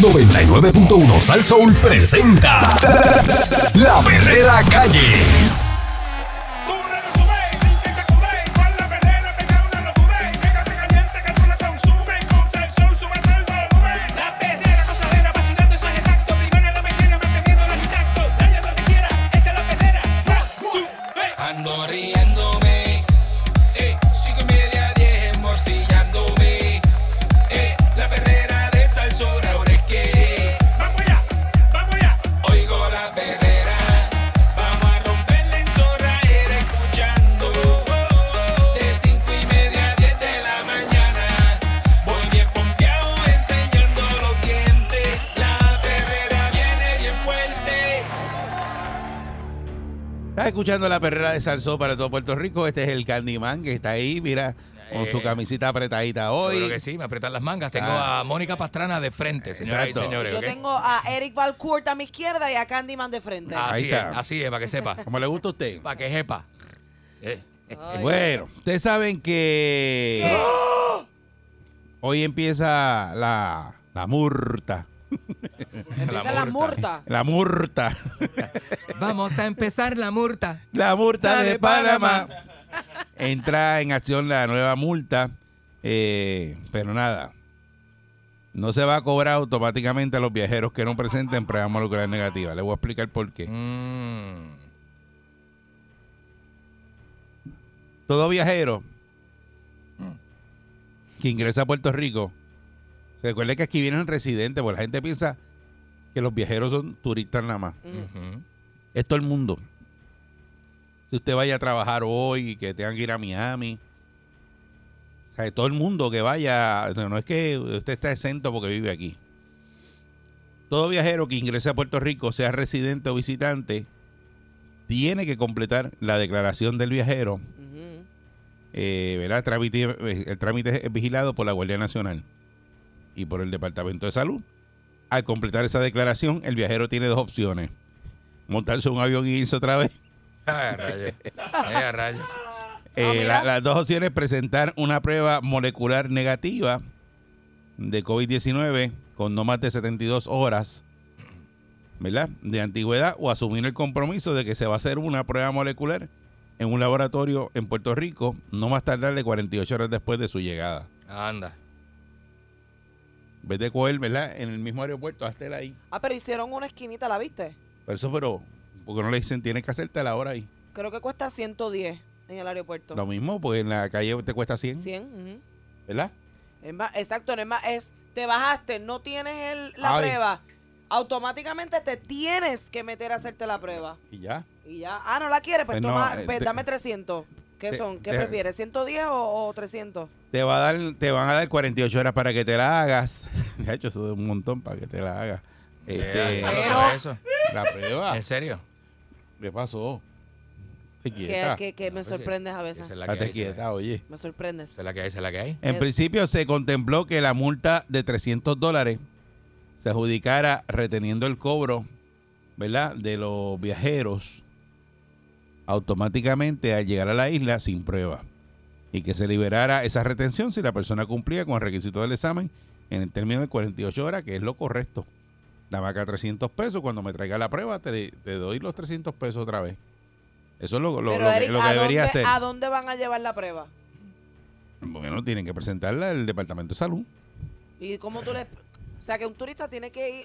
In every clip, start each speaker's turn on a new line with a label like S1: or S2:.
S1: 99.1 Sal Soul presenta La Verdadera Calle.
S2: eh, eh,
S3: escuchando la perrera de Salsó para todo Puerto Rico. Este es el Candyman que está ahí, mira, con
S4: Eh.
S3: su camisita apretadita hoy.
S5: Creo que sí, me apretan las mangas. Tengo a Mónica Pastrana de frente, señoras y
S3: Ah. Exacto.
S5: señores.
S4: Yo
S5: ¿ok?
S4: tengo a Eric Valcourt a mi izquierda y a Candyman de frente.
S5: Así
S3: Ahí está.
S5: es, así es, para que sepa.
S3: Como le gusta a usted.
S5: Para que sepa. Eh,
S4: Ay.
S3: Bueno, ustedes saben que hoy empieza la, la murta.
S4: Empieza la murta.
S3: La murta.
S5: Vamos a empezar la murta.
S3: La multa
S5: La
S3: de
S5: de
S3: Panamá. Entra en acción la nueva multa, eh, pero nada. No se va a cobrar automáticamente a los viajeros que no presenten prueba molecular negativa. Les voy a explicar por qué.
S5: Mm.
S3: Todo viajero que ingresa a Puerto Rico, recuerde que aquí vienen residentes, porque la gente piensa que los viajeros son turistas nada más.
S5: Ujú.
S3: Es todo el mundo. Si usted vaya a trabajar hoy y que tengan que ir a Miami, o sea, todo el mundo que vaya, no no es que usted está exento porque vive aquí. Todo viajero que ingrese a Puerto Rico, sea residente o visitante, tiene que completar la declaración del viajero.
S4: Ujú.
S3: eh, ¿verdad? Trámite- eh, el trámite es vigilado por la Guardia Nacional y por el Departamento de Salud. Al completar esa declaración, el viajero tiene dos opciones. Montarse un avión y irse otra vez
S5: Ay, rayos. Ay, rayos.
S3: Eh,
S4: Ah, mira.
S3: la- las dos opciones, presentar una prueba molecular negativa de COVID-19 con no más de 72 horas, ¿verdad? De antigüedad o asumir el compromiso de que se va a hacer una prueba molecular en un laboratorio en Puerto Rico no más tardar de 48 horas después de su llegada.
S5: Anda.
S3: En vez de coger, ¿verdad? En el mismo aeropuerto, hazte ahí.
S4: Ah, pero hicieron una esquinita, ¿la viste?
S3: Por eso, pero, porque no le dicen, tienes que hacerte la hora ahí.
S4: Creo que cuesta 110 en el aeropuerto.
S3: Lo mismo, pues en la calle te cuesta 100,
S4: 100. ujú.
S3: ¿verdad?
S4: Es más, exacto, no es más, es, te bajaste, no tienes el- la
S3: Ay.
S4: prueba. Automáticamente te tienes que meter a hacerte la prueba.
S3: Y ya.
S4: Y ya, ah, no la quieres, pues,
S3: Pues no,
S4: toma,
S3: eh,
S4: pues,
S3: te-
S4: dame 300. ¿Qué
S3: te-
S4: son? ¿Qué
S3: te-
S4: prefieres? ¿110 o, o 300?
S3: Te, va a dar, te van a dar 48 horas para que te la hagas. De hecho, eso es un montón para que te la hagas. Este,
S5: Eh, ay,
S4: Pero-
S5: por eso.
S3: la prueba.
S5: ¿En serio?
S3: ¿Qué pasó? Te
S4: Que,
S3: quieta.
S4: que, que me
S5: Pues,
S4: sorprendes a
S5: esa
S4: veces.
S5: es la que hay,
S3: Date
S5: esa es la-
S3: quieta, oye.
S4: Me sorprendes.
S5: esa es la que hay, esa es la que hay.
S4: Eh,
S3: En principio se contempló que la multa de 300 dólares se adjudicara reteniendo el cobro, ¿verdad? De los viajeros automáticamente al llegar a la isla sin prueba y que se liberara esa retención si la persona cumplía con el requisito del examen en el término de 48 horas, que es lo correcto. Dame acá 300 pesos, cuando me traiga la prueba te, te doy los 300 pesos otra vez. Eso es lo, lo-
S4: Pero
S3: lo que-
S4: Eric,
S3: lo que
S4: ¿a,
S3: debería
S4: dónde,
S3: hacer.
S4: ¿a dónde van a llevar la prueba?
S3: Bueno, tienen que presentarla al Departamento de Salud.
S4: ¿Y cómo tú le.? O sea, que un turista tiene que ir.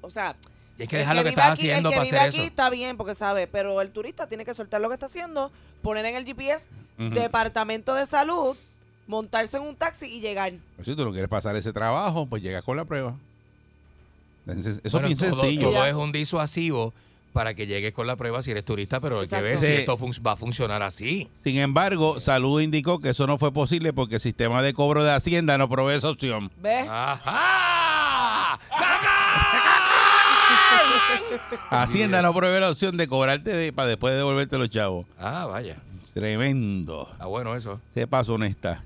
S4: O sea,
S5: Y hay que
S4: el
S5: dejar lo que
S4: vive
S5: estás
S4: aquí-
S5: haciendo
S4: el que
S5: para
S4: vive
S5: hacer
S4: aquí
S5: eso.
S4: está bien porque sabe, pero el turista tiene que soltar lo que está haciendo, poner en el GPS,
S3: Ujú.
S4: Departamento de Salud, montarse en un taxi y llegar.
S3: Pues si tú no quieres pasar ese trabajo, pues llegas con la prueba. Entonces, Eso
S5: Bueno,
S3: es bien
S5: todo,
S3: sencillo.
S5: todo es un disuasivo para que llegues con la prueba si eres turista, pero hay que ver
S4: Exacto.
S5: si
S3: Sí.
S5: esto fun- va a funcionar así.
S3: Sin embargo, Salud indicó que eso no fue posible porque el sistema de cobro de Hacienda no provee esa opción.
S4: ¿Ves?
S5: ¡Ajá!
S3: Hacienda no provee la opción de cobrarte de- para después devolverte los chavos.
S5: Ah, vaya.
S3: Tremendo.
S5: Está bueno eso.
S3: Se pasó honesta.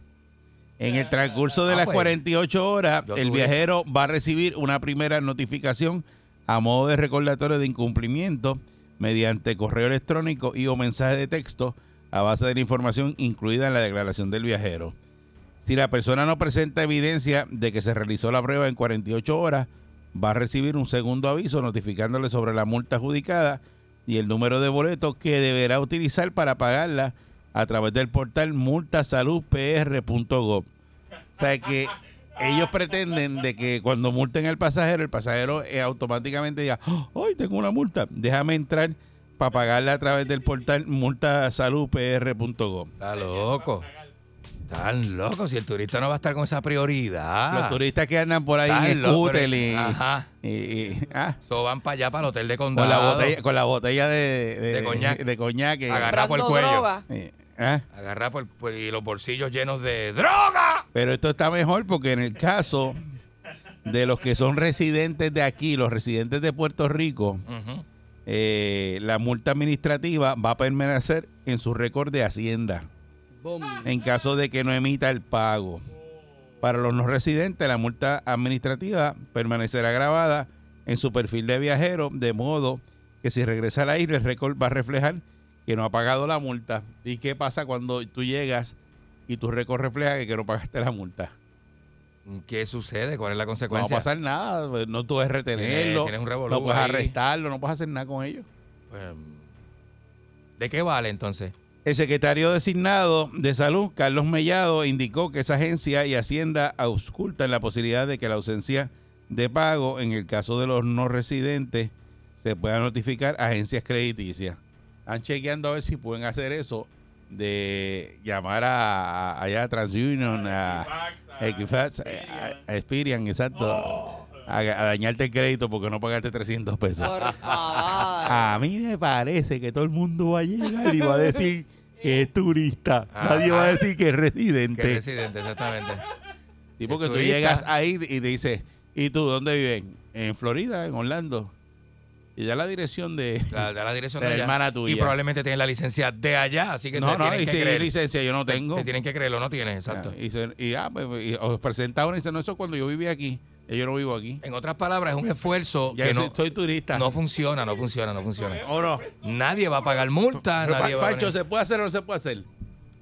S3: En el transcurso de
S5: Ah,
S3: las
S5: pues.
S3: 48 horas,
S5: Yo
S3: el
S5: tuve-
S3: viajero va a recibir una primera notificación a modo de recordatorio de incumplimiento mediante correo electrónico y o mensaje de texto a base de la información incluida en la declaración del viajero. Si la persona no presenta evidencia de que se realizó la prueba en 48 horas, va a recibir un segundo aviso notificándole sobre la multa adjudicada y el número de boleto que deberá utilizar para pagarla a través del portal multasaludpr.gov. O sea que ellos pretenden de que cuando multen al pasajero, el pasajero eh, automáticamente diga, "Oh, ¡ay, tengo una multa! Déjame entrar para pagarla a través del portal multasaludpr.gov.
S5: Está loco. Están locos si el turista no va a estar con esa prioridad.
S3: Los turistas que andan por ahí
S5: Están
S3: en
S5: locos,
S3: scooter
S5: pero-
S3: y,
S5: Ajá.
S3: y- y- ah,
S5: So, van para allá, para el hotel de condado.
S3: con, la botella, con la botella de,
S5: De coñac.
S3: de coñac, eh,
S5: Agarra por el
S4: Comprando
S5: cuello.
S4: droga.
S3: eh, ah.
S5: Agarrar por, por- y los bolsillos llenos de droga.
S3: Pero esto está mejor porque en el caso de los que son residentes de aquí, los residentes de Puerto Rico,
S5: Ujú.
S3: eh, la multa administrativa va a permanecer en su récord de Hacienda en caso de que no emita el pago. Para los no residentes, la multa administrativa permanecerá grabada en su perfil de viajero, de modo que si regresa a la isla, el récord va a reflejar que no ha pagado la multa. ¿Y qué pasa cuando tú llegas y tu récord refleja que no pagaste la multa?
S5: ¿Qué sucede? ¿Cuál es la
S3: No va a
S5: consecuencia?
S3: pasar nada, pues, no tú puedes
S5: Tienes-
S3: retenerlo,
S5: tienes un revolú
S3: no puedes
S5: ahí.
S3: arrestarlo, no puedes hacer nada con ellos.
S5: Pues, ¿De qué vale entonces?
S3: El secretario designado de Salud, Carlos Mellado, indicó que esa agencia y Hacienda auscultan la posibilidad de que la ausencia de pago en el caso de los no residentes se pueda notificar a agencias crediticias. Están chequeando a ver si pueden hacer eso de llamar a, a- allá a TransUnion, a, a Equifax, a- a Experian, exacto,
S5: Oh.
S3: a, a dañarte el crédito porque no pagaste 300 pesos.
S4: Por favor.
S3: A mí me parece que todo el mundo va a llegar y va a decir que es turista. Nadie va a decir que
S5: ¿Qué
S3: es residente.
S5: Ah. residente exactamente?
S3: Sí, porque
S5: es
S3: tú
S5: turista.
S3: llegas ahí y te dices, ¿y tú dónde viven? En Florida, en Orlando. Y da la dirección de...
S5: La, da la dirección
S3: La
S5: de allá.
S3: hermana tuya.
S5: Y probablemente tienes la licencia de allá, así que
S3: No,
S5: te
S3: no,
S5: tienen
S3: y
S5: que
S3: si
S5: creer.
S3: licencia yo no
S5: Te-
S3: tengo.
S5: Te, tienen que creer o no tienes, exacto.
S3: Ah, Y, se- y, ah, pues, y os presenta uno y dice, no, eso cuando yo vivía aquí. Eh, Yo no vivo aquí.
S5: En otras palabras, es un esfuerzo
S3: Ya
S5: que
S3: yo
S5: no,
S3: soy, soy turista.
S5: no funciona, no funciona, no funciona.
S3: ¿O no?
S5: Nadie va a pagar multa,
S3: Pero, Pa-
S5: Ah, nadie va a
S3: Pancho,
S5: venir.
S3: ¿se puede hacer o no se puede hacer?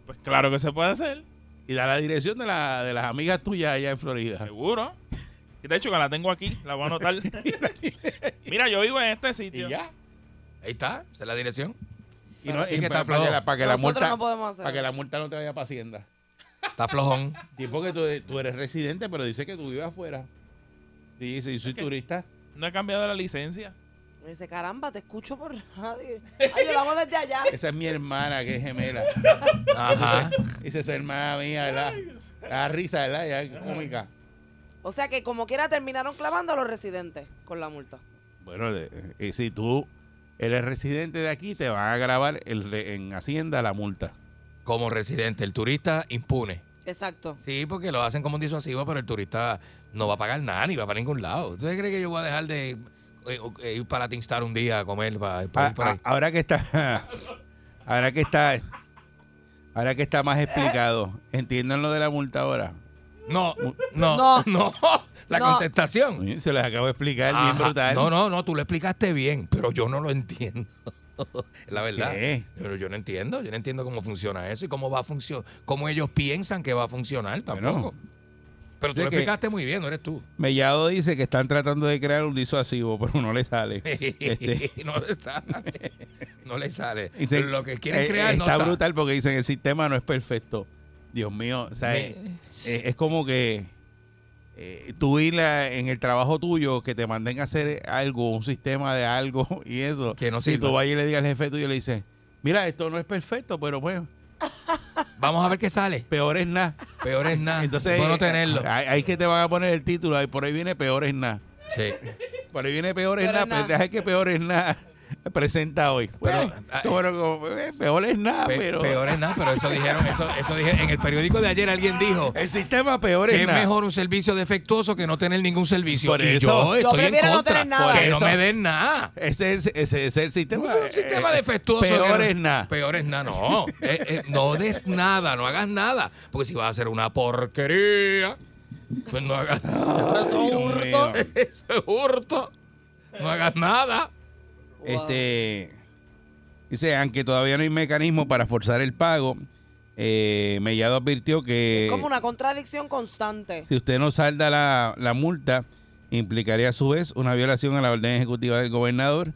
S6: Pues claro que se puede hacer,
S3: Y da la dirección de, la, de las amigas tuyas allá en Florida.
S6: seguro. Y de hecho que la tengo aquí, la voy a anotar. Mira, yo vivo en este
S3: Y
S6: sitio.
S3: ya.
S5: Ahí está, esa es la dirección.
S3: Y no,
S5: Sí
S3: y
S5: que
S3: pa-
S5: está
S3: para, que
S5: flojo.
S3: la, para que la
S4: Nosotros
S3: multa,
S4: no podemos hacer
S3: para que
S4: eso.
S3: la multa no te vaya para Hacienda.
S5: Está flojón.
S3: Y porque tú, tú eres residente, pero dice que tú vives afuera. Y dice, yo soy
S6: Ok.
S3: turista.
S6: No he cambiado la licencia.
S4: Me dice, caramba, te escucho por radio. Ay, yo lo hago desde allá.
S3: Esa es mi hermana, que es gemela.
S5: Ajá.
S3: Dice, esa hermana mía, ¿verdad? La risa, ¿verdad? Ya es cómica.
S4: O sea que como quiera terminaron clavando a los residentes con la multa.
S3: Bueno, de- y si tú eres residente de aquí, te van a grabar el, re- en Hacienda la multa.
S5: Como residente, el turista impune.
S4: Exacto.
S5: Sí, porque lo hacen como un disuasivo, pero el turista no va a pagar nada ni va para ningún lado. ¿Ustedes creen que yo voy a dejar de eh, eh, ir para Tinstar un día a comer? Para, para ir por
S3: Ah,
S5: ahí?
S3: ah, ahora que está. Ahora que está. Ahora que está más explicado. Entiendan lo de la multa ahora.
S5: No, no, no,
S4: No.
S5: La
S4: No.
S5: contestación.
S3: Oye, Se las acabo de explicar bien
S5: Ajá.
S3: brutal.
S5: No, no, no, tú lo explicaste bien, pero yo no lo entiendo. Es la verdad.
S3: ¿Qué?
S5: Pero yo no entiendo, yo no entiendo cómo funciona eso y cómo va a funcionar, cómo ellos piensan que va a funcionar tampoco. pero tú
S3: Dice
S5: lo
S3: que-
S5: explicaste muy bien, no eres tú.
S3: Mellado dice que están tratando de crear un disuasivo, pero no le sale. Este,
S5: no le sale. No le sale.
S3: dice,
S5: lo que quieren
S3: eh,
S5: crear no
S3: está brutal porque dicen que el sistema no es perfecto. Dios mío, o sea,
S5: Me-
S3: eh, eh, es como que eh, tú ir a- en el trabajo tuyo que te manden a hacer algo, un sistema de algo y eso.
S5: Que no
S3: si
S5: sirva.
S3: tú vas y le digas al jefe tuyo y le dices, mira, esto no es perfecto, pero bueno,
S5: Vamos a ver qué sale.
S3: peor es nada.
S5: Peor es nada.
S3: Entonces,
S5: Por no tenerlo.
S3: Ahí, ahí que te van a poner el título, ahí por ahí viene peor es nada.
S5: Sí.
S3: Por ahí viene peor es
S4: Peor
S3: nada,
S4: es
S3: pero
S4: nada.
S3: deja que peor es nada presenta hoy.
S5: Bueno,
S3: Pues,
S5: ah,
S3: bueno, como, eh, peor es nada,
S5: Pe-
S3: pero
S5: Peor es nada, pero eso dijeron, eso, eso dijeron. En el periódico de ayer alguien dijo
S3: el sistema peor
S5: que
S3: es
S5: es
S3: nada.
S5: mejor un servicio defectuoso que no tener ningún servicio.
S3: Por
S5: y
S3: eso.
S5: yo
S3: Yo
S5: estoy en
S4: prefiero no
S5: contra.
S4: tener nada.
S5: Que
S3: Por
S5: no
S3: eso.
S5: me den nada.
S3: Ese es, ese es el sistema.
S5: Es un sistema
S3: eh,
S5: defectuoso.
S3: Peor
S5: que no-
S3: es nada.
S5: Peor es nada, no. Eh, eh, no des nada, no hagas nada. Porque si vas a hacer una porquería, pues no hagas
S3: Dios
S5: eso,
S3: mío.
S5: es hurto. No hagas nada.
S3: Este dice, aunque todavía no hay mecanismo para forzar el pago, eh, Mellado advirtió que
S4: Como una contradicción constante.
S3: si usted no salda la, la multa, implicaría a su vez una violación a la orden ejecutiva del gobernador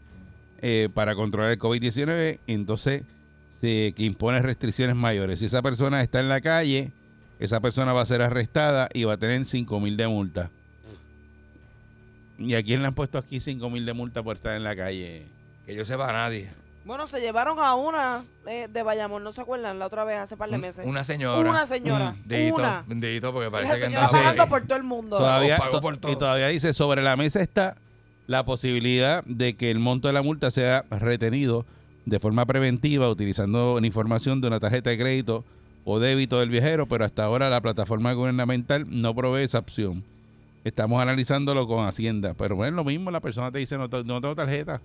S3: eh, para controlar el COVID-19, entonces se- que impone restricciones mayores. Si esa persona está en la calle, esa persona va a ser arrestada y va a tener 5 mil de multa. ¿Y a quién le han puesto aquí 5 mil de multa por estar en la calle?
S5: Que yo sepa a nadie.
S4: Bueno, se llevaron a una eh, de Bayamón, ¿no se acuerdan? La otra vez, hace par de
S5: Un-
S4: meses.
S5: Una señora.
S4: Una señora,
S3: Mm,
S5: Bendito,
S4: una.
S5: bendito, porque
S4: la
S5: parece que
S4: señora
S5: andaba.
S4: pagando
S5: Sí.
S4: por todo el mundo.
S3: Todavía-
S5: pagó
S3: to-
S5: por todo.
S3: Y todavía dice, sobre la mesa está la posibilidad de que el monto de la multa sea retenido de forma preventiva utilizando la información de una tarjeta de crédito o débito del viajero, pero hasta ahora la plataforma gubernamental no provee esa opción. Estamos analizándolo con Hacienda, pero bueno, es lo mismo, la persona te dice, no, te- no tengo tarjeta.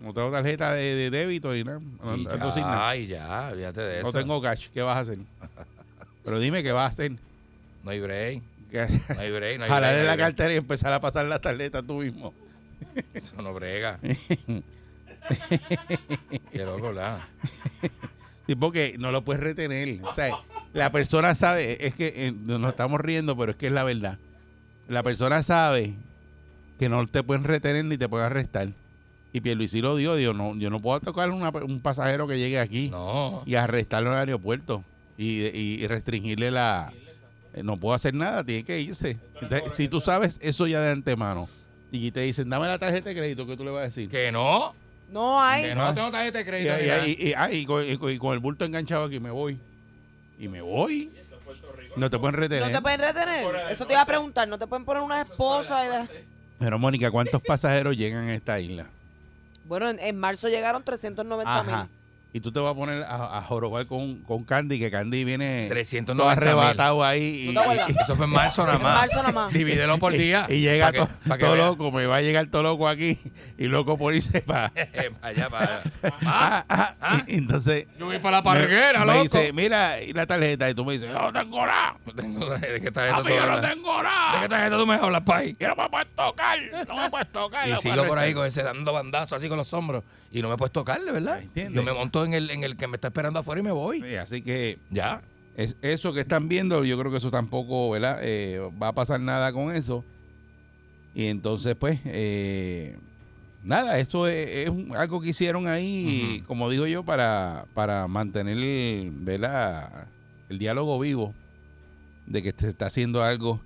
S3: No tengo tarjeta de, de débito ni nada. No,
S5: Y
S3: no consigna.
S5: ya, y ya, olvídate de
S3: No
S5: eso.
S3: tengo cash, ¿qué vas a hacer? Pero dime qué vas a hacer.
S5: No hay break,
S3: ¿Qué-
S5: no hay break, no hay break,
S3: Jalarle
S5: no hay
S3: la
S5: break.
S3: cartera y empezar a pasar la tarjeta tú mismo.
S5: Eso no brega. Qué loco, ¿verdad?
S3: Sí, porque no lo puedes retener. O sea, la persona sabe, es que eh, nos estamos riendo, pero es que es la verdad. La persona sabe que no te pueden retener ni te pueden arrestar. Y Pierluisi lo dio, dijo, no, yo no puedo tocar una- un pasajero que llegue aquí
S5: No.
S3: y arrestarlo en el aeropuerto y, y- y restringirle la... eh, No puedo hacer nada, tiene que irse. Entonces, si tú sabes eso ya de antemano y te dicen, dame la tarjeta de crédito, ¿qué tú le vas a decir?
S5: Que no.
S4: No
S5: Que
S4: hay.
S5: no tengo tarjeta de
S3: Y,
S5: crédito. ni nada.
S3: y- y- y- ah, y con, y con- y con el bulto enganchado aquí me voy. Y me voy. No te pueden
S4: No
S3: retener.
S4: te pueden retener. Eso te iba a preguntar. No te pueden poner una esposa. y de-
S3: Pero Mónica, ¿cuántos pasajeros llegan a esta isla?
S4: Bueno, en, en marzo llegaron 390
S3: Ajá.
S4: mil.
S3: Y tú te vas a poner a, a jorobar con, con Candy, que Candy viene todo
S5: 390 mil.
S3: arrebatado ahí. y-
S4: ¿No te acuerdas?
S5: Eso fue en marzo nada
S4: En
S5: más.
S4: marzo nada más.
S5: Divídelo por día.
S3: Y, llega
S5: Pa' que-
S3: to-
S5: pa' que
S3: todo
S5: vea.
S3: loco, me va a llegar todo loco aquí y loco por irse para...
S5: Eh, pa' allá, para allá. Ah, ah.
S3: entonces...
S5: yo voy para la
S3: me-
S5: parguera,
S3: me,
S5: loco.
S3: dice, mira, y la tarjeta. Y tú me dices, no tengo nada.
S5: No tengo- ¿De qué tarjeta
S3: Papi,
S5: tú
S3: yo no
S5: hablas?
S3: tengo
S5: ¿De
S3: nada.
S5: qué tarjeta tú me hablas, Pai?
S3: Yo no me puedes tocar. No me puedes tocar.
S5: Y
S3: no
S5: sigo
S3: puedes
S5: por ahí
S3: retener.
S5: con ese dando bandazo así con los hombros. Y no me puedes tocarle, ¿verdad?
S3: ¿Entiendes?
S5: Yo me monto en el, en el que me está esperando afuera y me voy.
S3: Sí, así que
S5: Ya.
S3: es eso que están viendo, yo creo que eso tampoco, ¿verdad? Eh, va a pasar nada con eso. Y entonces, pues, eh, nada, esto es, es un- algo que hicieron ahí,
S5: Ujú.
S3: como digo yo, para, para mantener, el, ¿verdad? El diálogo vivo de que se está haciendo algo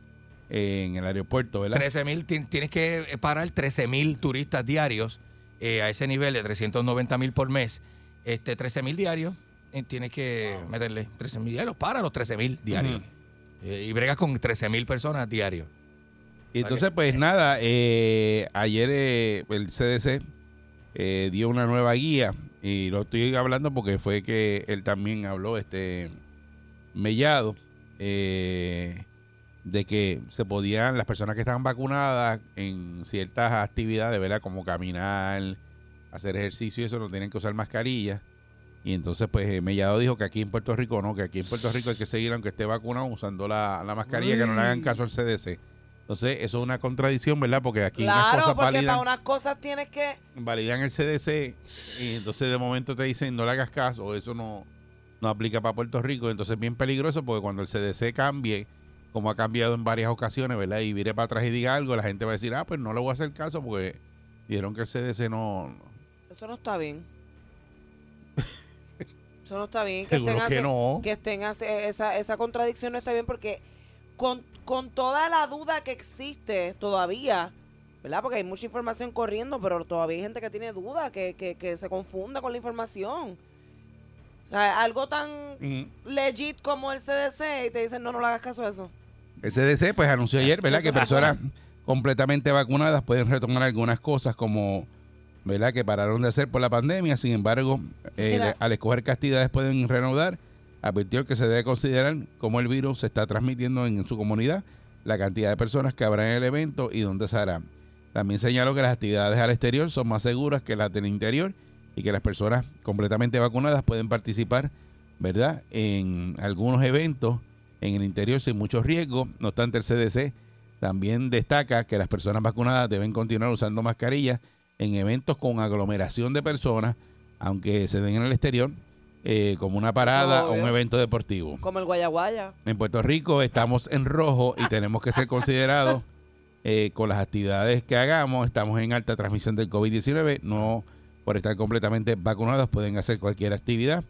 S3: en el aeropuerto, ¿verdad?
S5: 13 mil, tienes que eh, parar 13 mil turistas diarios eh, a ese nivel de 390 mil por mes. Este, 13 mil diarios, eh, tienes que meterle 13 mil diarios. Para los 13 mil diarios. Eh, y bregas con 13 mil personas diarios.
S3: Y entonces, pues nada, eh, ayer eh, el CDC eh, dio una nueva guía y lo estoy hablando porque fue que él también habló, este Mellado, eh, de que se podían, las personas que estaban vacunadas en ciertas actividades, ¿verdad? Como caminar, hacer ejercicio y eso, no tienen que usar mascarilla. Y entonces, pues eh, Mellado dijo que aquí en Puerto Rico no, que aquí en Puerto Rico hay que seguir, aunque esté vacunado, usando la, la mascarilla, que no le hagan caso al CDC. Entonces, eso es una contradicción, ¿verdad? Porque aquí unas
S4: Claro,
S3: cosas
S4: porque
S3: válidas
S4: para unas cosas tienes que.
S3: validan el CDC y entonces de momento te dicen no le hagas caso, eso no, no aplica para Puerto Rico, entonces es bien peligroso porque cuando el CDC cambie, como ha cambiado en varias ocasiones, ¿verdad? Y vire para atrás y diga algo, la gente va a decir, ah, pues no le voy a hacer caso porque dijeron que el CDC no...
S4: Eso no está bien. Eso no está bien. Que
S3: Seguro
S4: estén,
S3: que
S4: hace-
S3: no.
S4: que estén hace- eh, esa, esa contradicción no está bien porque con, con toda la duda que existe todavía, ¿verdad? Porque hay mucha información corriendo, pero todavía hay gente que tiene duda, que, que, que se confunda con la información. O sea, algo tan
S3: Mm.
S4: legit como el CDC y te dicen, no, no le hagas caso a eso.
S3: El CDC pues anunció ayer, ¿verdad? Que
S4: Eso se
S3: personas completamente vacunadas pueden retomar algunas cosas como, ¿verdad? Que pararon de hacer por la pandemia, sin embargo, eh,
S4: Mira.
S3: le- al escoger castidades pueden reanudar, advirtió que se debe considerar cómo el virus se está transmitiendo en su comunidad, la cantidad de personas que habrá en el evento y dónde se hará. También señaló que las actividades al exterior son más seguras que las del interior y que las personas completamente vacunadas pueden participar, ¿verdad?, en algunos eventos en el interior sin mucho riesgo. No obstante, el CDC también destaca que las personas vacunadas deben continuar usando mascarillas en eventos con aglomeración de personas, aunque se den en el exterior, eh, como una parada
S4: Eso
S3: o
S4: obvio.
S3: un evento deportivo.
S4: Como el guayaguaya.
S3: En Puerto Rico estamos en rojo y tenemos que ser considerados eh, con las actividades que hagamos. Estamos en alta transmisión del COVID-19. No por estar completamente vacunados pueden hacer cualquier actividad.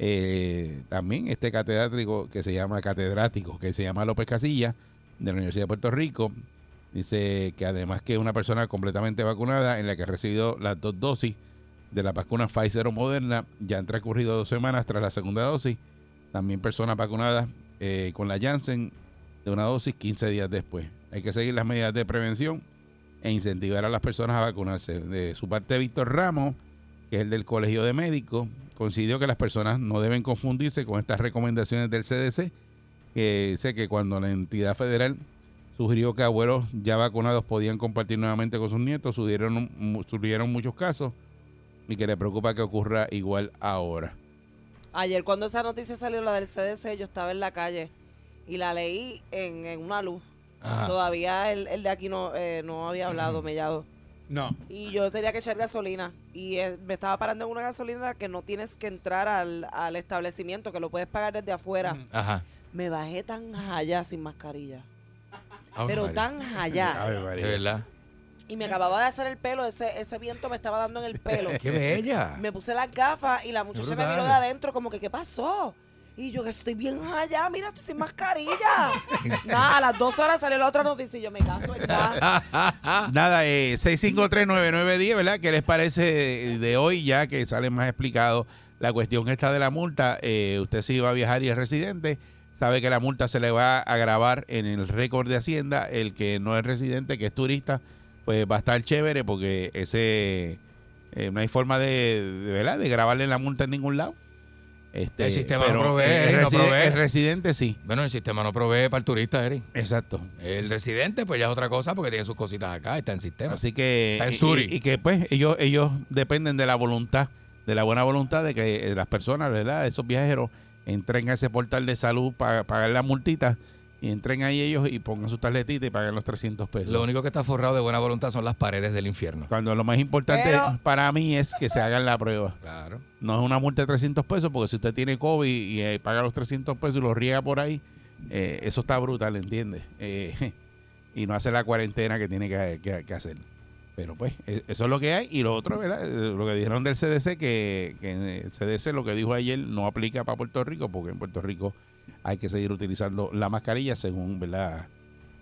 S3: Eh, también este catedrático que se llama catedrático, que se llama López Casilla, de la Universidad de Puerto Rico, dice que además que es una persona completamente vacunada en la que ha recibido las dos dosis de la vacuna Pfizer o Moderna, ya han transcurrido dos semanas tras la segunda dosis. También personas vacunadas eh, con la Janssen de una dosis 15 días después. Hay que seguir las medidas de prevención e incentivar a las personas a vacunarse. De su parte, Víctor Ramos, que es el del Colegio de Médicos, consideró que las personas no deben confundirse con estas recomendaciones del CDC, que dice que cuando la entidad federal sugirió que abuelos ya vacunados podían compartir nuevamente con sus nietos, surgieron, surgieron muchos casos y que le preocupa que ocurra igual ahora.
S4: Ayer cuando esa noticia salió, la del CDC, yo estaba en la calle y la leí en, en una luz.
S5: Ajá.
S4: Ah. Todavía el, el de aquí no, eh, no había hablado, Mellado.
S3: No.
S4: Y yo tenía que echar gasolina. Y eh, me estaba parando en una gasolina que no tienes que entrar al, al establecimiento, que lo puedes pagar desde afuera.
S5: Ajá.
S4: Me bajé tan allá sin mascarilla.
S5: Ave
S4: pero
S5: María.
S4: tan allá.
S5: De verdad.
S4: Y
S5: Eh.
S4: me acababa de hacer el pelo, ese, ese viento me estaba dando en el pelo.
S5: Qué bella.
S4: Me puse las gafas y la muchacha me
S5: brutal.
S4: miró de adentro como que, ¿qué pasó? Y yo que estoy bien allá, mira, estoy sin mascarilla. Nada, a las dos horas salió la otra noticia y yo me caso ya.
S3: Nada, eh, 6539910, ¿verdad? ¿Qué les parece de hoy ya que sale más explicado la cuestión esta de la multa? Eh, usted si va a viajar y es residente, sabe que la multa se le va a grabar en el récord de Hacienda. El que no es residente, que es turista, pues va a estar chévere porque ese eh, no hay forma de, de, ¿verdad? de grabarle la multa en ningún lado. Este,
S5: El sistema no provee,
S3: el,
S5: no
S3: residen-
S5: provee.
S3: el residente sí.
S5: Bueno, el sistema no provee para el turista, Eric.
S3: Exacto.
S5: El residente, pues ya es otra cosa porque tiene sus cositas acá, está en sistema.
S3: Así que
S5: Está en
S3: y-
S5: Suri.
S3: y, y que pues ellos ellos dependen de la voluntad, de la buena voluntad de que eh, las personas, ¿verdad? Esos viajeros entren a ese portal de salud para pagar la multita y entren ahí ellos y pongan su tarjetita y paguen los 300 pesos.
S5: Lo único que está forrado de buena voluntad son las paredes del infierno.
S3: Cuando lo más importante
S4: Pero-
S3: para mí es que se hagan la prueba.
S5: Claro.
S3: No es una multa de 300 pesos porque si usted tiene COVID y eh, paga los 300 pesos y los riega por ahí, eh, eso está brutal, ¿entiendes? Eh, y no hace la cuarentena que tiene que, que- que hacer. Pero pues, e- eso es lo que hay. Y lo otro, ¿verdad? Eh, Lo que dijeron del CDC, que, que el CDC lo que dijo ayer no aplica para Puerto Rico, porque en Puerto Rico hay que seguir utilizando la mascarilla según, ¿verdad?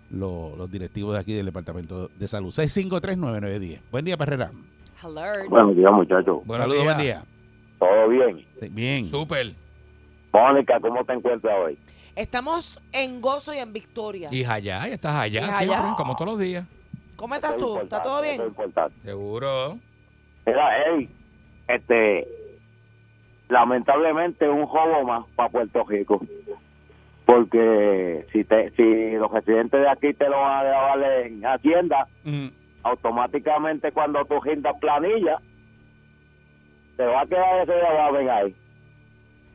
S3: Lo- los directivos de aquí del Departamento de Salud. 6539910. Buen día, Perrera.
S4: Alert.
S7: Buenos días, muchachos.
S5: Buenos
S3: Saludos,
S5: días.
S3: buen día.
S7: ¿Todo bien?
S3: Sí, Bien.
S5: Súper.
S7: Mónica, ¿cómo te encuentras hoy?
S4: Estamos en gozo y en victoria.
S5: Y allá, y estás allá,
S4: Y
S5: siempre,
S4: allá.
S5: como todos los días.
S4: ¿Cómo estás
S7: Eso es
S4: tú?
S7: importante,
S4: ¿Está todo
S7: eso es
S4: bien?
S7: importante.
S5: Seguro.
S7: Mira, hey, este, lamentablemente un juego más para Puerto Rico. Porque si te, si los residentes de aquí te lo van a grabar en Hacienda,
S3: Mm.
S7: automáticamente cuando tú rindas planilla, te va a quedar ese gravamen ahí.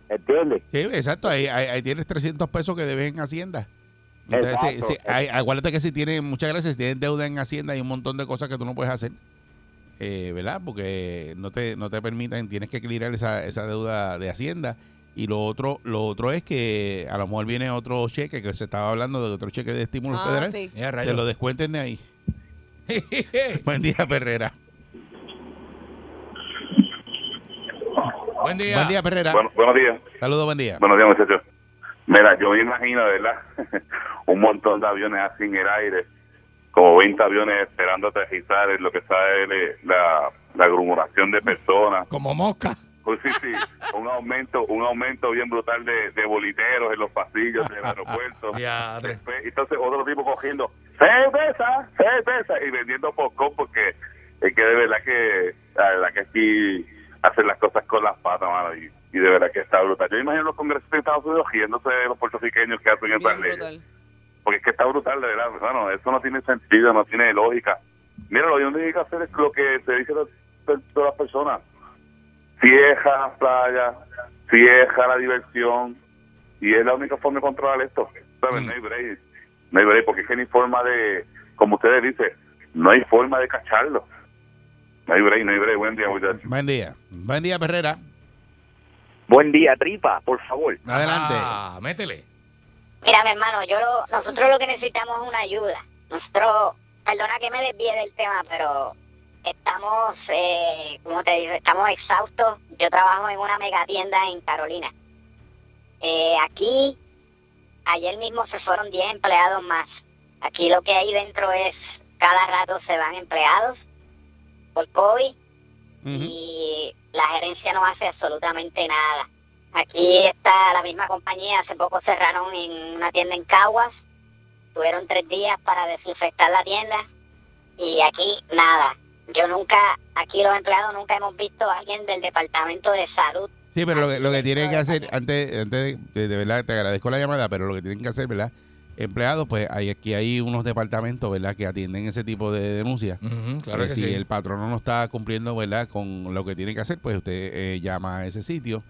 S7: ¿Entiendes?
S3: Sí, exacto. Ahí, ahí- ahí tienes 300 pesos que debes en Hacienda. Entonces,
S7: Exacto.
S3: sí, sí, ahí- acuérdate que si tienes, muchas gracias, si tienes deuda en Hacienda hay un montón de cosas que tú no puedes hacer, eh, ¿verdad? Porque no te, no te permiten, tienes que clearar esa, esa deuda de Hacienda. Y lo otro, lo otro es que a lo mejor viene otro cheque, que se estaba hablando de otro cheque de estímulo
S4: Ah,
S3: federal,
S4: sí.
S5: Mira,
S3: te
S5: rayos.
S3: lo descuenten de ahí. Buen día, Perrera.
S5: Buen día.
S3: Buen día, Perrera.
S8: Bueno, buenos días.
S3: Saludos, buen día.
S8: Buenos días, muchachos. Mira, yo me imagino, de ¿verdad? un montón de aviones así en el aire, como 20 aviones esperando aterrizar, en lo que sale de la, la aglomeración de personas.
S5: Como mosca.
S8: Pues sí, sí, un aumento, un aumento bien brutal de, de boliteros en los pasillos del aeropuerto.
S5: Ya, tres.
S8: Después, entonces otro tipo cogiendo cerveza, cerveza y vendiendo popcorn porque es que de verdad que la verdad que aquí hacen las cosas con las patas, mano, y, y de verdad que está brutal. Yo me imagino los congresistas de Estados Unidos riéndose de los puertorriqueños que hacen esas
S4: Bien
S8: leyes
S4: brutal.
S8: porque es que está brutal, de verdad, hermano. Eso no tiene sentido, no tiene lógica. Mira, lo que uno tiene que hacer es lo que se dice a todas las personas. Cierra las playas, cierra la diversión, y es la única forma de controlar esto. ¿Sabes?
S5: Mm.
S8: No hay break. No hay break, porque es que ni forma de, como ustedes dicen, no hay forma de cacharlo. No hay break, no hay break. Buen día, muchachos.
S3: Buen día. Buen día, Perrera.
S7: Buen día, tripa, por favor.
S3: Adelante.
S5: Ah, métele.
S9: Mira, mi hermano, yo lo- nosotros lo que necesitamos es una ayuda. Nosotros me desvié del tema, pero estamos, eh, como te digo, estamos exhaustos. Yo trabajo en una mega tienda en Carolina. Eh, aquí, ayer mismo se fueron 10 empleados más. Aquí lo que hay dentro es, cada rato se van empleados por COVID y la gerencia no hace absolutamente nada. Aquí está la misma compañía, hace poco cerraron en una tienda en Caguas, tuvieron tres días para desinfectar la tienda y aquí nada. Yo nunca, aquí los empleados nunca hemos visto a alguien del departamento de salud.
S3: Sí, pero lo que, lo que tienen que hacer, antes, antes de, de verdad, te agradezco la llamada, pero lo que tienen que hacer, ¿verdad? Empleados, pues hay, aquí hay unos departamentos, ¿verdad?, que atienden ese tipo de denuncias.
S5: Ujú, claro
S3: Eh,
S5: que
S3: si
S5: sí.
S3: el patrono no está cumpliendo, ¿verdad?, con lo que tiene que hacer, pues usted eh, llama a ese sitio.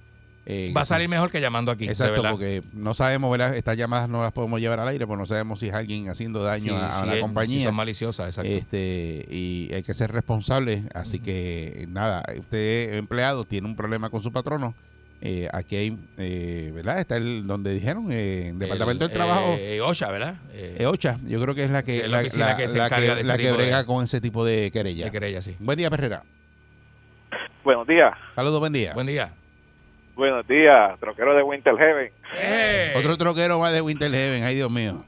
S3: eh,
S5: Va a salir mejor que llamando aquí. de
S3: Exacto,
S5: verdad.
S3: porque no sabemos, ¿verdad? Estas llamadas no las podemos llevar al aire, pues no sabemos si es alguien haciendo daño
S5: Sí,
S3: a, a
S5: sí,
S3: la
S5: eh,
S3: compañía.
S5: sí son maliciosas, exacto.
S3: Este, y hay que ser responsable. Así que nada, usted empleado tiene un problema con su patrono. eh, aquí hay, eh, ¿verdad? Está el donde dijeron, eh, en Departamento
S5: El,
S3: del Trabajo.
S5: eh, OSHA, ¿verdad? Eh,
S3: eh, OCHA, yo creo que es la que,
S5: que es la oficina que se
S3: que-
S5: encarga de ese
S3: la que
S5: tipo de-
S3: brega con ese tipo de querella.
S5: de querella, sí.
S3: Buen día, Perrera.
S10: Buenos días,
S3: Saludos, buen día.
S5: Buen día.
S10: buenos días, troquero de Winter Heaven.
S3: Otro troquero va de Winter Heaven, ay Dios mío.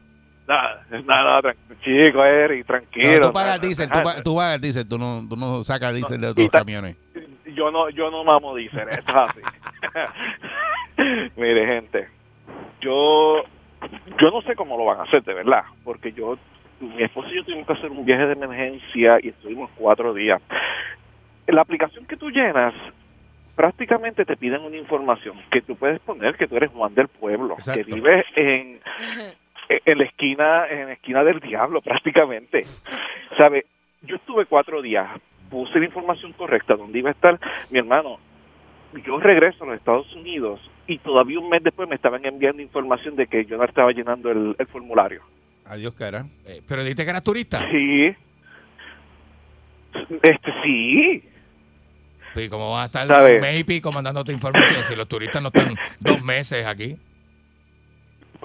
S10: Nada, nada, chico, Eric,
S3: No,
S10: tranquilo. Ah,
S3: tú pagas
S10: Nah,
S3: diésel, tú,
S10: nah,
S3: pa- tú pagas diésel, tú no, tú no sacas diésel de
S10: y
S3: otros
S10: ta-
S3: camiones.
S10: Yo no, yo no mamo diésel, esto es así. Mire, gente, yo, yo no sé cómo lo van a hacer, de verdad, porque yo, mi esposo y yo tuvimos que hacer un viaje de emergencia y estuvimos cuatro días. La aplicación que tú llenas prácticamente te piden una información que tú puedes poner que tú eres Juan del Pueblo,
S3: Exacto.
S10: que vives en, eh, en la esquina en la esquina del diablo prácticamente sabe yo estuve cuatro días puse la información correcta donde iba a estar mi hermano yo regreso a los Estados Unidos y todavía un mes después me estaban enviando información de que yo no estaba llenando el, el formulario
S3: Adiós, cara.
S5: Eh, pero dijiste que eras turista.
S10: sí este sí
S5: ¿Y cómo vas a estar
S10: ¿Sabes?
S5: un mes y pico mandando tu información si los turistas no están dos meses aquí?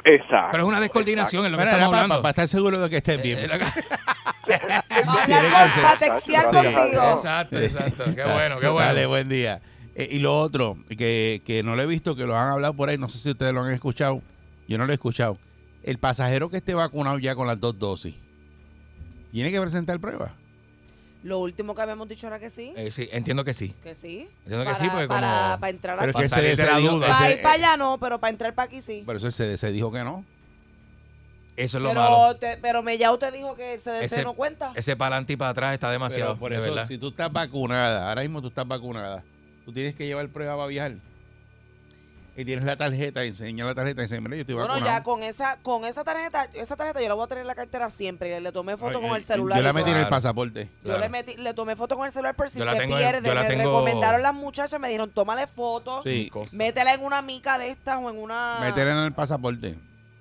S10: exacto
S5: Pero es una descoordinación en lo que
S3: Mira, Ah, era
S5: estamos
S3: para,
S5: hablando.
S3: para estar seguro de que estés bien.
S5: Eh, lo-
S3: Tiene
S4: Hablar
S3: que
S4: con,
S3: ser.
S4: para textear
S10: Gracias.
S4: contigo.
S5: Exacto, exacto. Qué bueno, qué bueno.
S3: Dale, buen día. Eh, y lo otro, que, que no lo he visto, que lo han hablado por ahí, no sé si ustedes lo han escuchado. Yo no lo he escuchado. El pasajero que esté vacunado ya con las dos dosis, ¿tiene que presentar pruebas?
S4: Lo último que habíamos dicho era que sí.
S5: Eh, sí, entiendo que sí.
S4: Que sí.
S5: Entiendo que sí, porque
S4: para,
S5: como-
S4: para entrar
S3: Pero es
S4: aquí.
S3: que
S5: Para
S3: se,
S5: salir de la
S3: dijo,
S5: duda.
S3: ese-
S4: Para ir para allá no, pero para entrar para aquí sí.
S3: por eso se, se dijo que no.
S5: Eso es lo malo.
S4: Pero, te, pero Mellao te dijo que el CDC
S5: Ese-
S4: no cuenta.
S5: Ese para adelante y para atrás está demasiado,
S3: Pero por
S5: de
S3: eso,
S5: verdad.
S3: si tú estás vacunada, ahora mismo tú estás vacunada, tú tienes que llevar prueba para viajar. Y tienes la tarjeta, enseña la tarjeta y dice, mira, yo estoy
S4: Bueno,
S3: vacunado.
S4: ya con esa con esa tarjeta, esa tarjeta yo la voy a tener en la cartera siempre. Le tomé foto con el celular.
S3: eh, Yo la
S4: y todo.
S3: metí en el pasaporte.
S4: Yo
S5: Claro.
S4: le, metí- le tomé foto con el celular por si
S5: Yo la
S4: se
S5: tengo en-
S4: pierde.
S5: yo la
S4: me
S5: tengo-
S4: recomendaron las muchachas, me dijeron, tómale foto,
S3: Sí,
S4: métela en una mica de estas o en una...
S3: meter en el pasaporte.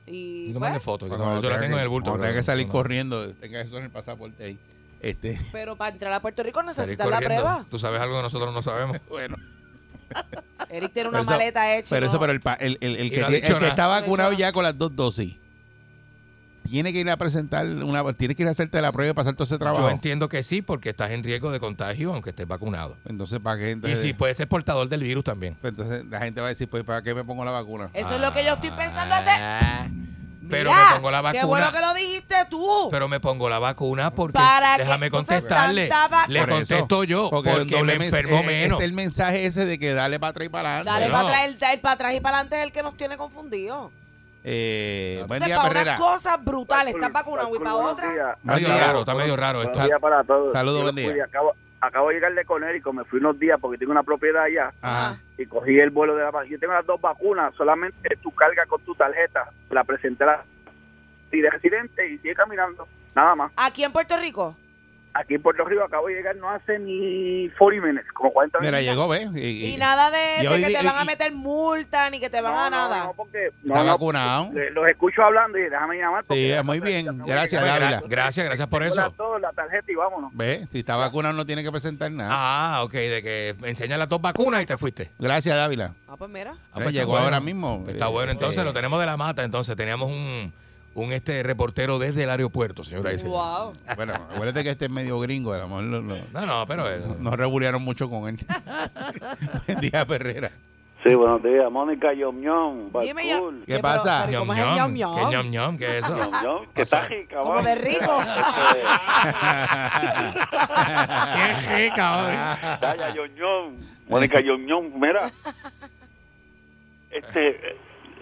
S4: Y,
S5: Y
S4: pues,
S5: tomarle fotos. que
S3: Cuando
S5: Yo la
S3: tenga
S5: tengo en
S3: que-
S5: el bulto.
S3: cuando
S5: pero-
S3: tenga que salir
S5: no.
S3: corriendo, tenga eso en el pasaporte ahí. Este,
S4: pero para entrar a Puerto Rico
S5: Salir
S4: necesitas la
S5: corriendo.
S4: prueba.
S5: Tú sabes algo que nosotros no sabemos.
S3: bueno.
S4: Eric tiene una
S3: Pero eso-
S4: maleta hecha.
S3: Pero
S4: ¿no?
S3: eso, pero el, pa- el, el- el
S5: Y
S3: que,
S5: no ha
S3: tiene-
S5: dicho
S3: el que
S5: nada.
S3: está vacunado
S4: Eso-
S3: ya con las dos dosis, tiene que ir a presentar una, tiene que ir a hacerte la prueba y pasar todo ese
S5: Yo
S3: trabajo.
S5: entiendo que sí, porque estás en riesgo de contagio aunque estés vacunado.
S3: Entonces, ¿para qué?
S5: Y
S3: Entonces,
S5: si puedes ser portador del virus también.
S3: entonces la gente va a decir, pues, ¿para qué me pongo la vacuna?
S4: Eso es lo que yo estoy pensando hacer.
S5: Ah, Pero
S4: Mira,
S5: me pongo la vacuna.
S4: Qué bueno que lo dijiste tú.
S5: Pero me pongo la vacuna porque
S4: Para que
S5: déjame
S4: entonces
S5: contestarle.
S4: tanta va-
S5: Le
S3: Por eso,
S5: contesto yo porque,
S3: el doble
S5: me
S3: mens-
S5: enfermo
S3: es-
S5: menos.
S3: Es el mensaje ese de que dale para atrás y para adelante.
S4: Dale
S5: no.
S4: para atrás, el, el para atrás y para adelante es el que nos tiene confundidos.
S3: Eh, buen
S4: Entonces,
S3: día,
S4: para
S3: Perrera.
S4: unas cosas brutales, estás vacunado y para
S7: Pues, buenos
S4: otras.
S7: días.
S5: Está medio
S3: Buen día.
S5: raro, está medio raro.
S7: Buenos
S5: Está-
S7: días para todos.
S3: Saludos,
S7: Yo
S3: buen
S7: no
S3: día.
S7: pude, Acabo, acabo de llegar de Conérico, me fui unos días porque tengo una propiedad allá
S5: Ah.
S3: Ajá.
S7: y cogí el vuelo de la vacuna. Yo tengo las dos vacunas, solamente tú cargas con tu tarjeta, la presenté a la- y de residente y sigue caminando, nada más.
S4: Aquí en Puerto Rico.
S7: Aquí en Puerto Rico acabo de llegar no hace ni 40 minutes, como 40
S3: Mira,
S7: minutos.
S3: llegó, ¿ves? Y,
S4: Y,
S3: y-
S4: nada de,
S3: y
S4: de
S3: hoy
S4: que
S3: di-
S4: te
S3: y-
S4: van a
S3: y-
S4: meter multa ni que te van
S7: No,
S4: a
S7: no,
S4: nada.
S7: No, porque
S3: está
S7: no, no,
S3: vacunado.
S7: le- los escucho hablando y déjame llamar.
S3: Sí,
S7: porque-
S3: muy bien. Gracias,
S5: Bueno,
S3: Dávila.
S5: gra- Gracias, gracias por
S7: Hola a
S5: eso.
S7: todos, la tarjeta y vámonos.
S3: ¿Ves? Si está vacunado no tiene que presentar nada.
S5: Ah, ok, de que me enseñan las dos vacunas y te fuiste.
S3: Gracias, Dávila.
S4: Ah, pues mira.
S5: Ah,
S3: Mira,
S5: pues está
S3: llegó
S5: bueno.
S3: ahora mismo.
S5: Está
S3: Eh,
S5: bueno, entonces
S3: eh,
S5: lo tenemos de la mata, entonces teníamos un, un este reportero desde el aeropuerto, señora y señor.
S4: Wow.
S3: Bueno, acuérdate que este es medio gringo, a lo mejor no, no,
S5: No, no, pero eh,
S3: no rebulearon mucho con él. Buen día, Perrera.
S7: Sí, buenos días. Mónica Yomión.
S4: Dime ya.
S7: Barcool.
S3: ¿Qué
S4: Eh, pero-
S3: pasa?
S4: pero
S5: ñom,
S4: ¿y ¿Cómo es el
S5: ñom,
S4: ñom
S5: ¿Qué
S4: ñom?
S5: ñom, ñom? ¿Qué es eso?
S7: Yomión, que está rica,
S4: Como
S7: vamos.
S4: de rico.
S5: ¡Qué rica,
S7: Daya Yoñón. Mónica Yoñón, mira. Este,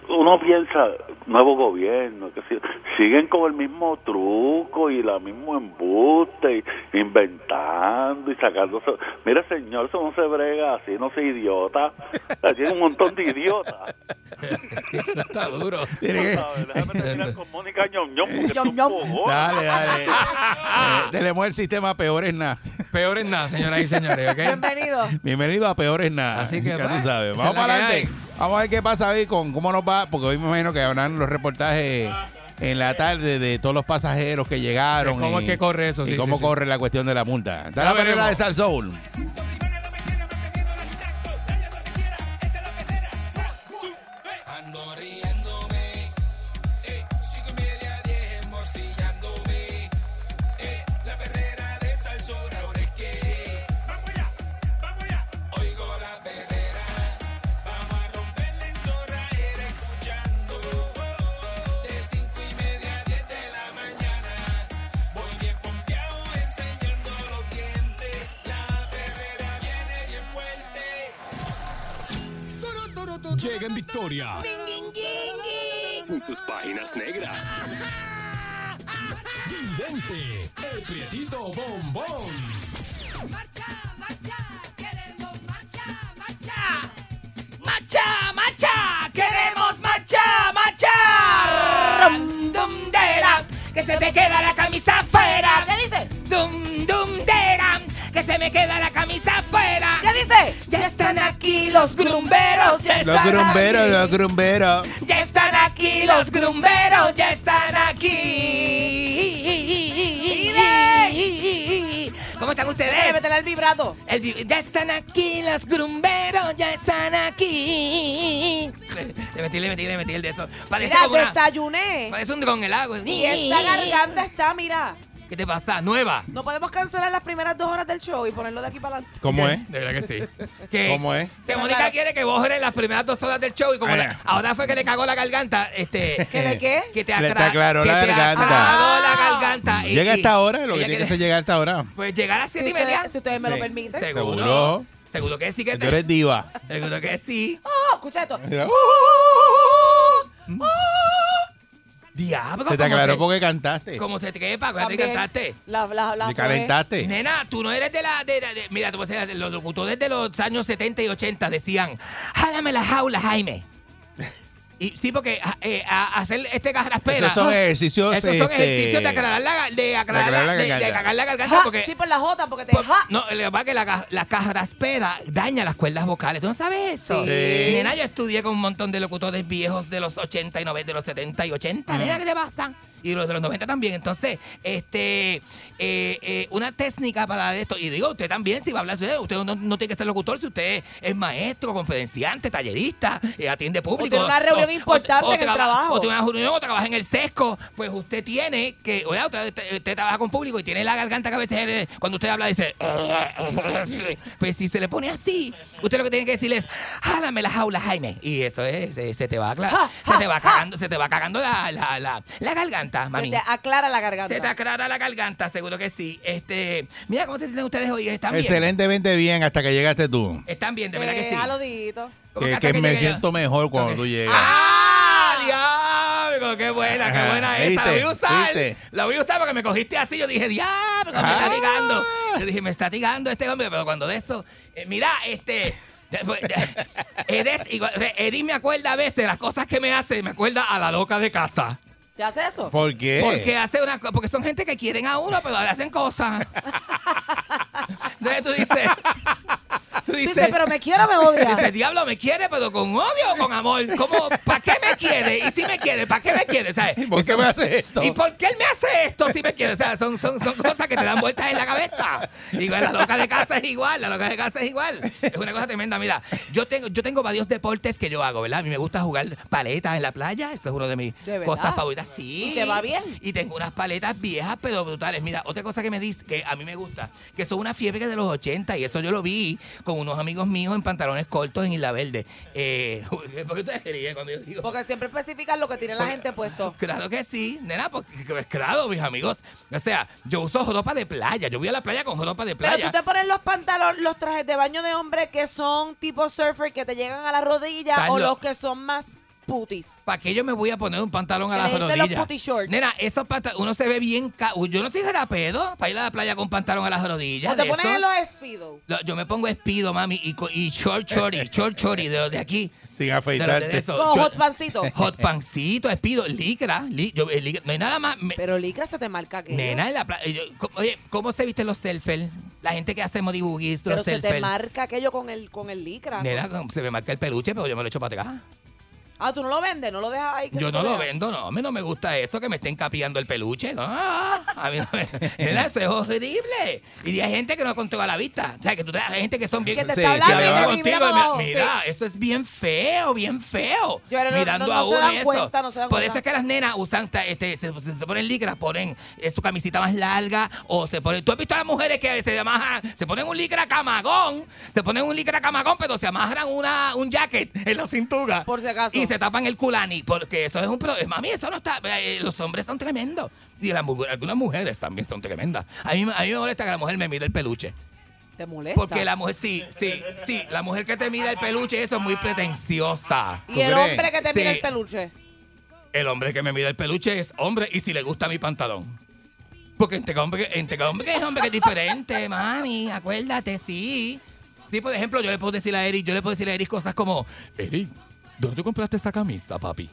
S7: uno piensa, nuevo gobierno, que si- siguen con el mismo truco y la mismo embuste, y inventando y sacando. Mira, señor, eso no se brega así, no se idiota. O sea, Tiene un montón de idiotas.
S5: Eso está duro.
S3: Tiene que-
S7: ¿sabes? Déjame terminar con Mónica Yoñón, porque es
S4: Ñom,
S7: un
S4: Ñom.
S7: cojón.
S3: Dale, dale. Eh, tenemos el sistema Peor es nada.
S5: Peor es nada, señoras y señores, ¿ok?
S4: Bienvenido.
S3: Bienvenido a Peor es nada.
S5: Así que,
S3: ya tú
S5: pues,
S3: sabes.
S5: esa
S3: Vamos
S5: es la
S3: para
S5: que
S3: adelante. Vamos a ver qué pasa hoy con cómo nos va, porque hoy me imagino que habrán los reportajes en la tarde de todos los pasajeros que llegaron.
S5: De cómo es que corre eso,
S3: y
S5: sí,
S3: cómo
S5: sí, sí.
S3: corre la cuestión de la multa. Está
S5: Ya
S3: la Perrera
S5: veremos.
S3: de Sal Soul.
S5: Ando riéndome, eh, cinco y media, diez, morcillándome, eh, la perrera de Salsora, ahora es que, vamos allá, vamos allá, oigo la perrera, vamos a romperla en zorra, era escuchando, de cinco y media a diez de la mañana, voy bien pompeado enseñando los dientes, la perrera viene bien fuerte.
S1: Llega en victoria. En sus páginas negras. Vidente, el prietito bombón.
S4: Ah, ¿Qué dice?
S11: Dum, dum, deram, que se me queda la camisa afuera.
S4: ¿Qué dice?
S11: Ya están aquí los grumberos, ya están
S3: Los grumberos, los
S11: aquí.
S3: grumberos.
S11: Ya están aquí los grumberos, ya están aquí. ¿Cómo están ustedes?
S4: Métele el vibrato.
S11: El di- ya están aquí los grumberos, ya están aquí. Le metí, le metí, le metí el de eso. Parece,
S4: Mira,
S11: como una-
S4: desayuné.
S11: parece un con el agua.
S4: Y esta garganta está, mira.
S11: ¿Qué te pasa? Nueva.
S4: No podemos cancelar las primeras dos horas del show y ponerlo de aquí para adelante.
S3: ¿Cómo es?
S5: De verdad que sí. Que-
S3: ¿Cómo es?
S11: Que Mónica quiere que borres las primeras dos horas del show y como
S3: Ah,
S11: la-
S3: ya.
S11: ahora fue que le cagó la garganta, este...
S4: ¿Que de qué? Ah.
S11: Que te
S3: Le
S11: aclaró
S3: te aclaró la garganta.
S11: la garganta. Y-
S3: Llega a
S11: y-
S3: esta hora, lo que
S11: ella
S3: tiene que
S11: quiere-
S3: ser llegar a esta hora.
S11: Pues llegar a las siete
S4: Si
S11: y media.
S4: ustedes, si ustedes me
S3: Sí.
S4: lo permiten.
S3: Seguro.
S11: Seguro. Seguro que sí que
S3: Tú
S11: te...
S3: eres diva.
S11: Seguro que sí.
S4: Oh, escucha esto. oh,
S11: Diablo,
S3: Se te
S11: ¿cómo
S3: aclaró
S11: se-
S3: porque cantaste.
S11: ¿Cómo se te quepa? Acuérdate que
S4: También,
S11: cantaste.
S4: La, la, la
S3: Te calentaste.
S11: Nena, tú no eres de la. de la- de- mira, tú vas a ser- los locutores de los años 70 y 80 decían: Jálame la jaula, Jaime. Y sí, porque ja- eh, a- hacer este garraspera.
S3: Esos son ejercicios,
S11: Esos son
S3: este,
S11: ejercicios de aclarar la, de aclarar
S3: aclarar la
S11: la- de- de
S3: garganta.
S11: cagar la garganta.
S4: Ja,
S11: porque,
S4: sí, por la J, porque te.
S11: por-
S4: ja.
S11: no, lo que pasa es que la, ca- la carraspera daña las cuerdas vocales. ¿Tú no sabes eso?
S4: Sí.
S11: Nena, yo estudié con un montón de locutores viejos de los 80 y 90, de los 70 y
S3: Mm.
S11: 80. Nena, ¿qué te pasa? Y los de los 90 también. Entonces, este, eh, eh, una técnica para esto. Y digo, usted también, si va a hablar, usted usted no, no tiene que ser locutor si usted es maestro, conferenciante, tallerista, eh, atiende público.
S4: tiene una reunión importante en el
S11: traba-
S4: trabajo.
S11: O tiene una reunión o trabaja en el sesco. Pues usted tiene que, oiga, usted, usted- usted trabaja con público y tiene la garganta que a veces eh, cuando usted habla dice. Pues si se le pone así, usted lo que tiene que decirle es, jálame la jaula, Jaime. Y eso es, eh, se te va, cla- se te va cagando, se te va cagando la, la, la, la garganta,
S4: Se
S11: Ah, mami.
S4: te aclara la garganta.
S11: Se te aclara la garganta, seguro que sí. Este, mira cómo se sienten ustedes hoy. Están bien.
S3: Excelentemente bien hasta que llegaste tú.
S11: Están bien, de verdad que
S4: eh,
S11: sí.
S4: a lo dito.
S11: Como
S3: Que,
S11: hasta
S3: que me
S11: llegue yo.
S3: siento mejor cuando
S11: Ok.
S3: tú llegas.
S11: ¡Ah! ¡Diablo! ¡Qué buena, qué
S3: Ajá,
S11: buena esa! La voy
S3: ¿viste?
S11: a usar.
S3: ¿viste?
S11: La voy a usar porque me cogiste así. Yo dije, ¡diablo! Me
S3: Ah.
S11: está tirando. Yo dije, me está tirando este hombre. Pero cuando de esto. eh, mira, este. Edith, me acuerda a veces de las cosas que me hace. Me acuerda a la loca de casa.
S4: ¿Te hace eso?
S3: ¿Por qué?
S11: Porque hace una co- porque son gente que quieren a uno, pero le hacen cosas. Entonces tú dices, tú
S4: Dice, pero me quiere o me odia.
S5: Dice, diablo, me quiere, pero con odio o con amor. ¿Cómo? ¿Para qué me quiere? Y si me quiere, ¿para qué me quiere? ¿Sabes?
S3: ¿Por qué
S5: Eso-
S3: me hace esto?
S5: ¿Y por qué él me hace esto si me quiere? O sea, son, son, son cosas que te dan vueltas en la cabeza. Digo, la loca de casa es igual, la loca de casa es igual. Es una cosa tremenda. Mira, yo tengo, yo tengo varios deportes que yo hago, ¿verdad? A mí me gusta jugar paletas en la playa. Eso es uno de mis
S4: ¿De verdad?
S5: cosas favoritas. Sí.
S4: ¿Y te va bien?
S5: Y tengo unas paletas viejas, pero brutales. Mira, otra cosa que me dice, que a mí me gusta, que son una fiebre de los 80, y eso yo lo vi con unos amigos míos en pantalones cortos en Isla Verde. Eh, ¿Por qué ustedes ríen cuando yo digo?
S4: Porque siempre especifican lo que tiene
S5: Pues,
S4: la gente puesto.
S5: Claro que sí, nena, porque pues, claro, mis amigos. O sea, yo uso ropa de playa. Yo voy a la playa con ropa de
S4: Pero tú
S5: playa.
S4: te pones los pantalones, los trajes de baño de hombre que son tipo surfer, que te llegan a la rodilla,
S5: Están
S4: o
S5: lo-
S4: los que son más putis.
S5: ¿Para qué yo me voy a poner un pantalón a
S4: Que
S5: la
S4: le dicen los
S5: rodilla?
S4: putty shorts.
S5: Nena, esos pantalones, uno se ve bien. ca- Uy, Yo no soy pedo para ir a la playa con pantalón a las rodillas.
S4: O te
S5: de
S4: pones
S5: esos.
S4: en los speedo.
S5: Lo- Yo me pongo espido, mami, y, co- y short chori, short chori, de los de aquí. De los
S3: Sin
S5: de
S3: afeitarte.
S5: esos,
S4: Con
S5: short-
S4: hot pancito.
S5: Hot pancito, espido, licra, li- yo, eh, licra, No hay nada más. me-
S4: Pero licra se te marca que.
S5: Nena, en la pla- eh, yo- co- oye, ¿cómo se visten los selfies? La gente que hace modibugis,
S4: Pero
S5: los
S4: se
S5: selfies.
S4: te marca aquello con el, con el licra.
S5: Nena, como se me marca el peluche, pero yo me lo echo para atrás.
S4: Ah, tú no lo vendes, no lo dejas ahí. que
S5: Yo
S4: se
S5: no
S4: te
S5: lo
S4: vea?
S5: vendo, no. A mí no me gusta eso, que me estén capiando el peluche. No, a mí no me... Nena, eso es horrible. Y hay gente que no controla la vista. O sea, que tú te... hay gente que son bien...
S4: Que te
S3: Sí,
S4: está
S5: que
S3: sí,
S4: hablando
S5: hablan
S4: y te
S5: contigo
S3: hablaba
S4: vibra
S5: y
S4: para
S5: me-
S4: abajo.
S5: mira,
S4: Sí.
S5: eso es bien feo, bien feo.
S4: Yo era- no-
S5: Mirando
S4: no- no
S5: a
S4: se
S5: uno
S4: dan
S5: eso.
S4: cuenta, no se dan
S5: Por
S4: cuenta.
S5: eso es que las nenas usan, ta- este, se, se- se ponen licras, ponen eh, su camisita más larga o se ponen... ¿Tú has visto a las mujeres que se amajan, se ponen un licra camagón, se ponen un licra camagón, pero se amarran una, un jacket en la cintura?
S4: Por si acaso.
S5: Y se tapan el culani, porque eso es un problema. Mami, eso no está... eh, los hombres son tremendos. Y las, mu- algunas mujeres también son tremendas. A mí, a mí me molesta que la mujer me mire el peluche.
S4: Te molesta.
S5: Porque la mujer, sí, sí, sí, la mujer que te mira el peluche, eso es muy pretenciosa.
S4: Y
S3: ¿Tú
S4: el
S3: crees?
S4: hombre que te mira
S5: Sí.
S4: el peluche.
S5: El hombre que me mira el peluche es hombre y si le gusta mi pantalón. Porque entre hombre, entre hombre es hombre que es diferente, mami, acuérdate, sí. Sí, por ejemplo, yo le puedo decir a Eric, yo le puedo decir a Eric cosas como, Eric, ¿dónde tú compraste esta camisa, papi?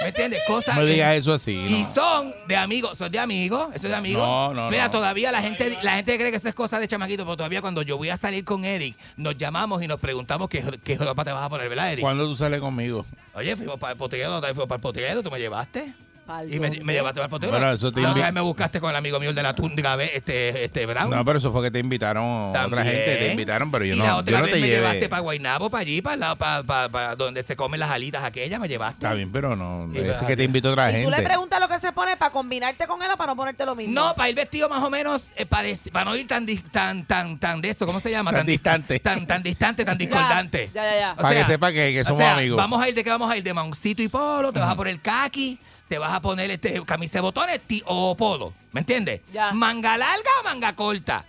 S5: ¿Me entiendes? Cosas
S3: No me
S5: que-
S3: digas eso así.
S5: Y
S3: no.
S5: son de amigos, son de amigos, eso es de amigos.
S3: No, no,
S5: Mira,
S3: no.
S5: todavía la gente, la gente cree que eso es cosa de chamaquito, pero todavía cuando yo voy a salir con Eric, nos llamamos y nos preguntamos qué, qué ropa te vas a poner, ¿verdad, Eric?
S3: ¿Cuándo tú sales conmigo?
S5: Oye, fuimos para el potrero, otra vez fuimos para el potrero, tú me llevaste.
S4: Pal
S5: Y me, me
S4: dónde.
S5: llevaste para el potrero.
S3: Bueno, eso te
S5: Ah,
S3: invi-
S5: me buscaste con el amigo mío el de la tundra, ve, este, este Brown.
S3: No, pero eso fue que te invitaron otra
S5: También.
S3: gente, te invitaron, pero yo
S5: y la
S3: no,
S5: otra
S3: yo no
S5: vez
S3: te
S5: me
S3: llevé.
S5: llevaste para Guaynabo, para allí, para, el lado- para, para- para donde se comen las alitas aquellas, me llevaste.
S3: Está bien, pero no,
S5: Y
S3: ese
S5: vas
S3: que
S5: a-
S3: te invitó otra
S4: Y tú le
S3: gente.
S4: preguntas lo que se pone para combinarte con él o para no ponerte lo mismo.
S5: No, para ir vestido más o menos, eh, para, des- para no ir tan, dis- tan, tan, tan de esto, ¿cómo se llama?
S3: Tan
S5: dis-
S3: distante.
S5: Tan, tan distante, tan discordante.
S4: Ya, ya, ya.
S5: O
S3: Para que sepa Ah, que- que
S5: o
S3: somos
S5: sea,
S3: amigos.
S5: Vamos a ir de qué vamos a ir, de mancito y polo, te vas a poner caqui, te vas a poner este camisa de botones ti- o polo, ¿me entiendes?
S4: Ya.
S5: Manga larga o manga corta.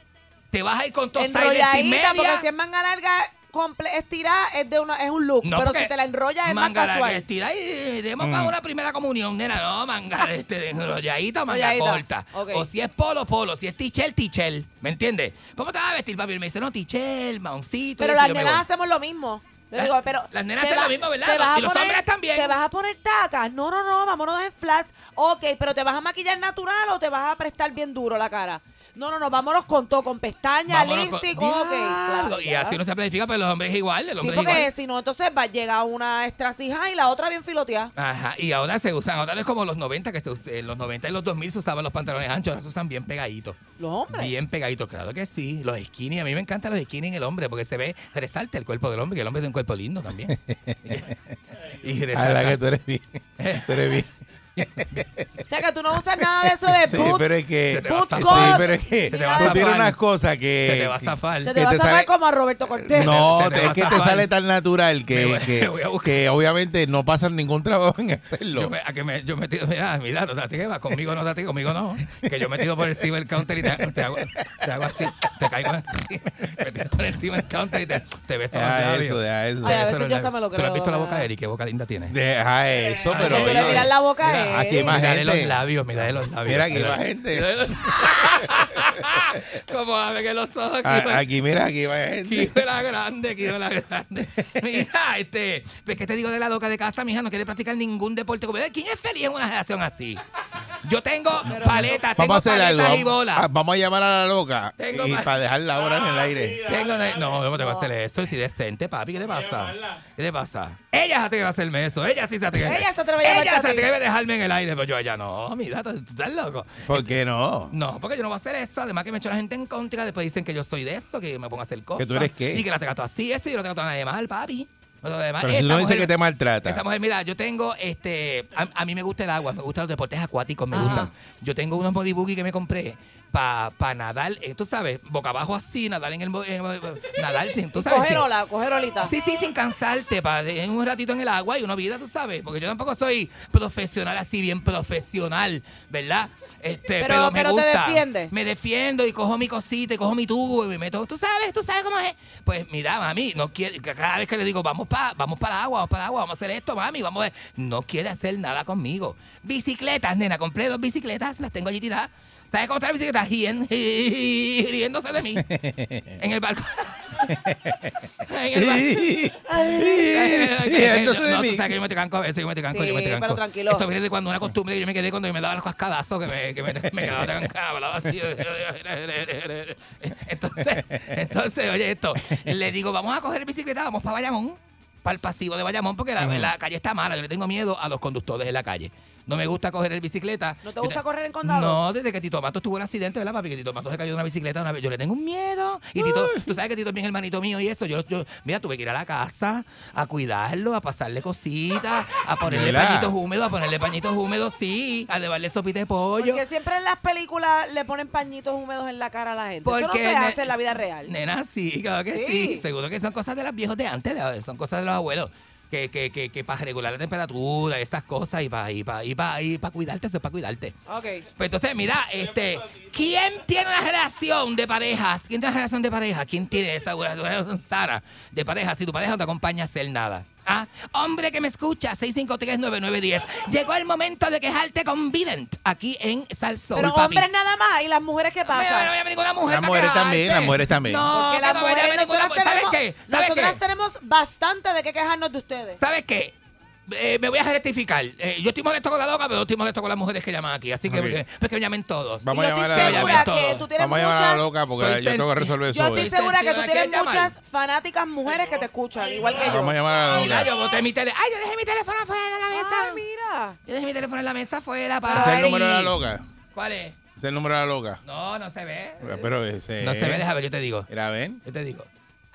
S5: Te vas a ir con todos aires y
S4: Enrolladita,
S5: media.
S4: porque si es manga larga comple- estirada, es, de una, es un look. pero
S5: porque
S4: si te la enrollas, es más
S5: manga larga,
S4: casual.
S5: estira y
S11: eh,
S5: demos
S3: Mm.
S5: para una primera comunión, nena. No, manga este, de enrolladita o manga
S4: Enrolladita,
S5: corta.
S4: ok.
S5: O si es polo, polo. Si es tichel, tichel. ¿Me entiendes? ¿Cómo te vas a vestir, papi? Él me dice, no, tichel, mauncito.
S4: Pero
S5: y eso,
S4: las
S5: yo me
S4: nenas
S5: voy.
S4: hacemos lo mismo. Le
S5: Las-
S4: digo, pero
S5: las nenas
S4: te
S5: hacen
S4: va-
S5: lo mismo, ¿verdad?
S4: te vas a
S5: Y los
S4: poner-
S5: hombres también.
S4: Te vas a poner tacas. No, no, no, vámonos en flats. Ok, pero ¿te vas a maquillar natural o te vas a prestar bien duro la cara? No, no, no, vámonos con todo, con pestañas,
S5: Vámonos con-
S4: lipstick,
S5: Diablo,
S4: ok. claro,
S5: Y
S4: ya.
S5: así no se planifica, pero los hombres es igual. El
S4: Sí,
S5: hombre es
S4: porque
S5: igual.
S4: si no, entonces va a llegar una estrasija y la otra bien filoteada.
S5: Ajá, y ahora se usan, ahora no es como los 90, que se us- en los 90 y los 2000 se usaban los pantalones anchos, ahora se usan bien pegaditos.
S4: Los hombres.
S5: Bien pegaditos, claro que sí. Los skinny, a mí me encantan los skinny en el hombre porque se ve, resalta el cuerpo del hombre, que el hombre tiene un cuerpo lindo también. y
S3: A la que
S5: resalta.
S3: tú eres bien, tú eres bien.
S4: O sea que tú no usas
S5: Ah,
S4: nada de eso de
S3: Sí,
S4: boot.
S3: pero es que,
S5: Se te va a
S3: sí,
S4: zafar.
S3: pero es que
S4: Se
S5: te va a
S3: tú tienes
S5: zafar.
S3: unas cosas que
S5: Se te va a zafar.
S4: se
S3: que
S4: te va a
S3: te
S4: sacar
S3: sale-
S4: como a Roberto Cortés.
S3: No,
S5: Se te va
S3: es
S5: a
S3: que te
S5: zafar.
S3: sale tan natural
S5: Me
S3: que,
S5: voy-
S3: que,
S5: me voy a buscar.
S3: que obviamente no pasan ningún trabajo en hacerlo.
S5: Yo me, a que me, yo me tiro, mira, mira, no te atrevas, conmigo no te atrevas, conmigo no. Que yo me tiro por encima del counter y te, te hago, te hago así, te caigo encima, me tiro por encima del counter y te, te beso los
S3: Deja
S5: labios.
S3: Ah, eso, deja eso.
S4: Ay,
S5: Te
S4: a
S5: beso
S4: veces
S5: los
S4: yo hasta me lo
S5: labios. ¿Tú le has
S4: creo,
S5: visto la
S4: ¿verdad?
S5: boca de Eric? ¿Qué boca linda tiene?
S3: Deja ah, eso,
S5: Ay,
S3: pero...
S5: que tú le
S3: oye,
S5: miras
S4: la boca, eh.
S3: aquí hay más
S5: Mírale los
S3: gente.
S5: labios, mírale los labios.
S3: Mira aquí hay más
S5: Mírale.
S3: gente.
S5: Como a ver que los ojos aquí.
S3: Ah, Aquí, mira, aquí hay más gente.
S5: Quijo la grande, quijo la grande. Mira, este, ¿ves que te digo de la loca de casa, mija? No quiere practicar ningún deporte. Como, ¿Quién es feliz en una relación así?
S11: Yo tengo paletas, tengo
S3: Vamos a hacer algo.
S11: paletas y
S3: Vamos,
S11: bolas.
S3: ah, vamos a llamar a la loca.
S11: Tengo
S3: y
S11: pa-
S3: para dejarla ahora en el aire.
S11: Tengo de- no, no te va a hacer esto. Si decente, papi, ¿qué te pasa? ¿Qué te pasa? Ella se atreve a hacerme eso. Ella sí se atreve.
S4: Ella se atreve a llamarte
S11: Ella
S4: a
S11: se
S4: ti.
S11: atreve a dejarme en el aire, pero yo a ella no. Mira, tú tú estás loco.
S3: ¿Por qué no?
S11: No, porque yo no voy a hacer eso. Además que me echo la gente en contra. Después dicen que yo soy de esto, que me pongo a hacer cosas.
S3: tú eres qué?
S11: Y que la trato así, eso. Y yo no trato a nadie mal, papi. No trato a nadie mal.
S3: Pero si
S11: Esa
S3: tú no dices
S11: mujer-
S3: que te maltrata.
S11: esa mujer, mira, yo tengo, este, a, a mí me gusta el agua, me gustan los deportes acuáticos, me gustan. Yo tengo unos modibuggy que me compré para nadar, eh, tú sabes, boca abajo así, nadar en el, mo- en- nadar sin, tú sabes. sin-
S4: Cogerola, cogerolita.
S11: Sí, sí, sin cansarte, para un ratito en el agua y una vida, tú sabes, porque yo tampoco soy profesional así, bien profesional, ¿verdad? Este,
S4: Pero-
S11: pero, me
S4: pero te
S11: gusta.
S4: defiendes.
S11: Me defiendo y cojo mi cosita y cojo mi tubo y me meto, tú sabes, tú sabes cómo es. Pues mira, mami, no quiere, cada vez que le digo, vamos para vamos para el agua, vamos para el agua, vamos a hacer esto, mami, vamos a ver, no quiere hacer nada conmigo. Bicicletas, nena, compré dos bicicletas, las tengo allí tiradas. ¿Sabes cómo está la bicicleta? Rien- Riéndose de mí. En el balcón. en el balcón.
S3: Entonces de
S11: No, tú
S3: mí.
S11: sabes que yo me te canco a veces, yo me te canco,
S4: Sí,
S11: yo me te
S4: pero
S11: canco.
S4: tranquilo.
S11: Eso viene de cuando una costumbre que yo me quedé cuando yo me daba los cascadazos que me, que me, me quedaba tan hablaba así. Entonces, entonces, oye esto, le digo, vamos a coger bicicleta, vamos para Bayamón, para el pasivo de Bayamón, porque la, la calle está mala, yo le tengo miedo a los conductores en la calle. No me gusta coger el bicicleta.
S4: ¿No te
S11: Yo
S4: gusta correr en condado?
S11: No, desde que Tito Matos tuvo el accidente, ¿verdad, papi? Que Tito Matos se cayó de una bicicleta una vez. Yo le tengo un miedo. Y Tito, tú sabes que Tito es bien hermanito mío y eso. Yo, yo, mira, tuve que ir a la casa a cuidarlo, a pasarle cositas, a ponerle
S3: ¿Verdad?
S11: pañitos húmedos, a ponerle pañitos húmedos, sí, a llevarle sopita de pollo.
S4: Porque siempre en las películas le ponen pañitos húmedos en la cara a la gente. Eso no
S11: Porque
S4: se
S11: ne-
S4: hace en la vida real.
S11: Nena, sí, claro que sí.
S4: Sí.
S11: Seguro que son cosas de los viejos de antes, de- son cosas de los abuelos. Que, que, que, que para regular la temperatura, estas cosas, y para y pa, y pa, y pa cuidarte, eso es para cuidarte.
S4: Ok.
S11: Pues entonces, mira, este, ¿quién tiene una relación de parejas? ¿Quién tiene una relación de pareja? ¿Quién tiene esta una- una relación sana de pareja? Si tu pareja no te acompaña a hacer nada. ¿Ah? Hombre que me escucha, 6539910. Llegó el momento de quejarte con Vident aquí en Salsón.
S4: Pero hombres nada más y las mujeres qué
S11: No me voy a
S4: pasa.
S11: ver ninguna mujer.
S3: Las
S11: para
S3: mujeres
S11: quejarse.
S3: también, las mujeres también.
S11: No,
S4: Porque
S11: que
S4: las
S11: no me voy a
S4: mujeres
S11: ver ninguna
S4: nosotras
S11: mujer. ¿Sabes
S4: tenemos,
S11: qué? ¿Sabes
S4: nosotras
S11: qué?
S4: tenemos bastante de qué quejarnos de ustedes.
S11: ¿Sabes qué? Eh, me voy a rectificar. Eh, yo estoy molesto con la loca, pero no estoy molesto con las mujeres que llaman aquí. Así que,
S3: Ok.
S11: porque- pues que me llamen todos. Pues
S3: Vamos
S4: Y
S3: a
S4: yo
S3: llamar
S4: estoy
S3: a la
S4: segura
S3: loca.
S11: llamen
S4: que
S11: todos.
S4: tú tienes
S3: Vamos a llamar a la
S4: muchas...
S3: loca porque
S11: Estoy
S3: yo tengo que
S11: sen-
S3: resolver
S4: Yo
S3: eso
S4: estoy
S3: hoy.
S11: Estoy
S4: segura que tú
S11: segura que
S4: tienes
S11: llaman.
S4: muchas fanáticas mujeres que te escuchan, igual que
S3: Vamos a
S4: yo.
S3: llamar a la
S11: Mira,
S3: loca.
S11: yo boté mi teléfono. Ay, yo dejé mi teléfono afuera de la mesa.
S4: Ay, mira.
S11: Yo dejé mi teléfono en la mesa afuera, para.
S3: Ese es el número de la loca.
S11: ¿Cuál es?
S3: Ese es el número de la loca.
S11: Oh, No, no se ve.
S3: Pero ese.
S11: Eh, No se ve, déjame, yo te digo.
S3: Mira, ven. Pues,
S11: Yo te digo.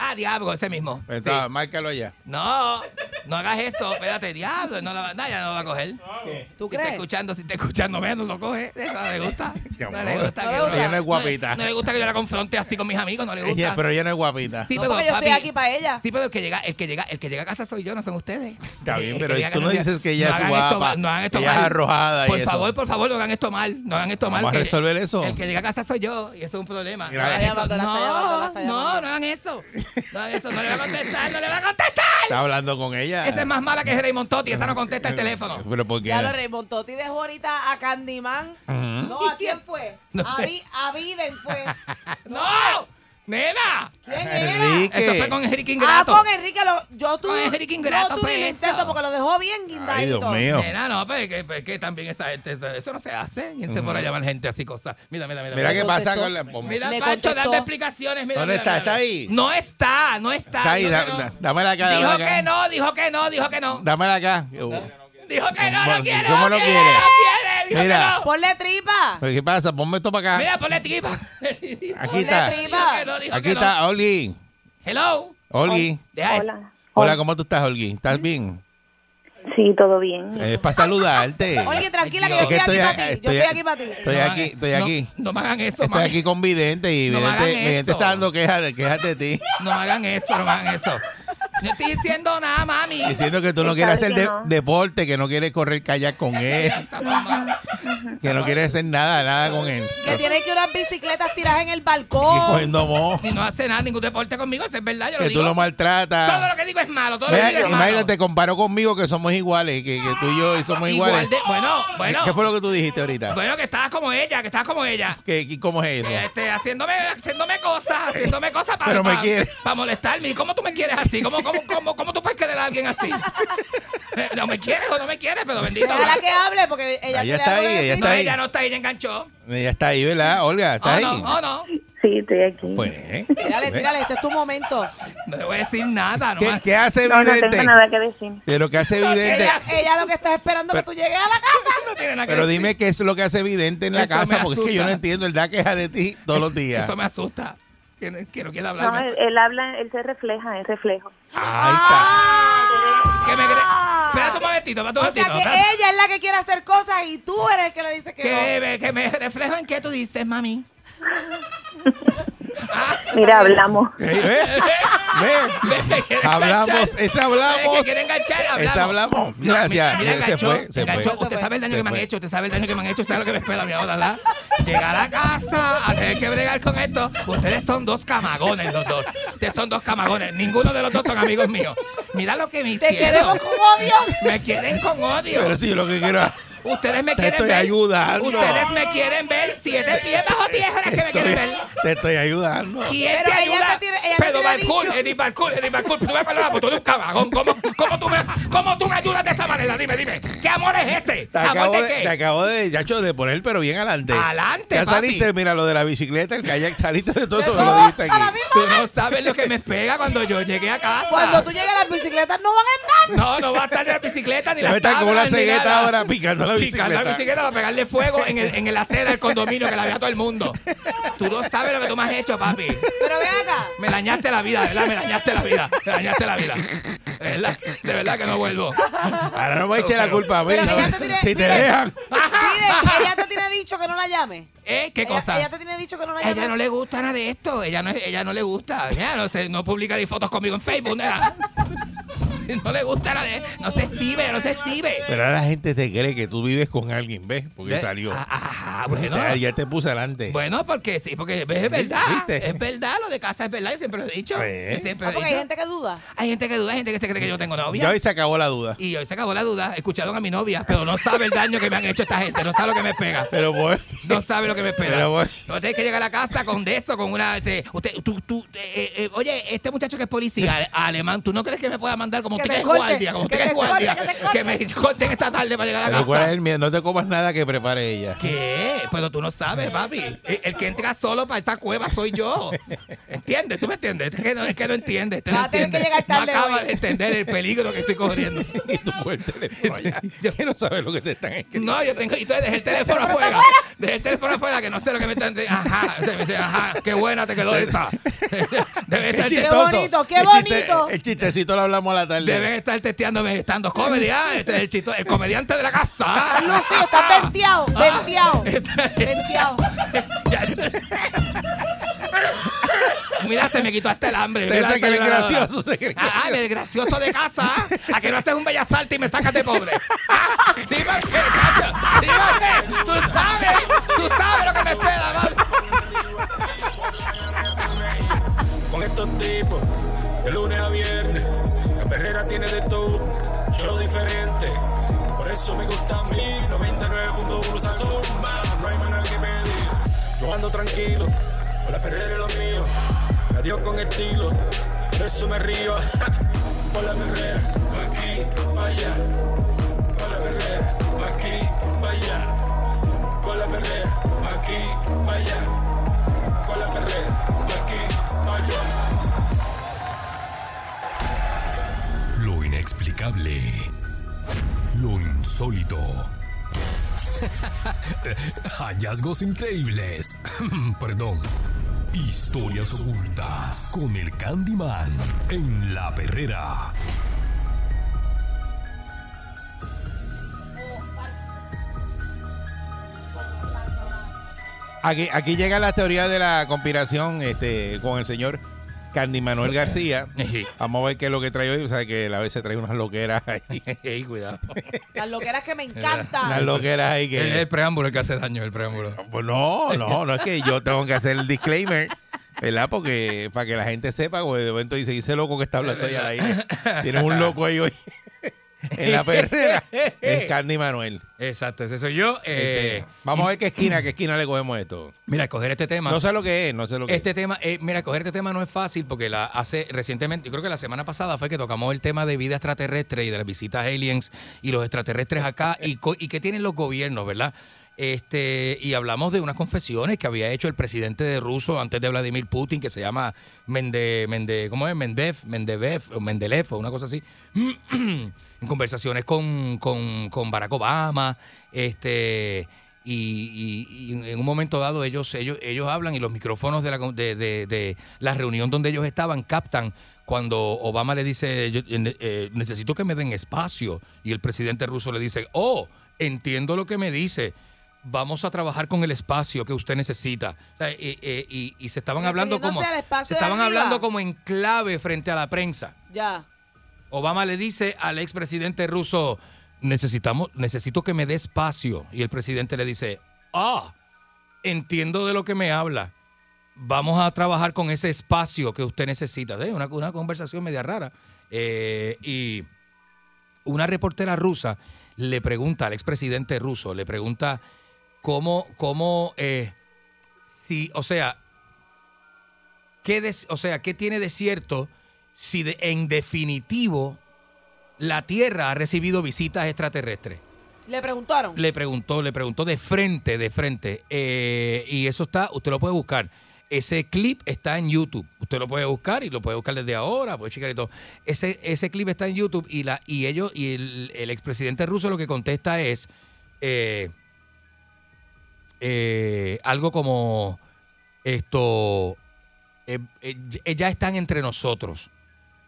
S11: Ah, diablo, ese mismo.
S3: Está,
S11: Sí.
S3: Márcalo allá.
S11: No, no hagas esto, espérate, diablo. No, lo va- no, ya no lo va a coger.
S4: ¿Tú
S11: Si está
S4: crees?
S11: escuchando, si está escuchando menos, lo coge. Esa no le gusta. No le gusta.
S4: No
S11: que
S4: le
S11: yo-
S4: gusta. Ella
S3: no es guapita.
S11: No, le gusta que yo la confronte así con mis amigos, no le gusta.
S3: Ella, pero ella no es guapita.
S11: Sí,
S4: No,
S11: pero,
S4: porque yo estoy
S11: papi,
S4: aquí para ella.
S11: Sí, pero el que llega, el que llega, el que llega a casa soy yo, no son ustedes.
S3: Está bien,
S11: El que
S3: pero
S11: llega a
S3: tú
S11: casa
S3: no
S11: soy yo.
S3: dices que ella es
S11: hagan
S3: guapa,
S11: esto mal, no hagan esto
S3: ella es
S11: mal.
S3: arrojada y
S11: Por
S3: eso.
S11: favor, por favor, no hagan esto mal. No hagan esto mal.
S3: Vamos a
S11: que-
S3: resolver eso.
S11: El que llega a casa soy yo y eso es un problema.
S3: Mira,
S11: no, hagan
S3: la
S11: eso.
S4: está llamando, la está
S11: no,
S4: llamando, la está llamando.
S11: no, no hagan eso. No hagan eso. No le va a contestar, no le va a contestar.
S3: Está hablando con ella.
S11: Esa es más mala que Raymond Totti. Esa no contesta el teléfono.
S3: Eh, Pero ¿por qué?
S4: Ya lo Raymond Totti dejó ahorita a Candyman. No, ¿a quién fue?
S11: No.
S4: A, Vi- a Biden fue.
S11: ¡No! ¡Nena!
S4: ¿Quién era?
S3: Enrique.
S11: Eso fue con Enrique
S4: Ah,
S11: Ingrato.
S4: con Enrique. Lo, yo tuve.
S11: Enrique Ingrato,
S4: No tuve
S11: pues,
S4: ni intento
S11: eso.
S4: porque lo dejó bien guindadito.
S3: Ay, Dios mío.
S11: Nena, no, pero es que, pues, que también esa gente, eso, eso no se hace. ¿Quién se pone a llamar gente así cosas? Mira, mira, mira.
S3: Mira qué pasa
S4: contestó.
S3: con la.
S11: Mira,
S4: Le
S11: Pancho,
S4: contestó.
S11: date explicaciones. Mira,
S3: ¿Dónde
S11: mira,
S3: está?
S11: mira.
S3: ¿Está ahí?
S11: No está, no está.
S3: Está ahí,
S11: Dijo
S3: da-
S11: que no.
S3: da- dámela acá, dámela
S11: Dijo
S3: acá.
S11: que no, dijo que no, dijo que no.
S3: Dámela acá.
S11: Dijo que no,
S3: Bueno,
S11: no quiere.
S3: ¿cómo
S11: no
S3: no
S11: quiere?
S3: quiere?
S11: No quiere, dijo
S3: Mira.
S11: que no.
S4: Ponle tripa.
S3: Pero, ¿Qué pasa? Ponme esto para acá.
S11: Mira, ponle tripa.
S3: Aquí
S4: Ponle
S3: está.
S11: Dijo
S4: tripa.
S11: que no, dijo
S3: Aquí
S11: que no.
S3: está, Olgi.
S11: Hello.
S3: Olgi.
S11: Deja eso.
S3: Hola, ¿cómo tú estás, Olgi? ¿Estás bien?
S12: Sí, todo bien.
S3: Es para saludarte.
S4: Oye, tranquila, que yo
S11: Dios.
S4: estoy,
S3: Es que estoy
S4: aquí
S3: a-
S4: para
S3: estoy a-
S4: ti. Yo estoy aquí para ti.
S3: Estoy
S11: No
S3: aquí,
S11: hagan-
S3: estoy
S11: no-
S3: aquí.
S11: No me hagan eso,
S3: Estoy
S11: mami.
S3: aquí con Vidente y
S11: No me
S3: Vidente,
S11: hagan
S3: Vidente
S11: eso.
S3: está dando quejas de, quejas de ti.
S11: No me hagan eso, no me hagan eso. No estoy diciendo nada, mami.
S3: Diciendo que tú no
S12: Está
S3: quieres hacer
S12: bien,
S3: de-
S12: ¿no?
S3: deporte, que no quieres correr kayak con él, que no quieres hacer nada, nada con él.
S4: Que tiene que unas bicicletas tiradas en el
S3: Y
S4: balcón.
S3: cogiendo moho,
S11: Y no hace nada, ningún deporte conmigo, eso es verdad, yo lo
S3: que
S11: digo.
S3: tú lo
S11: Todo
S3: maltratas.
S11: lo que digo es malo, todo lo que
S3: Vea,
S11: digo es malo.
S3: imagínate, comparó conmigo que somos iguales, que, que tú y yo somos
S11: Igual
S3: iguales.
S11: de- bueno, bueno.
S3: ¿Qué fue lo que tú dijiste ahorita?
S11: Bueno, que estabas como ella, que estabas como ella.
S3: ¿Qué- qué- ¿Cómo es eso?
S11: Este, haciéndome, haciéndome cosas, haciéndome cosas para,
S3: Pero me
S11: para,
S3: quiere.
S11: para molestarme. ¿Y cómo tú me quieres así? ¿Cómo, cómo, cómo, cómo tú puedes querer a alguien así? Eh, No me quieres o no me quieres, pero bendito.
S4: Déjala que hable porque
S3: Ella
S4: ella quiere
S3: está
S4: algo
S3: ella está
S11: no,
S3: ahí.
S11: ella no está ahí, ella enganchó.
S3: Ella está ahí, ¿verdad? Olga, está
S11: Oh,
S3: ahí.
S11: no, oh, no.
S12: Sí, estoy aquí.
S3: Pues,
S4: Tírale, tírale, este es tu momento.
S11: No le voy a decir nada,
S3: ¿qué,
S11: nomás.
S3: qué hace
S12: No, no
S3: evidente?
S12: tengo nada que decir.
S3: Pero que hace evidente.
S4: Ella, ella lo que está esperando es que tú llegues a la casa.
S11: No tiene nada que
S3: Pero
S11: decir.
S3: dime qué es lo que hace evidente en la
S11: Eh, Eso
S3: casa,
S11: me
S3: porque es que yo no
S11: asusta.
S3: entiendo el da queja de ti todos los días.
S11: Eso me asusta. Que no, que no quiera hablar.
S12: No,
S11: me
S12: él,
S11: asusta.
S12: él habla, él se refleja, es reflejo.
S3: Ahí está.
S11: Que me cre- Espérate un momentito, espérate un
S4: Ah. O sea
S11: momentito.
S4: que
S11: espérate.
S4: ella es la que quiere hacer cosas y tú eres el que le dice que no.
S11: Que me, que me refleja en qué tú dices, mami.
S12: Mira, hablamos.
S3: Ey, ¿Ves? ¿Ves? Hablamos, ese
S11: Es que
S3: hablamos.
S11: quiere enganchar, hablamos.
S3: Ese hablamos.
S11: No,
S3: Gracias.
S11: mira,
S3: se
S11: enganchó,
S3: fue, se
S11: enganchó.
S3: fue.
S11: Usted sabe el daño
S3: Se
S11: que me han
S3: fue.
S11: hecho, usted sabe el daño que me han hecho, usted sabe lo que me espera, mi ahora, ¿verdad? Llegar a la casa a tener que bregar con esto. Ustedes son dos camagones, los dos. Ustedes son dos camagones. Ninguno de los dos son amigos míos. Mira lo que me
S4: Te
S11: hicieron.
S4: queremos con odio.
S11: Me quieren con odio.
S3: Pero sí, lo que quiero.
S11: Ustedes me
S3: Te
S11: quieren
S3: estoy
S11: ver.
S3: ayudando.
S11: Ustedes me quieren ver siete pies bajo tierra que me
S3: Estoy-
S11: quieren ver.
S3: te estoy ayudando.
S11: ¿Quién
S4: Pero
S11: te
S4: ella
S11: ayuda?
S4: te tira- ella te
S11: Pero
S4: tira
S11: Barcool,
S4: dicho.
S11: Eddie Barcool, Eddie Barcool, tú me perdonas, pero pues tú eres un cabagón. ¿Cómo, cómo, tú me, ¿Cómo tú me ayudas de esa manera? Dime, dime. ¿Qué amor es ese?
S3: Te
S11: ¿Amor
S3: acabo,
S11: de
S3: de, te
S11: qué?
S3: acabo de, Yacho, de poner, pero bien adelante.
S11: Adelante,
S3: Ya
S11: papi.
S3: saliste, mira, lo de la bicicleta, el kayak, saliste de todo eso, me
S4: todo,
S3: lo dijiste
S4: a la
S3: aquí.
S4: misma
S11: Tú no sabes lo que me pega cuando yo llegué a casa.
S4: Cuando tú llegas las bicicletas no van a estar.
S11: No, no va a estar ni la bicicleta ni
S3: Ya
S11: la
S3: me están como la
S11: tabla, ni
S3: cegueta
S11: nada.
S3: ahora picando la
S11: Picando
S3: bicicleta.
S11: la bicicleta para pegarle fuego en el, en el acera del condominio que la vea todo el mundo. Tú no sabes lo que tú me has hecho, papi.
S4: Pero ven acá.
S11: Me dañaste la vida, ¿verdad? Me dañaste la vida. Me dañaste la vida. De verdad, de verdad que no vuelvo.
S3: Ahora no me eche la culpa a mí.
S4: Pero que ya
S3: ¿sabes?
S4: te tiré-
S3: si te
S4: mira.
S3: dejan.
S4: Pide que ella te tiene dicho que no la llame.
S11: ¿Eh? ¿Qué
S4: Ella-
S11: cosa?
S4: Ella, te tiene dicho que no la
S11: A
S4: llame.
S11: ella no le gusta nada de esto. Ella no, ella no le gusta. Ella no, se, no publica ni fotos conmigo en Facebook, nada. No le gusta nada de No se exhibe, no se exhibe.
S3: Pero ahora la gente te cree que tú vives con alguien, ¿ves? Porque
S11: ¿Ve?
S3: salió.
S11: Ah, ah, ah,
S3: Ya-
S11: bueno.
S3: ya te puse adelante.
S11: Bueno, porque sí, porque es verdad.
S3: ¿Viste?
S11: Es verdad, lo de casa es verdad. Yo siempre lo he dicho.
S3: ¿Eh?
S11: Yo siempre
S4: Ah,
S11: lo he
S4: porque hay
S11: dicho.
S4: gente que duda.
S11: Hay gente que duda, hay gente que se cree que yo tengo novia.
S3: ya hoy se acabó la duda.
S11: Y hoy se acabó la duda. Escucharon a mi novia, pero no sabe el daño que me han hecho esta gente. No sabe lo que me pega.
S3: Pero bueno.
S11: No sabe lo que me espera.
S3: Pero
S11: No
S3: bueno.
S11: tienes que llegar a la casa con de eso, con una. este, usted, tú, tú, eh, eh, oye, este muchacho que es policía ale- alemán, ¿tú no crees que me pueda mandar como
S4: Que
S11: usted
S4: te
S11: que es
S4: corte,
S11: guardia? Como
S4: que
S11: usted que es
S4: te corte,
S11: guardia.
S4: que te
S11: Que me corten esta tarde para llegar a la
S3: Pero cuál es
S11: casa.
S3: el miedo, no te comas nada que prepare ella.
S11: ¿Qué? Pero tú no sabes, papi. El, el que entra solo para esta cueva soy yo. ¿Entiendes? ¿Tú me entiendes? Es que no, es que no entiendes. Usted no
S4: Va a tener
S11: entiende.
S4: que llegar tarde
S11: No acaba
S4: hoy.
S11: de entender el peligro que estoy corriendo.
S3: Y tú con el teléfono allá. Yo que no sabes lo que te están escribiendo.
S11: No, yo tengo. Entonces dejé el teléfono afuera. Dejé el teléfono afuera que no sé lo que me están diciendo. Ajá. O sea, me dice, ajá, qué buena te quedó esa. Deben estar,
S4: Qué
S11: chistoso.
S4: bonito, qué
S3: El chiste-
S4: bonito.
S3: el chistecito lo hablamos a la tarde.
S11: Deben estar testeándome estando comedy. Ah, este es el, chisto- el comediante de la casa. Ah,
S4: Lucio, estás venteado, venteado,
S11: Está-
S4: venteado.
S11: Ya. Mira, se me quitó hasta el hambre.
S3: Te
S11: Mira,
S3: cree que eres
S11: desayuno, nada.
S3: gracioso, se cree
S11: Ah, ah,
S3: gracioso.
S11: el gracioso de casa. ah. A que no haces un bella salta y me sacas de pobre. Ah, Dime, cacho, dime, tú sabes, tú sabes lo que me espera, mami.
S2: con estos tipos de lunes a viernes. La perrera tiene de todo, show diferente. Por eso me gusta a mí 99.1 Sazón, más, no hay manera que pedir. Yo ando tranquilo, con la perrera y los míos. Adiós con estilo, por eso me río. Por la perrera, pa' aquí, pa' allá. Por la perrera, pa' aquí, pa' allá. Por la perrera, pa' aquí, pa' allá con la perrera, aquí, allá.
S1: Lo inexplicable. Lo insólito. Hallazgos increíbles. Perdón. Historias ocultas con el Candyman en la perrera.
S3: Aquí, aquí llega la teoría de la conspiración este, con el señor Candy Manuel García.
S11: Sí.
S3: Vamos a ver qué es lo que trae hoy. O sea, que a veces trae unas loqueras ahí.
S11: Ey, cuidado.
S4: Las loqueras que me
S3: Unas
S4: encantan.
S3: loqueras ahí
S5: Es
S3: que.
S5: el preámbulo el que hace daño, el preámbulo.
S3: Pues no, no, no es que yo tengo que hacer el disclaimer, ¿verdad? Porque para que la gente sepa, porque de momento dice, dice loco que está hablando ahí al aire. Tienes un loco ahí hoy en la perrera. Es Candy Manuel.
S5: Exacto, ese soy yo. eh,
S3: Este, vamos a ver qué esquina, qué esquina le cogemos esto.
S5: Mira, escoger este tema.
S3: No sé lo que es, no sé lo que
S5: Este tema, eh, mira, coger este tema no es fácil porque la hace recientemente, yo creo que la semana pasada fue que tocamos el tema de vida extraterrestre y de las visitas aliens y los extraterrestres acá y, co- y qué tienen los gobiernos, ¿verdad? Este, y hablamos de unas confesiones que había hecho el presidente de ruso antes de Vladimir Putin, que se llama Mende, Mende, ¿cómo es? Mendev, Mendebev, o Mendeleev, o una cosa así. en conversaciones con, con- con Barack Obama, este. Y, y- y en un momento dado ellos, ellos, ellos hablan y los micrófonos de la, con- de, de- de la reunión donde ellos estaban captan cuando Obama le dice, yo, eh, eh, necesito que me den espacio. Y el presidente ruso le dice, oh, entiendo lo que me dice. Vamos a trabajar con el espacio que usted necesita. O sea, eh, eh, y, y se estaban hablando como...
S4: Refiriéndose al espacio
S5: Se
S4: de
S5: estaban
S4: arriba.
S5: hablando como en clave frente a la prensa.
S4: Ya.
S5: Obama le dice al expresidente ruso, necesitamos, necesito que me dé espacio. Y el presidente le dice, ah, entiendo de lo que me habla. Vamos a trabajar con ese espacio que usted necesita. Eh, Una, una conversación media rara. Eh, y una reportera rusa le pregunta al expresidente ruso, le pregunta cómo, cómo, eh, si, o sea, ¿qué, des- o sea, ¿qué tiene de cierto si de- en definitivo la Tierra ha recibido visitas extraterrestres?
S4: Le preguntaron.
S5: Le preguntó, le preguntó de frente, de frente. Eh, y eso está, usted lo puede buscar. Ese clip está en YouTube. Usted lo puede buscar y lo puede buscar desde ahora, puede checar y todo. Ese, ese clip está en YouTube y la, y ellos, y el, el expresidente ruso lo que contesta es eh, eh, algo como esto. eh, eh, ya- ya están entre nosotros.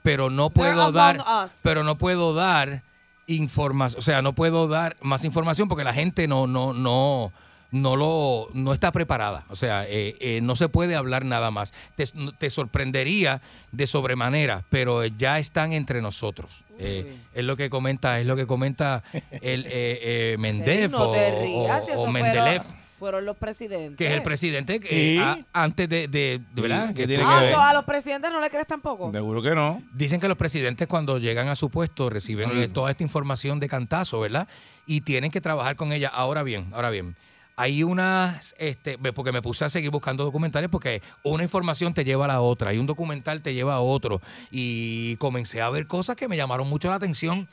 S5: Pero no puedo
S4: among
S5: dar.
S4: us.
S5: Pero no puedo dar información. O sea, no puedo dar más información porque la gente no, no, no. No lo, no está preparada, o sea, eh, eh, no se puede hablar nada más. Te, te sorprendería de sobremanera, pero eh, ya están entre nosotros. Eh, es lo que comenta, es lo que comenta el eh, eh, Mendev
S4: no
S5: o,
S4: te rías,
S5: o-
S4: si
S5: o
S4: eso
S5: Mendeleev,
S4: fueron, fueron los presidentes.
S5: que es el presidente que, eh,
S3: Sí.
S5: a- antes de, de- de- ¿verdad? Que
S3: tiene
S5: tú-
S4: Ah, so, a los presidentes no le crees tampoco.
S3: Seguro que no.
S5: Dicen que los presidentes cuando llegan a su puesto reciben eh, toda esta información de cantazo, ¿verdad? Y tienen que trabajar con ella. Ahora bien, ahora bien. Hay unas, este, ve, porque me puse a seguir buscando documentales porque una información te lleva a la otra y un documental te lleva a otro. Y comencé a ver cosas que me llamaron mucho la atención.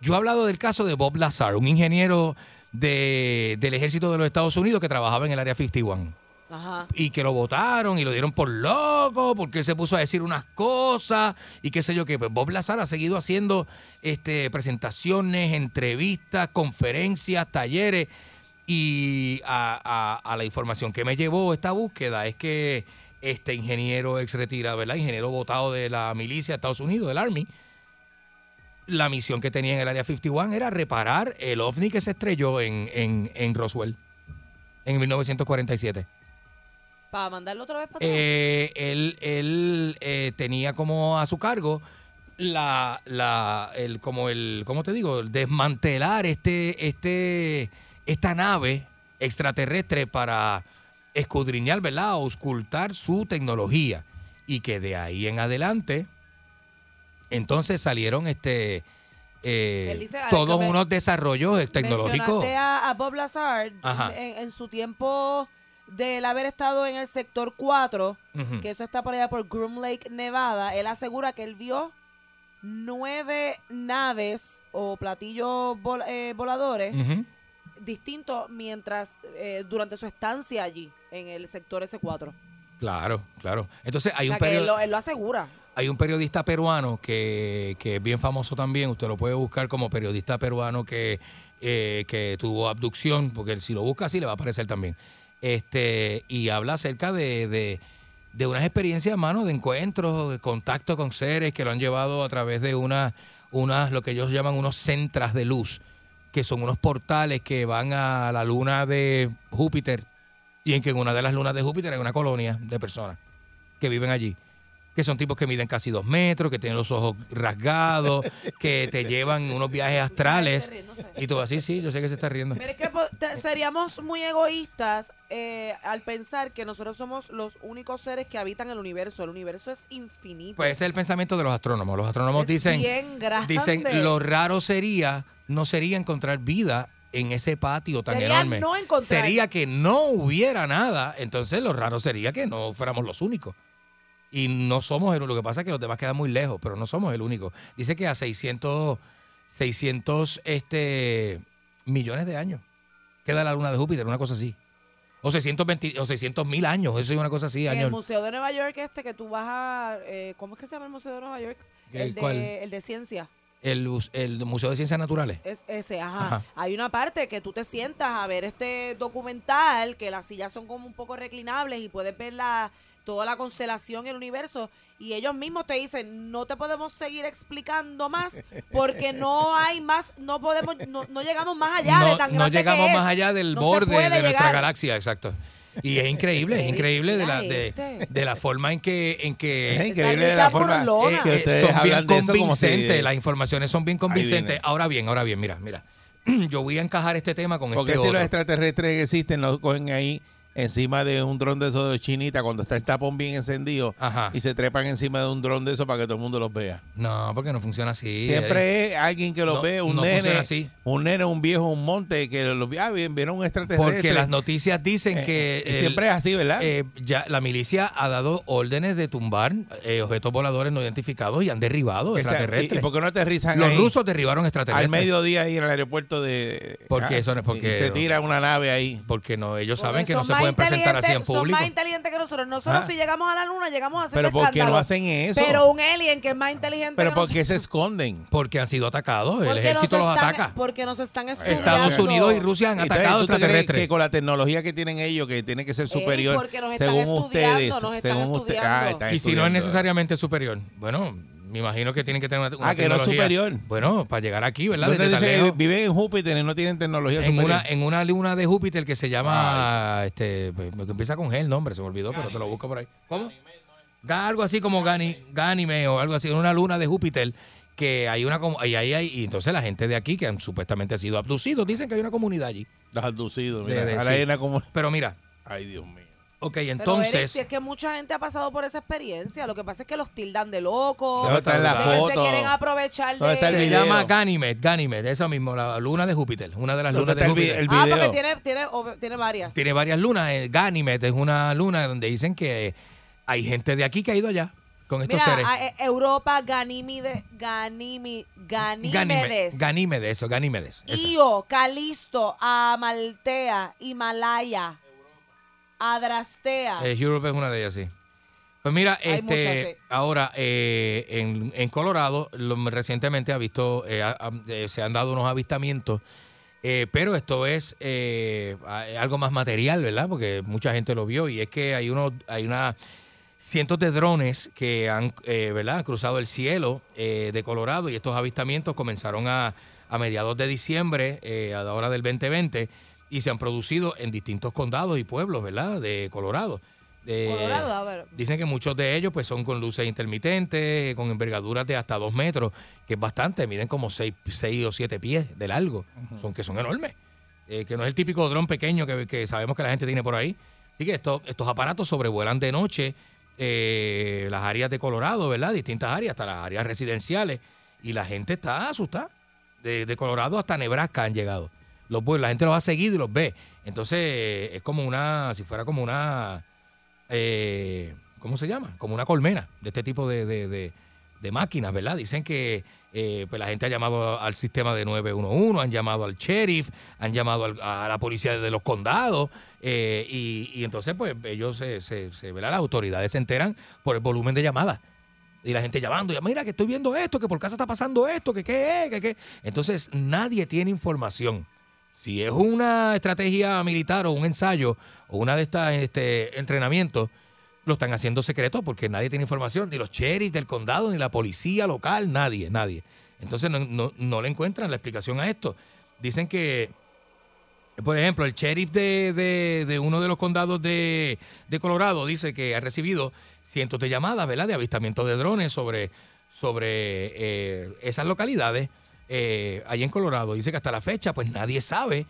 S5: Yo he hablado del caso de Bob Lazar, un ingeniero de- del ejército de los Estados Unidos que trabajaba en el Área 51
S4: Ajá.
S5: y que lo votaron y lo dieron por loco porque él se puso a decir unas cosas y qué sé yo qué. Pues Bob Lazar ha seguido haciendo este, presentaciones, entrevistas, conferencias, talleres y a, a- a la información que me llevó esta búsqueda es que este ingeniero ex retirado, ¿verdad? Ingeniero votado de la milicia de Estados Unidos, del Army, la misión que tenía en el Área 51 era reparar el ovni que se estrelló en, en, en Roswell en 1947.
S4: Para mandarlo otra vez para atrás.
S5: Eh, él él eh, tenía como a su cargo la, la el como el cómo te digo el desmantelar este este esta nave extraterrestre para escudriñar verdad auscultar su tecnología y que de ahí en adelante entonces salieron este eh,
S4: Él dice, Alex,
S5: todos
S4: me-
S5: unos desarrollos tecnológicos
S4: Mencionaste a, a Bob Lazar
S5: Ajá.
S4: en, en su tiempo del haber estado en el sector 4,
S5: Ujú.
S4: que eso está por allá por Groom Lake, Nevada. Él asegura que él vio nueve naves o platillos vol- eh, voladores
S5: Ujú.
S4: distintos mientras eh, durante su estancia allí en el sector S4.
S5: claro claro entonces hay
S4: o sea
S5: un
S4: que él
S5: periodo
S4: lo, él lo asegura.
S5: Hay un periodista peruano que, que es bien famoso también, usted lo puede buscar como periodista peruano que, eh, que tuvo abducción, porque él si lo busca así le va a aparecer también. Este, y habla acerca de, de, de unas experiencias, mano, de encuentros, de contacto con seres que lo han llevado a través de una, unas, lo que ellos llaman unos centras de luz, que son unos portales que van a la luna de Júpiter, y en que en una de las lunas de Júpiter hay una colonia de personas que viven allí que son tipos que miden casi dos metros, que tienen los ojos rasgados, que te llevan unos viajes astrales. Y todo así, sí, yo sé que se está riendo.
S4: Pero es que po- te- seríamos muy egoístas eh, al pensar que nosotros somos los únicos seres que habitan el universo. El universo es infinito.
S5: Pues ese es el pensamiento de los astrónomos. Los astrónomos
S4: Es
S5: dicen,
S4: bien grande.
S5: dicen, lo raro sería, no sería encontrar vida en ese patio tan
S4: Sería
S5: enorme.
S4: no encontrar.
S5: Sería que no hubiera nada. Entonces lo raro sería que no fuéramos los únicos. Y no somos el único. Lo que pasa es que los demás quedan muy lejos, pero no somos el único. Dice que a 600, 600 este, millones de años. queda la luna de Júpiter, una cosa así. O 620 o 600 mil años, eso es una cosa así,
S4: En
S5: años.
S4: el Museo de Nueva York este que tú vas a... eh, ¿Cómo es que se llama el Museo de Nueva York?
S5: ¿Qué-
S4: El
S5: cuál?
S4: de, el de ciencia.
S5: El, us- el Museo de Ciencias Naturales.
S4: Es ese, ajá.
S5: Ajá.
S4: Hay una parte que tú te sientas a ver este documental, que las sillas son como un poco reclinables y puedes ver la, toda la constelación, el universo, y ellos mismos te dicen, no te podemos seguir explicando más porque no hay más, no podemos, no, no llegamos más allá de
S5: No,
S4: tan
S5: no
S4: grande que
S5: llegamos
S4: es.
S5: más allá del
S4: No se
S5: borde de
S4: puede
S5: nuestra
S4: llegar.
S5: galaxia, exacto. Y es increíble, es increíble de la, de,
S4: Mira
S5: de la forma en que... En que
S3: Es increíble de la forma que
S5: eh,
S3: ustedes
S5: son bien
S3: hablan de eso como si-
S5: convincentes, las informaciones son bien convincentes.
S3: viene.
S5: Ahora bien, ahora bien, mira, mira. Yo voy a encajar este tema con
S3: Porque
S5: este
S3: si
S5: otro.
S3: los extraterrestres que existen, los cogen ahí encima de un dron de esos de chinita cuando está el tapón bien encendido y se trepan encima de un dron de esos para que todo el mundo los vea.
S5: No, porque no funciona así.
S3: Siempre es alguien que los
S5: No,
S3: ve, un
S5: no
S3: nene,
S5: funciona así.
S3: un nene, un viejo, un monte, que los vi- ah, bien, vieron un extraterrestre.
S5: Porque las noticias dicen
S3: Eh,
S5: que...
S3: y siempre es así, ¿verdad?
S5: eh, ya la milicia ha dado órdenes de tumbar eh, objetos voladores no identificados y han derribado
S3: Que sea,
S5: extraterrestres.
S3: ¿y- y por qué no aterrizan
S5: Los
S3: ahí?
S5: rusos derribaron
S3: al
S5: extraterrestres.
S3: mediodía ahí en el aeropuerto de...
S5: Porque
S3: ah,
S5: eso no es porque...
S3: y se tira una nave ahí.
S5: Porque no, ellos saben que
S4: son
S5: no se
S4: más
S5: pueden presentar así en
S4: inteligentes- Son
S5: público.
S4: más inteligentes que nosotros. Nosotros
S3: Ah.
S4: si llegamos a la luna, llegamos a hacer
S3: Pero
S4: un
S3: ¿por qué no
S4: escándalo.
S3: hacen eso?
S4: Pero un alien que es más inteligente
S3: Pero
S4: que
S3: ¿por qué
S4: nosotros.
S3: se esconden?
S5: Porque han sido atacados, el
S4: Porque
S5: ejército
S4: nos
S5: los
S4: están-
S5: ataca.
S4: Porque nos están estudiando.
S5: Eh, Estados Unidos y Rusia han
S3: Entonces,
S5: atacado
S3: ¿tú te crees
S5: extraterrestres.
S3: que con la tecnología que tienen ellos, que tiene que ser superior,
S4: porque nos están
S3: según
S4: estudiando,
S3: ustedes,
S4: nos están
S3: según ustedes,
S4: estudiando.
S3: están
S5: Y si no es
S3: estudiando.
S5: necesariamente superior, bueno, me imagino que tienen que tener una, una
S3: Ah, que no es
S5: tecnología-
S3: superior.
S5: Bueno, para llegar aquí, ¿verdad?
S3: ¿Dónde
S5: Desde tan
S3: dice que
S5: lejos.
S3: viven en Júpiter y no tienen tecnología
S5: en
S3: superior?
S5: una, en una luna de Júpiter que se llama, este, pues, que empieza con G el nombre, se me olvidó, pero te lo busco por ahí. ¿Cómo? Ga- Algo así como Gani, Ganime o algo así, en una luna de Júpiter que hay una com- y ahí hay y entonces la gente de aquí que han supuestamente sido abducidos dicen que hay una comunidad allí
S3: los abducidos
S5: De-
S3: mira,
S5: de-
S3: ahora
S5: sí.
S3: hay una comunidad.
S5: pero mira
S3: Ay, Dios mío.
S5: ok
S4: Pero, Eric,
S5: entonces
S4: si es que mucha gente ha pasado por esa experiencia, lo que pasa es que los tildan de locos,
S5: Debe estar en la
S4: de que se
S5: foto.
S4: quieren aprovechar de...
S5: se llama Ganymede, Ganymede, eso mismo, la luna de Júpiter, una de las
S3: ¿Dónde
S5: lunas de
S3: está el vi-
S5: Júpiter.
S3: el
S4: Ah, porque tiene, tiene, ob- tiene varias.
S5: Tiene varias lunas, eh, Ganymede es una luna donde dicen que hay gente de aquí que ha ido allá con estos
S4: Mira,
S5: seres.
S4: a- e- Europa, Ganímide, Ganímide, Ganímedes,
S5: Ganímedes. Ganímedes, eso, Ganímedes. esa.
S4: Io, Calisto, Amaltea, Himalaya, Adrastea.
S5: Eh, Europe es una de ellas, sí. Pues mira,
S4: Hay
S5: este,
S4: muchas, sí.
S5: ahora eh, en, en Colorado lo- recientemente ha visto, eh, ha- ha- eh, se han dado unos avistamientos, eh, pero esto es eh, a- algo más material, ¿verdad? Porque mucha gente lo vio y es que hay unos, hay una cientos de drones que han, eh, ¿verdad? han cruzado el cielo eh, de Colorado y estos avistamientos comenzaron a, a mediados de diciembre, eh, a la hora del 2020, y se han producido en distintos condados y pueblos ¿verdad? de Colorado. Eh,
S4: Colorado, a ver.
S5: Dicen que muchos de ellos pues, son con luces intermitentes, con envergaduras de hasta dos metros, que es bastante, miden como seis, seis o siete pies de largo, son, que son enormes, eh, que no es el típico dron pequeño que, que sabemos que la gente tiene por ahí. Así que estos, estos aparatos sobrevuelan de noche eh, las áreas de Colorado, ¿verdad? Distintas áreas, hasta las áreas residenciales, y la gente está asustada. De, de Colorado hasta Nebraska han llegado. Los, vuelos, la gente los ha seguido y los ve. Entonces es como una, si fuera como una eh, ¿cómo se llama? Como una colmena de este tipo de, de- de- de máquinas, ¿verdad? Dicen que eh, pues la gente ha llamado al sistema de 911, han llamado al sheriff, han llamado al- a la policía de los condados, eh, y, y entonces pues ellos, se, se, se- ¿verdad? Las autoridades se enteran por el volumen de llamadas. Y la gente llamando, ya, mira que estoy viendo esto, que por casa está pasando esto, que qué es, que qué. Entonces nadie tiene información. Si es una estrategia militar o un ensayo o una de estas este, entrenamientos, lo están haciendo secreto porque nadie tiene información, ni los sheriffs del condado, ni la policía local, nadie, nadie. Entonces no, no- no le encuentran la explicación a esto. Dicen que, por ejemplo, el sheriff de, de- de uno de los condados de, de Colorado dice que ha recibido cientos de llamadas, ¿verdad?, de avistamiento de drones sobre, sobre eh, esas localidades eh, allí en Colorado. Dice que hasta la fecha, pues nadie sabe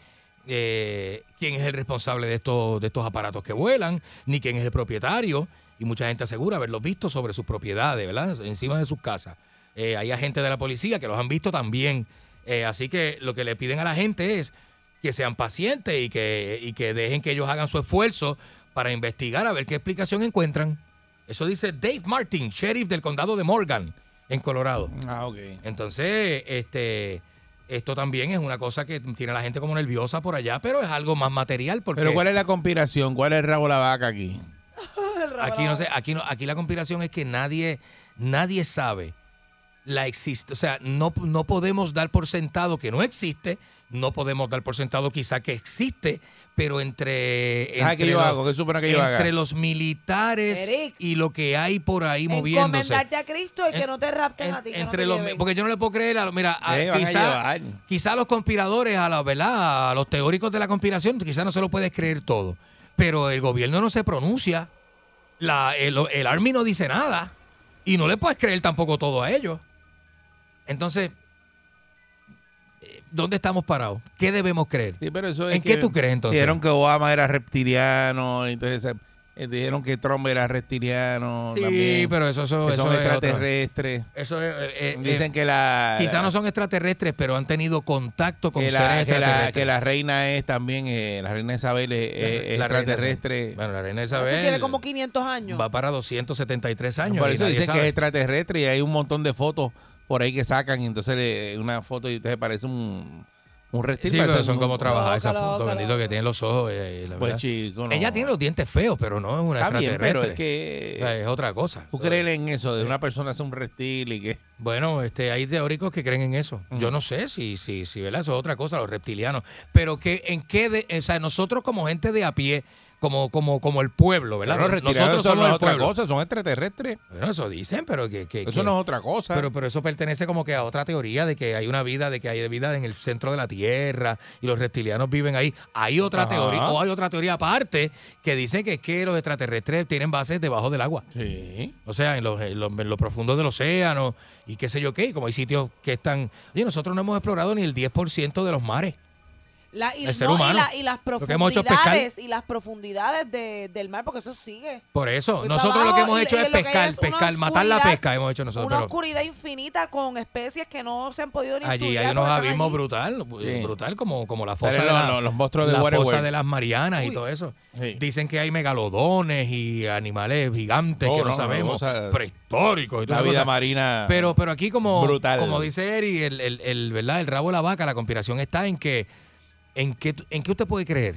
S5: eh, quién es el responsable de estos, de estos aparatos que vuelan, ni quién es el propietario. Y mucha gente asegura haberlos visto sobre sus propiedades, ¿verdad? Encima de sus casas. Eh, hay agentes de la policía que los han visto también. Eh, así que lo que le piden a la gente es que sean pacientes y que, y que dejen que ellos hagan su esfuerzo para investigar a ver qué explicación encuentran. Eso dice Dave Martin, sheriff del condado de Morgan, en Colorado.
S3: Ah, ok.
S5: Entonces, este, eh, Esto también es una cosa que tiene a la gente como nerviosa por allá, pero es algo más material. Porque
S3: Pero ¿cuál es la conspiración? ¿Cuál es el rabo la vaca aquí?
S5: Aquí no sé, aquí no, aquí la conspiración es que nadie, nadie sabe la existe, o sea, no, no podemos dar por sentado que no existe, no podemos dar por sentado quizá que existe, pero entre,
S3: Ah,
S5: entre
S3: ¿qué yo hago? ¿Qué supone que yo haga?
S5: entre los militares
S4: Eric.
S5: y lo que hay por ahí moviéndose.
S4: Encomendarte a Cristo y que no te rapten a ti. que no
S5: Entre
S4: te
S5: los,
S4: lleven.
S5: porque yo no le puedo creer a los- mira, a-
S3: Sí, van a
S5: quizá,
S3: llevar.
S5: quizá a los conspiradores, a la verdad, a los teóricos de la conspiración, quizá no se lo puedes creer todo. Pero el gobierno no se pronuncia, la, el, el Army no dice nada, y no le puedes creer tampoco todo a ellos. Entonces, eh, ¿dónde estamos parados? ¿Qué debemos creer? ¿En qué tú crees entonces?
S3: Dijeron que Obama era reptiliano, entonces eh, eh, dijeron que Trump era reptiliano.
S5: Sí,
S3: también,
S5: pero eso- eso-
S3: que
S5: eso
S3: son
S5: es otra.
S3: extraterrestres.
S5: Eso es, eh, eh,
S3: Dicen que la-
S5: Quizá no son extraterrestres, pero han tenido contacto con
S3: Que
S5: seres
S3: la, que, la,
S5: extraterrestres.
S3: que la reina es también, eh, la reina Isabel es, es- es
S5: la reina-
S3: extraterrestre.
S5: bueno, la reina
S4: Eso tiene
S5: Isabel
S4: como 500 años.
S5: va para 273 años.
S3: Por
S5: y
S3: eso
S5: nadie
S3: dicen
S5: sabe.
S3: que es este- extraterrestre y hay un montón de fotos por ahí que sacan y entonces eh, una foto y te parece un, un reptil.
S5: Sí,
S3: parece
S5: pero son
S3: un-
S5: como trabajar esa
S3: Bócalo,
S5: foto,
S3: bócalo.
S5: bendito que tiene los ojos. eh, la
S3: Pues
S5: verdad.
S3: chico, no.
S5: Ella tiene los dientes feos, pero no es una
S3: Está bien,
S5: extraterrestre.
S3: pero es que-
S5: O sea, es otra cosa.
S3: ¿Tú crees en eso de una persona ser un reptil y que
S5: Bueno, este, hay teóricos que creen en eso. Yo no sé si, si, si, ¿verdad? Eso es otra cosa, los reptilianos. Pero que, ¿en qué? de- o sea, nosotros como gente de a pie, como, como, como el pueblo, ¿verdad?
S3: Pero los
S5: nosotros
S3: reptilianos son
S5: somos el
S3: otra
S5: pueblo.
S3: cosa, son extraterrestres?
S5: Bueno, eso dicen, pero que... que-
S3: Eso
S5: que-
S3: no es otra cosa.
S5: Pero, pero eso pertenece como que a otra teoría de que hay una vida, de que hay vida en el centro de la Tierra y los reptilianos viven ahí. Hay otra
S3: Ajá.
S5: teoría, o hay otra teoría aparte que dice que es que los extraterrestres tienen bases debajo del agua.
S3: Sí.
S5: O sea, en los, en los- en lo profundo del océano y qué sé yo qué. Y como hay sitios que están... Oye, nosotros no hemos explorado ni el 10% de los mares.
S4: La- y,
S5: El ser
S4: no, y
S5: humano.
S4: la- y las
S5: Lo que hemos hecho es pescar.
S4: profundidades, y las profundidades de- del mar, porque eso sigue.
S5: Por eso,
S4: Voy
S5: nosotros
S4: para
S5: lo que
S4: abajo
S5: hemos
S4: Pues y-
S5: hecho
S4: y
S5: es
S4: lo que
S5: pescar,
S4: es una
S5: pescar, matar la
S4: oscuridad-
S5: pesca hemos hecho nosotros.
S4: Una
S5: pero-
S4: oscuridad infinita con especies que no se han podido ni
S5: Allí
S4: estudiar
S5: hay unos
S4: porque están
S5: abismos
S4: allí.
S5: brutal, brutal como, como la fosa
S3: Salen
S5: de la-
S3: los- los- los monstruos de
S5: la
S3: Waterworld.
S5: fosa de las Marianas y todo eso.
S3: Sí.
S5: Dicen que hay megalodones y animales gigantes
S3: Oh,
S5: que no,
S3: no,
S5: sabemos,
S3: una cosa-
S5: prehistóricos y toda
S3: La
S5: esa
S3: vida
S5: cosa.
S3: marina
S5: Pero pero aquí como
S3: brutal.
S5: como dice Eri, el, el, el, ¿verdad? El rabo de la vaca, la conspiración está en que en que en qué usted puede creer.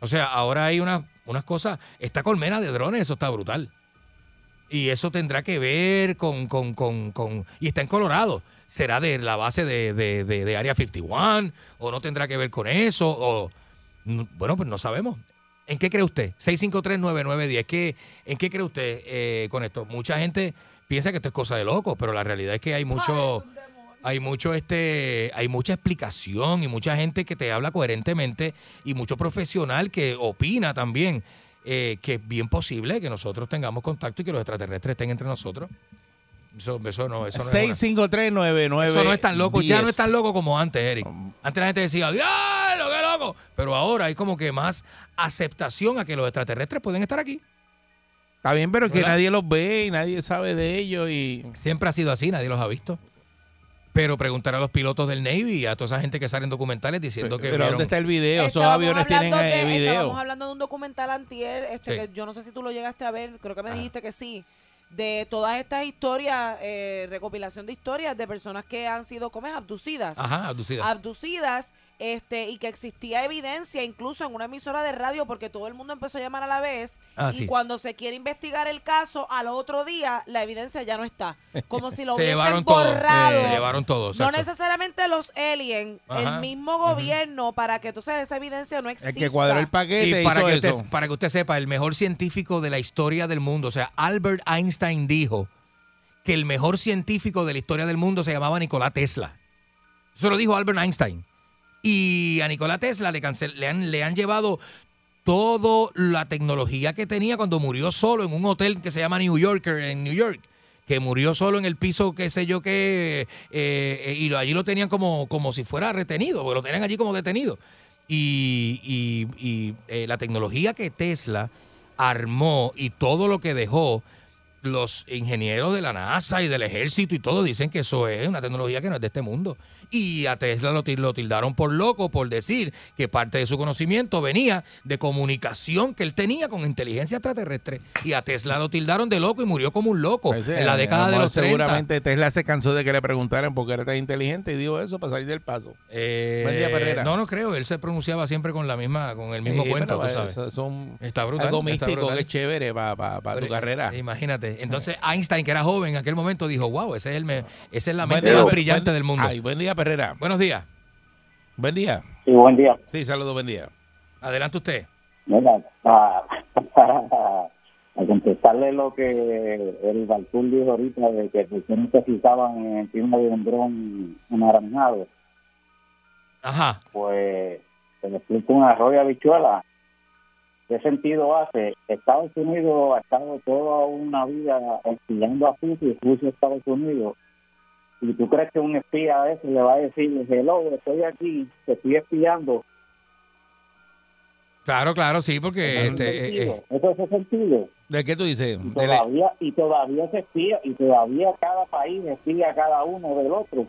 S5: O sea, ahora hay unas unas cosas, esta colmena de drones, eso está brutal. Y eso tendrá que ver con, con, con, con- y está en Colorado. ¿Será de la base de, de, de, de Área 51? ¿O no tendrá que ver con eso? O, no- bueno, pues no sabemos. ¿En qué cree usted? 6539910. ¿Qué, ¿En qué cree usted eh, con esto? Mucha gente piensa que esto es cosa de locos, pero la realidad es que hay mucho, hay mucho este, hay mucha explicación y mucha gente que te habla coherentemente y mucho profesional que opina también eh, que es bien posible que nosotros tengamos contacto y que los extraterrestres estén entre nosotros. Eso, eso no, eso no es una-
S3: 65399.
S5: eso no es tan loco, ya no es tan
S3: loco.
S5: loco como antes, Eric.
S3: Um,
S5: Antes la gente decía, ¡diablo, qué loco! Pero ahora hay como que más aceptación a que los extraterrestres pueden estar aquí.
S3: Está bien, pero que
S5: ¿Verdad?
S3: nadie los ve y nadie sabe de ellos y
S5: Siempre ha sido así, nadie los ha visto. Pero preguntar a los pilotos del Navy y a toda esa gente que sale en documentales diciendo que
S3: pero
S5: vieron-
S3: ¿dónde está el video? Esos
S4: Estábamos
S3: aviones tienen
S4: hablando
S3: eh,
S4: de- Estábamos
S3: video.
S4: hablando de un documental antier, este,
S3: Sí.
S4: que yo no sé si tú lo llegaste a ver, creo que
S5: Ah.
S4: me dijiste que sí, de todas estas historias, eh, recopilación de historias de personas que han sido, ¿cómo es? Abducidas.
S5: Ajá, abducida.
S4: Abducidas, este, y que existía evidencia incluso en una emisora de radio porque todo el mundo empezó a llamar a la vez
S5: Ah,
S4: y
S5: sí.
S4: cuando se quiere investigar el caso, al otro día la evidencia ya no está. Como si lo
S5: Se
S4: hubiesen
S5: llevaron todo.
S4: borrado.
S5: Se llevaron todo,
S4: No
S5: exacto.
S4: necesariamente los aliens,
S5: Ajá.
S4: el mismo gobierno para que entonces esa evidencia no exista.
S3: El que cuadró el paquete
S5: Y para,
S3: hizo
S5: que
S3: eso.
S5: Usted, para que usted sepa, el mejor científico de la historia del mundo, o sea, Albert Einstein dijo que el mejor científico de la historia del mundo se llamaba Nikola Tesla. Eso lo dijo Albert Einstein. Y a Nikola Tesla le, cancel- le han, le han llevado toda la tecnología que tenía cuando murió solo en un hotel que se llama New Yorker en New York. Que murió solo en el piso, qué sé yo qué, eh, eh, y lo- allí lo tenían como, como si fuera retenido, porque lo tenían allí como detenido. Y, y- y, eh, la tecnología que Tesla armó y todo lo que dejó, los ingenieros de la NASA y del ejército y todo dicen que eso es una tecnología que no es de este mundo. Y a Tesla lo, til- lo tildaron por loco por decir que parte de su conocimiento venía de comunicación que él tenía con inteligencia extraterrestre. Y a Tesla lo tildaron de loco y murió como un loco
S3: Ese,
S5: en la
S3: eh, a lo
S5: década de
S3: mejor
S5: los 30.
S3: Seguramente Tesla se cansó de que le preguntaran por qué era tan inteligente y dijo eso para salir del paso.
S5: Eh,
S3: Buen día, Perrera.
S5: No, no creo. Él se pronunciaba siempre con la misma, con el mismo
S3: Sí,
S5: cuento,
S3: pero eh,
S5: tú sabes.
S3: eso- son
S5: está brutal.
S3: algo
S5: está
S3: místico
S5: brutal.
S3: que es chévere para tu carrera.
S5: Imagínate. Entonces, Einstein, que era joven en aquel momento, dijo, wow, ese es el me- esa es la
S3: Buen
S5: mente
S3: día,
S5: más
S3: buen-
S5: brillante
S3: buen-
S5: del mundo.
S3: Ay, buen día, Perrera.
S5: Buenos días.
S3: Buen día.
S13: Sí, buen día.
S3: Sí, saludos, buen día.
S5: Adelante usted.
S13: Mira, para, para, para contestarle lo que el Balcún dijo ahorita, de que ustedes necesitaban encima de un dron anaranjado,
S5: Ajá.
S13: pues se le explico un arroyo habichuela. ¿Qué sentido hace? Estados Unidos ha estado toda una vida espiando a Fusi y Fusi a Estados Unidos. ¿Y tú crees que un espía a ese le va a decir, hello, estoy aquí, te estoy espiando?
S5: Claro, claro, sí, porque... este, eh, eh,
S13: ¿Eso hace sentido?
S3: ¿De qué tú dices?
S13: Y todavía, y todavía se espía, y todavía cada país espía a cada uno del otro.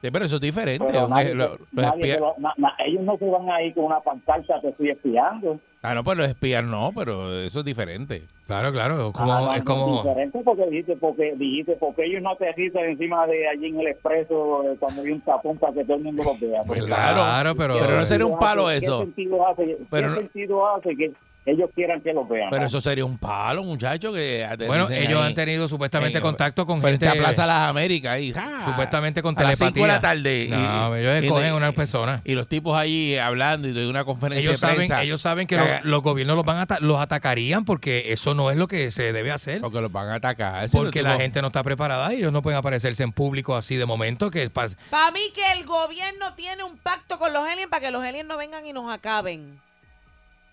S3: Sí, pero eso es diferente.
S13: Pero
S3: Un-
S13: nadie-
S3: lo- los
S13: nadie
S3: espías-
S13: se lo- na- na- ellos no se van a ir con una pantalla, te estoy espiando.
S3: Ah, no, pues los espías no, pero eso es diferente.
S5: Claro, claro. Es
S13: Ah, no, no, diferente porque dijiste, porque dijiste, porque ellos no te aterrizan encima de allí en el expreso eh, cuando hay un tapón para que todo el mundo los vea. Porque-
S3: Claro, pero, no sería Pues un palo
S13: ¿Qué
S3: eso.
S13: sentido hace, qué
S3: Pero no-
S13: sentido hace que ellos quieran que los vean?
S3: Pero eso sería un palo, muchacho, que
S5: bueno, ellos han tenido supuestamente contacto con
S3: frente
S5: gente...
S3: a Plaza Las Américas ahí. ¡ja!
S5: Supuestamente con
S3: a las
S5: telepatía.
S3: cinco de la tarde. y-
S5: No, ellos
S3: y-
S5: escogen una persona.
S3: Y los tipos ahí hablando y de una conferencia
S5: Ellos
S3: de
S5: saben,
S3: prensa.
S5: ellos saben que los, los gobiernos los van a ata- los atacarían porque eso no es lo que se debe hacer.
S3: Porque los van a atacar.
S4: si
S5: Porque
S4: los
S5: la
S4: tipos-
S5: gente no está preparada y ellos no pueden aparecerse en público así de momento que pas-
S4: Para mí que el gobierno tiene un pacto con los aliens para que los aliens no vengan y nos acaben.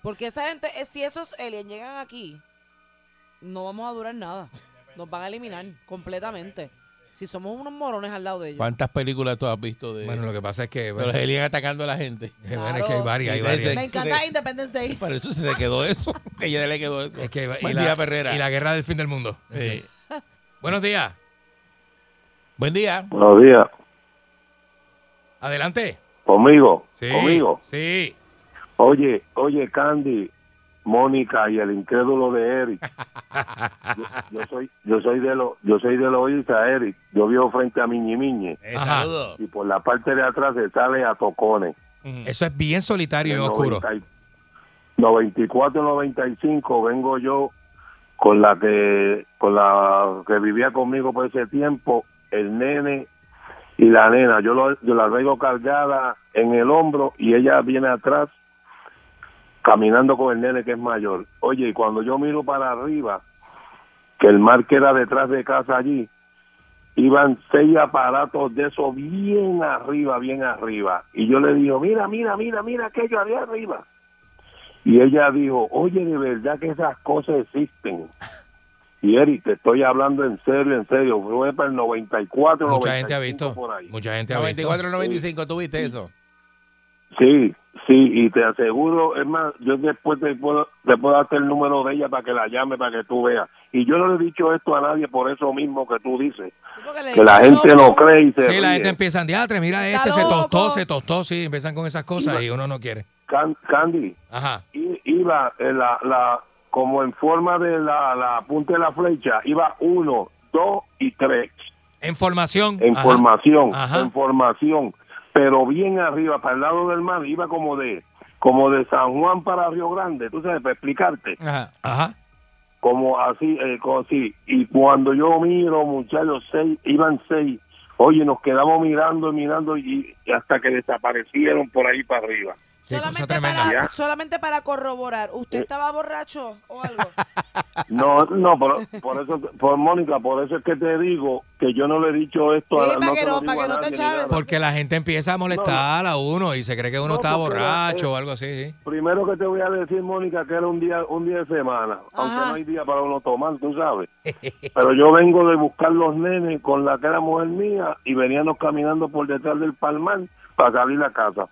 S4: Porque esa gente, eh, si esos aliens llegan aquí, no vamos a durar nada. Nos van a eliminar completamente. Si somos unos morones al lado de ellos.
S3: ¿Cuántas películas tú has visto de
S5: Bueno, lo que pasa es que...
S3: de los aliens atacando a la gente?
S5: bueno, es que hay varias, hay varias.
S4: Me encanta Independence Day.
S3: Para eso se le quedó eso. que ya le quedó eso.
S5: Es que, y,
S3: Buen
S5: la,
S3: día, Perrera.
S5: y la guerra del fin del mundo.
S3: Sí.
S5: Buenos días.
S3: Buen día.
S14: Buenos días.
S5: Adelante.
S14: Conmigo.
S5: Sí.
S14: Conmigo.
S5: Sí.
S14: Oye, oye, Candy, Mónica y el incrédulo de Eric. Yo, yo soy, yo soy de lo, yo soy de Loíza, Eric. Yo vivo frente a Miñi Miñi.
S3: Eh.
S5: saludo.
S14: Y por la parte de atrás se sale a Tocones.
S5: Eso es bien solitario y oscuro.
S14: 94, 95 vengo yo con la que con la que vivía conmigo por ese tiempo, el nene y la nena. Yo, lo- yo la traigo cargada en el hombro y ella viene atrás caminando con el nene que es mayor. Oye, y cuando yo miro para arriba, que el mar queda detrás de casa allí, iban seis aparatos de eso bien arriba, bien arriba. Y yo le digo, mira, mira, mira, mira aquello allá arriba. Y ella dijo, oye, de verdad que esas cosas existen. Y Eric, te estoy hablando en serio, en serio. Fue para el 94,
S5: Mucha gente ha
S14: 95
S5: visto.
S14: por ahí.
S5: Mucha gente ha visto.
S3: 94, 95, ¿tú viste eso?
S14: Sí, sí, y te aseguro, es más, yo después te puedo, te puedo darte el número de ella para que la llame, para que tú veas. Y yo no le he dicho esto a nadie por eso mismo que tú dices. Que la gente no cree y se
S5: Sí, la
S14: ríe.
S5: gente empieza a diatre, mira este, se tostó, se tostó, sí, empiezan con esas cosas y uno no quiere.
S14: Can- Candy,
S5: Ajá.
S14: i- iba en la, la, como en forma de la, la punta de la flecha, iba uno, dos y tres.
S5: En formación.
S14: En
S5: Ajá.
S14: formación,
S5: Ajá.
S14: en formación. Pero bien arriba, para el lado del mar, iba como de como de San Juan para Río Grande, tú sabes, para explicarte.
S3: Ajá.
S5: Ajá.
S14: como así, eh, como así. Y cuando yo miro, muchachos, seis, iban seis. Oye, nos quedamos mirando y mirando y y hasta que desaparecieron por ahí para arriba.
S4: Solamente para, solamente para corroborar, ¿usted estaba borracho o algo?
S14: No, no, por, por eso, por Mónica, por eso es que te digo que yo no le he dicho esto a la
S4: pa'
S14: no
S4: que
S14: se
S4: no,
S14: lo
S4: pa'
S14: digo a
S4: que no te
S14: nadie ni nada.
S5: Porque la gente empieza a molestar a uno y se cree que uno
S14: No,
S5: está
S14: porque la- eh,
S5: borracho o algo así, sí.
S14: Primero que te voy a decir, Mónica, que era un día, un día de semana, aunque no hay día para uno tomar, tú sabes. Pero yo vengo de buscar los nenes con la que era mujer mía y veníamos caminando por detrás del palmar para salir a casa.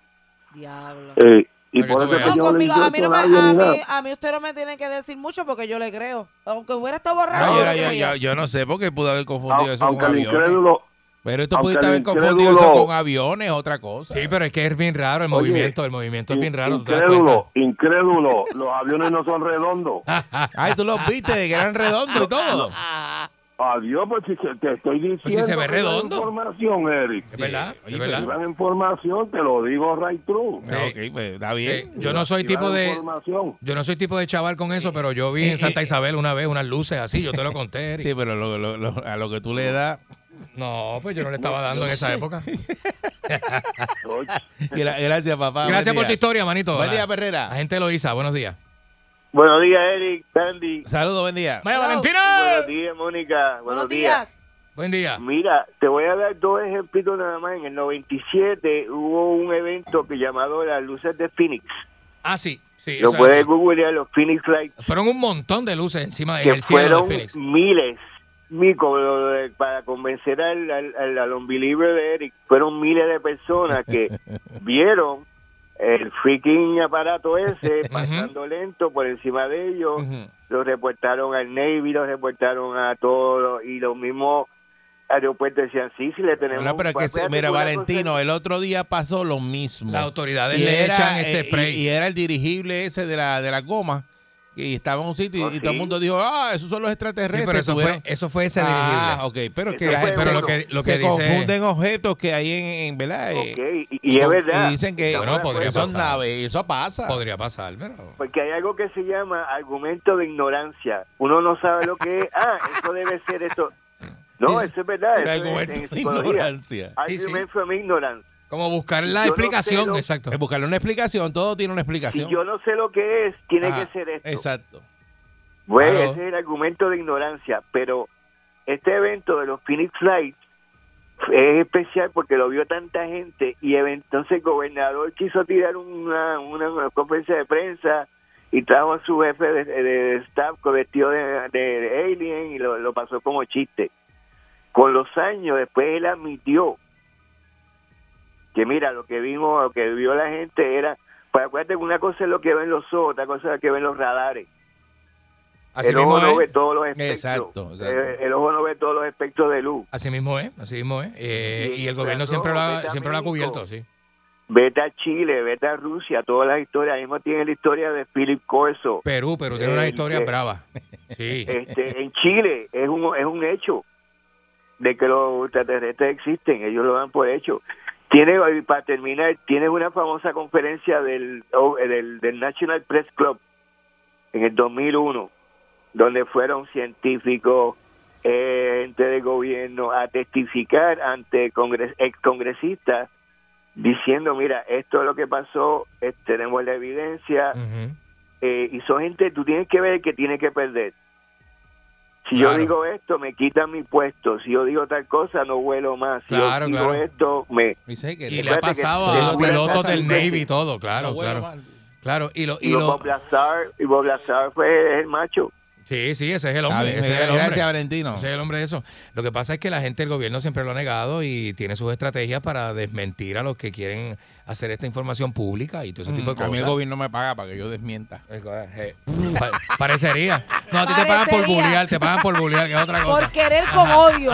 S4: Diablo.
S14: Eh, Y por eso es que yo no le
S4: Conmigo, a mí,
S14: insulto
S4: no
S14: a
S4: me,
S14: nadie
S4: a,
S14: ni nada.
S4: mí, a mí usted no me tiene que decir mucho porque yo le creo. Aunque hubiera estado borracho.
S3: Ay,
S4: yo
S3: yo,
S4: le
S3: yo-
S4: creía.
S3: yo- yo no sé por qué pudo haber confundido
S14: Au-
S3: eso con
S14: aunque el
S3: aviones.
S14: incrédulo-
S3: pero esto
S14: aunque
S3: pudiste
S14: el
S3: haber confundido eso
S14: incrédulo-
S3: con aviones, otra cosa.
S5: Sí, pero es que es bien raro el
S14: Oye,
S5: movimiento. El movimiento es bien raro. ¿tú te das
S14: Incrédulo, incrédulo. Los aviones no son redondos.
S3: Ay, tú los viste de que eran redondos y todo.
S14: Adiós, pues si se- te estoy diciendo.
S3: Pues si se ve
S14: que te dan
S3: redondo.
S14: información, Eric.
S5: Es verdad, es
S14: Oye,
S5: verdad.
S14: te dan información, te lo digo right true.
S3: Ok, pues está bien.
S5: yo no soy
S14: Te
S5: tipo
S14: dan
S5: de-
S14: información.
S5: Yo no soy tipo de chaval con eso, pero yo vi en Santa Isabel una vez unas luces así, yo te lo conté. Eric.
S3: Eh, Sí, pero lo- lo- lo- a lo que tú le das.
S5: No, pues yo no le estaba dando en esa época.
S3: Gra- Gracias, papá.
S5: Gracias
S3: Buen
S5: por tu
S3: día.
S5: historia, manito.
S3: Buen
S5: La-
S3: día, Perrera.
S5: La gente lo hizo. Buenos días.
S15: Buenos días, Eric, Candy.
S3: Saludos, buen día.
S5: Vaya, Valentina.
S15: Buenos días, Mónica. Buenos, días.
S5: Buen día.
S15: Mira, te voy a dar dos ejemplitos nada más. En el 97 hubo un evento que llamado las luces de Phoenix.
S5: Ah, sí. sí
S15: Lo
S5: eso es
S15: puedes
S5: así.
S15: googlear, los Phoenix Lights,
S5: Fueron un montón de luces encima del
S15: que
S5: cielo
S15: fueron
S5: de Phoenix.
S15: miles. Mico, lo de- para convencer al, al, al, al unbeliever de Eric, fueron miles de personas que vieron el freaking aparato ese pasando lento por encima de ellos. Los reportaron al Navy, los reportaron a todos y los mismos aeropuertos decían, sí, sí, le tenemos...
S3: No, pero es que, se- mira, Valentino, el otro día pasó lo mismo.
S5: Las autoridades le echan este
S3: eh,
S5: spray.
S3: Y, y era el dirigible ese de la, de la goma. Y estaba en un sitio
S15: Oh,
S3: y, y todo el mundo dijo, ah, esos son los extraterrestres.
S5: Sí, pero eso
S3: tuvieron-
S5: fue- eso fue ese
S3: Ah,
S5: dirigible.
S3: ok, pero es que,
S5: Eso
S3: la
S5: fue
S3: gente
S5: uno.
S3: se-
S5: Pero lo que- lo que
S3: se
S5: dice-
S3: confunden objetos que hay en, en ¿verdad? Eh,
S15: y- y es
S3: con-
S15: verdad. pues,
S3: Y dicen que
S15: Bueno, podría
S3: son
S15: pasar.
S3: naves, eso pasa.
S5: Podría pasar, pero...
S15: Porque hay algo que se llama argumento de ignorancia. Uno no sabe lo que es. Ah, eso debe ser eso. No, eso es verdad.
S3: El
S15: eso es
S3: argumento
S15: en
S3: de
S15: psicología.
S3: ignorancia. Sí, sí.
S15: Argument from ignorance.
S5: Como buscar
S15: la Yo no sé explicación, lo-
S3: exacto. Es buscarle una explicación, todo tiene una explicación.
S15: Si yo no sé lo que es, tiene
S3: Ajá,
S15: que ser esto.
S3: Ah, Exacto.
S15: Bueno,
S3: Claro.
S15: ese es el argumento de ignorancia. Pero este evento de los Phoenix Lights es especial porque lo vio tanta gente y ev- entonces el gobernador quiso tirar una, una, conferencia de prensa y trajo a su jefe de, de- de staff con vestido de, de alien y lo, lo pasó como chiste. Con los años después él admitió que mira, lo que vimos, lo que vio la gente era, pues acuérdate que una cosa es lo que ven los ojos, otra cosa es lo que ven los radares.
S5: Así
S15: el
S5: mismo
S15: ojo no
S5: es.
S15: ve todos los espectros.
S5: Exacto, exacto.
S15: Eh, El, ojo no ve todos los espectros de luz.
S5: Así mismo es, así mismo es. Eh, y el gobierno
S15: no,
S5: siempre lo ha,
S15: vete a
S5: siempre lo ha
S15: México.
S5: cubierto, sí.
S15: Vete a Chile, vete a Rusia, todas las historias. Ahí mismo tiene la historia de Philip Corso.
S5: Perú, Perú tiene una
S15: El
S5: historia
S15: que-
S5: brava. Sí.
S15: Este, en Chile es un, es un hecho de que los extraterrestres existen, ellos lo dan por hecho. Tiene, y para terminar, tienes una famosa conferencia del, oh, eh, del, del National Press Club en el 2001, donde fueron científicos, eh, gente de gobierno, a testificar ante congres, excongresistas diciendo, mira, esto es lo que pasó, eh, tenemos la evidencia, eh, y son gente, tú tienes que ver que tienes que perder. Si yo
S5: Claro.
S15: digo esto, me quitan mi puesto. Si yo digo tal cosa, no vuelo más. Si
S5: Claro,
S15: yo digo
S5: claro.
S15: esto, me...
S5: Y le ha
S15: Fíjate que
S5: pasado
S15: tengo
S5: a los
S15: una
S5: pilotos
S15: cosa
S5: del
S15: diferente.
S5: Navy y todo, claro, claro. Claro, y lo...
S15: Y,
S5: Y lo
S15: Bob Lazar, y Bob Lazar fue el macho.
S5: sí, sí, ese es el
S3: Está
S5: hombre.
S3: bien,
S5: ese es el
S3: gracias,
S5: hombre.
S3: Valentino.
S5: Ese es el hombre de eso. Lo que pasa es que la gente del gobierno siempre lo ha negado y tiene sus estrategias para desmentir a los que quieren hacer esta información pública y todo ese tipo de
S3: Mm, a mí el
S5: cosas. Eh,
S3: gobierno me paga para que yo desmienta.
S5: Pa- parecería. No, a ti te pagan por
S4: Parecería.
S5: bullear, te pagan por bullear, que es otra cosa. Ah,
S4: Por querer con odio.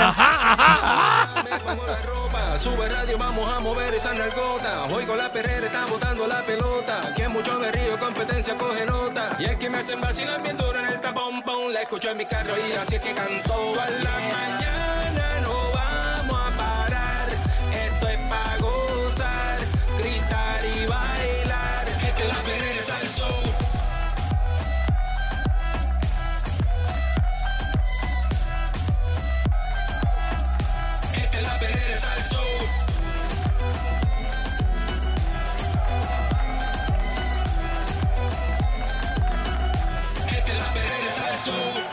S2: ropa, Sube radio, vamos a mover esa nalgota. Hoy con la perrera está botando la pelota. Que mucho me río, competencia coge nota. Y es que me hacen vacilar bien duro en el tapón, pon. La escucho en mi carro y así es que cantó a la mañana. No vamos a parar. Esto es para gozar, gritar y bailar. Esta es la perrera, es el show. Esta es la perrera, es el show. Esta es la perrera, es el show.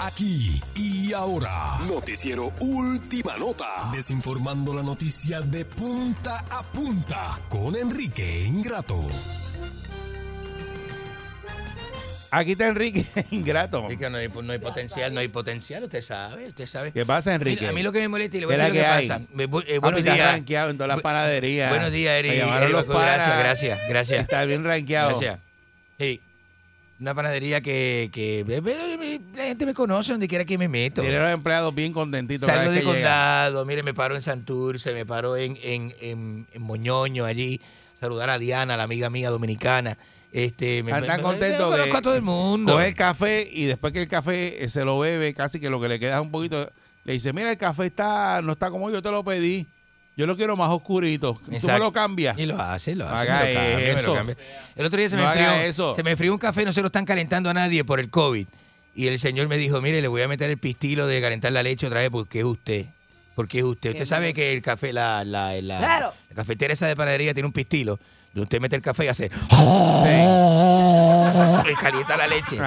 S1: Aquí y ahora. Noticiero Última Nota. Desinformando la noticia de punta a punta con Enrique Ingrato.
S3: Aquí está Enrique Ingrato.
S5: Es que no hay, no hay potencial, no hay potencial, usted sabe, usted sabe.
S3: ¿Qué pasa, Enrique?
S5: Mira, a mí lo que me molesta y le voy a
S3: ¿Qué
S5: decir
S3: es
S5: lo
S3: la
S5: que
S3: que
S5: pasa.
S3: hay?
S5: Me- bu- eh,
S3: Papi,
S5: buenos
S3: está
S5: días.
S3: rankeado en todas las panaderías.
S5: Buenos días, Eri.
S3: Me llamaron
S5: Eri
S3: los
S5: Bacó, Gracias,
S3: panas.
S5: gracias, gracias.
S3: Está bien rankeado.
S5: Gracias. Sí. Una panadería que, que ve- ve- ve- la gente me conoce donde quiera que me meto.
S3: Tiene a los empleados bien contentitos cada
S5: Salgo de
S3: vez que llegan.
S5: condado, mire, me paro en Santurce, me paro en, en, en, en Moñoño allí, saludar a Diana, la amiga mía dominicana. Este, me,
S3: Ah, Están tan
S5: me-
S3: contentos
S5: yo
S3: que
S5: conozco a todo el mundo.
S3: Coge el café y después que el café eh, se lo bebe, casi que lo que le queda es un poquito. Le dice, mira, el café está no está como yo te lo pedí. Yo lo quiero más oscurito. Tú me
S5: Exacto.
S3: lo cambias. Y
S5: lo hace, lo
S3: hace.
S5: me lo cambia, me lo cambia. El otro día se me
S3: No haga
S5: enfrió.
S3: eso.
S5: Se me enfrió un café, no se lo están calentando a nadie por el COVID. Y el señor me dijo, mire, le voy a meter el pistilo de calentar la leche otra vez porque es usted. Porque es usted. Usted
S11: Qué
S5: sabe que el café, la, la, la-
S11: Claro.
S5: la cafetera esa de panadería tiene un pistilo. Y usted mete el café y hace... y calienta la leche.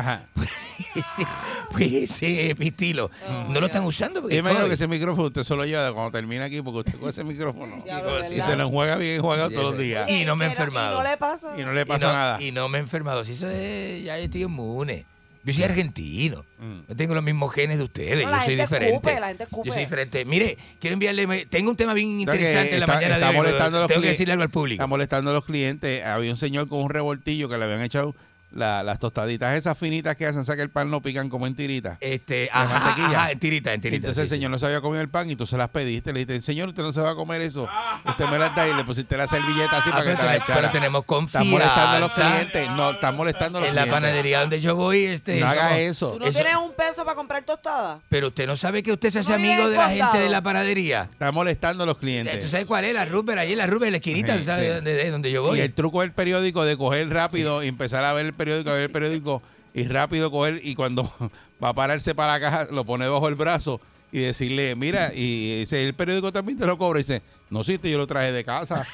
S5: Ese- pues ese pistilo. no lo
S3: Oh,
S5: están usando porque
S3: Yo
S5: es
S3: imagino
S5: COVID.
S3: que ese micrófono usted solo lleva cuando termina aquí, porque usted con ese micrófono y
S5: ¿verdad?
S3: se lo enjuaga bien enjuagado todos los días.
S5: Y no me he enfermado.
S4: no le pasa.
S3: Y no le pasa
S5: no-
S3: nada.
S5: Y no me he enfermado. Si eso es, ya estoy inmune. Yo soy argentino.
S3: Mm.
S5: No tengo los mismos genes de ustedes.
S4: No, la
S5: yo soy
S4: gente
S5: diferente.
S4: escupe, la gente escupe.
S5: Yo soy diferente. Mire, quiero enviarle. me- Tengo un tema bien interesante
S3: que
S5: en la
S3: está-
S5: mañana
S3: está
S5: de hoy.
S3: molestando a los
S5: tengo que
S3: clientes.
S5: decirle algo al público.
S3: Está molestando a los clientes. Había un señor con un revoltillo que le habían echado la- las tostaditas esas finitas que hacen, saca el pan, no pican como en tiritas.
S5: Este,
S3: De
S5: ajá,
S3: mantequilla.
S5: ajá, en tirita, en tirita,
S3: Entonces
S5: sí,
S3: el señor no se había comido el pan y tú se las pediste. Le dijiste, señor, usted no se va a comer eso. Usted me las da y le pusiste la servilleta
S5: Ah,
S3: así para que
S5: pero
S3: te la
S5: tenemos-
S3: echara.
S5: pero tenemos
S3: Está molestando a los
S5: confianza.
S3: clientes. No, está molestando a los
S5: En la
S3: clientes.
S5: panadería donde yo voy, este.
S3: No haga
S5: somos-
S3: eso.
S4: ¿Tú no tienes un peso para comprar tostada?
S5: Pero usted no sabe que usted se hace
S4: No vive
S5: amigo
S4: en
S5: de la
S4: condado.
S5: gente de la panadería.
S3: Está molestando a los clientes.
S5: ¿Tú sabes cuál es? La Rupert, allí la Rupert, en la esquinita,
S3: Sí,
S5: ¿sabes?
S3: sí.
S5: Donde, donde yo voy.
S3: Y el truco del periódico de coger rápido y empezar a ver el periódico, a ver el periódico y rápido coger y cuando va a pararse para la caja lo pone bajo el brazo y decirle, mira, y dice, el periódico también te lo cobro. Y dice, no, si yo lo traje de casa.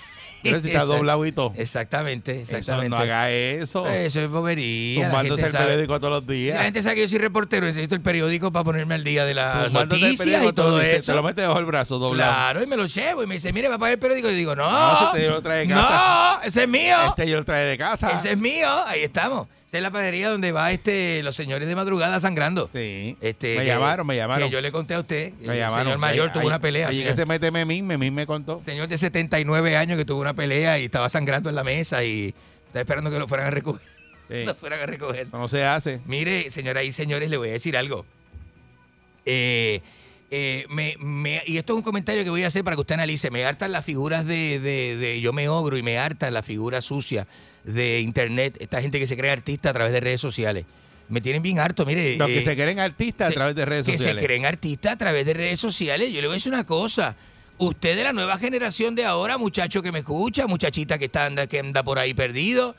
S3: Mira si está
S5: Exacto.
S3: doblado y todo.
S5: Exactamente,
S3: Eso,
S5: exactamente.
S3: no haga eso.
S5: Eso es bobería. la
S3: Tumbándose
S5: gente
S3: el
S5: sabe.
S3: periódico todos los
S5: La
S3: días.
S5: gente sabe que yo soy reportero, necesito el periódico para ponerme al día de las
S3: Tumbándote Pues el
S5: noticias
S3: periódico
S5: y todo
S3: dice,
S5: eso.
S3: Te lo mete bajo el brazo doblado.
S5: Claro, y me lo llevo y me dice, mire, va a pagar el periódico. Y digo, no,
S3: No, ese yo lo traje de casa.
S5: no, ese es mío.
S3: Este yo lo traje de casa.
S5: Ese es mío, ahí estamos. Esa es la panadería donde va este los señores de madrugada sangrando.
S3: Sí.
S5: Este,
S3: Me
S5: que-
S3: llamaron, me llamaron.
S5: que yo le conté a usted. que
S3: Me llamaron.
S5: El señor mayor
S3: Ay,
S5: tuvo
S3: ay,
S5: una pelea.
S3: Allí
S5: señor.
S3: que se mete Memín, Memín me contó.
S5: señor de 79 años que tuvo una pelea y estaba sangrando en la mesa y estaba esperando que lo fueran a recoger.
S3: Sí.
S5: Lo fueran a recoger.
S3: Eso no se hace.
S5: Mire, señoras y señores, le voy a decir algo. Eh, eh, me- me- y esto es un comentario que voy a hacer para que usted analice. Me hartan las figuras de, de- de- Yo me ogro y me hartan las figuras sucias de Internet. Esta gente que se cree artista a través de redes sociales. Me tienen bien harto, mire.
S3: Los que
S5: eh,
S3: se creen artistas a
S5: se-
S3: través de redes
S5: Que
S3: sociales.
S5: se creen artistas a través de redes sociales. Yo le voy a decir una cosa. Usted de la nueva generación de ahora, muchacho que me escucha, muchachita que está anda, que anda por ahí perdido.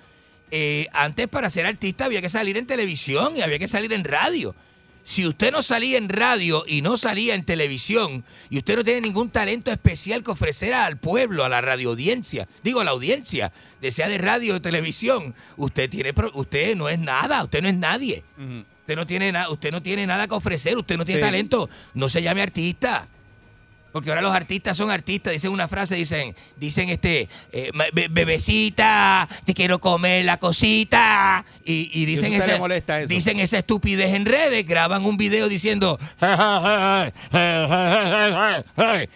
S5: eh, antes para ser artista había que salir en televisión y había que salir en radio. Si usted no salía en radio y no salía en televisión y usted no tiene ningún talento especial que ofrecer al pueblo, a la radio audiencia, digo a la audiencia, de sea de radio o televisión, usted tiene pro- usted no es nada, usted no es nadie. Usted no tiene nada, usted no tiene nada que ofrecer, usted no tiene
S3: Sí.
S5: talento, no se llame artista. Porque ahora los artistas son artistas, dicen una frase, dicen, dicen este, eh, ma- be- bebecita, te quiero comer la cosita. Y, y dicen
S3: usted le
S5: esa-
S3: molesta eso?
S5: dicen esa estupidez en redes, graban un video diciendo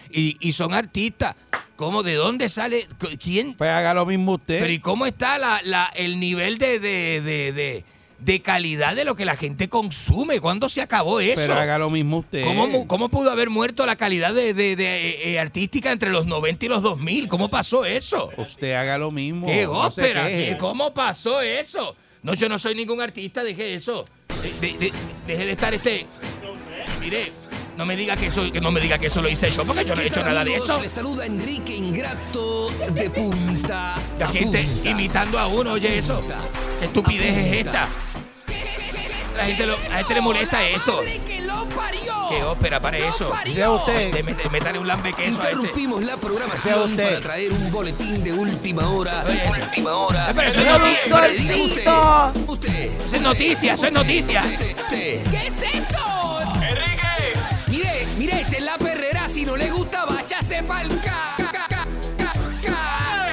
S5: y, y son artistas. ¿Cómo? ¿De dónde sale? ¿Quién?
S3: Pues haga lo mismo usted.
S5: Pero ¿y cómo está la, la- el nivel de, de, de, de- de calidad de lo que la gente consume? ¿Cuándo se acabó eso?
S3: Pero haga lo mismo usted.
S5: ¿Cómo, mu- cómo pudo haber muerto la calidad de, de- de, eh, artística entre los 90 y los 2000? ¿Cómo pasó eso?
S3: Usted haga lo mismo.
S5: ¿Qué
S3: no se
S5: ópera?
S3: queje.
S5: ¿Qué- ¿Cómo pasó eso? No, yo no soy ningún artista, deje eso. De- de- de- deje de estar este... Mire, no me diga que eso, que no me diga que eso lo hice yo, porque yo no he
S16: ¿Qué
S5: hecho
S16: tal,
S5: nada de
S16: amigos?
S5: eso.
S16: Les saluda Enrique Ingrato de punta.
S5: La
S16: a
S5: gente
S16: punta.
S5: imitando a uno, oye eso. ¿Qué estupidez es esta? La gente, lo- la gente le molesta esto. ¿Qué ópera para eso?
S16: Sea usted.
S5: Le met- Métale un lambequeso a este.
S16: Interrumpimos la programación para traer un boletín de última hora. Última hora.
S5: Pero eso es noticia. Eso es noticia, eso es noticia.
S16: ¿Qué es esto? ¡Enrique! Mire, mire, esta es la perrera. Si no le gusta, váyase pa'l ca. ca- ca- ca- ca.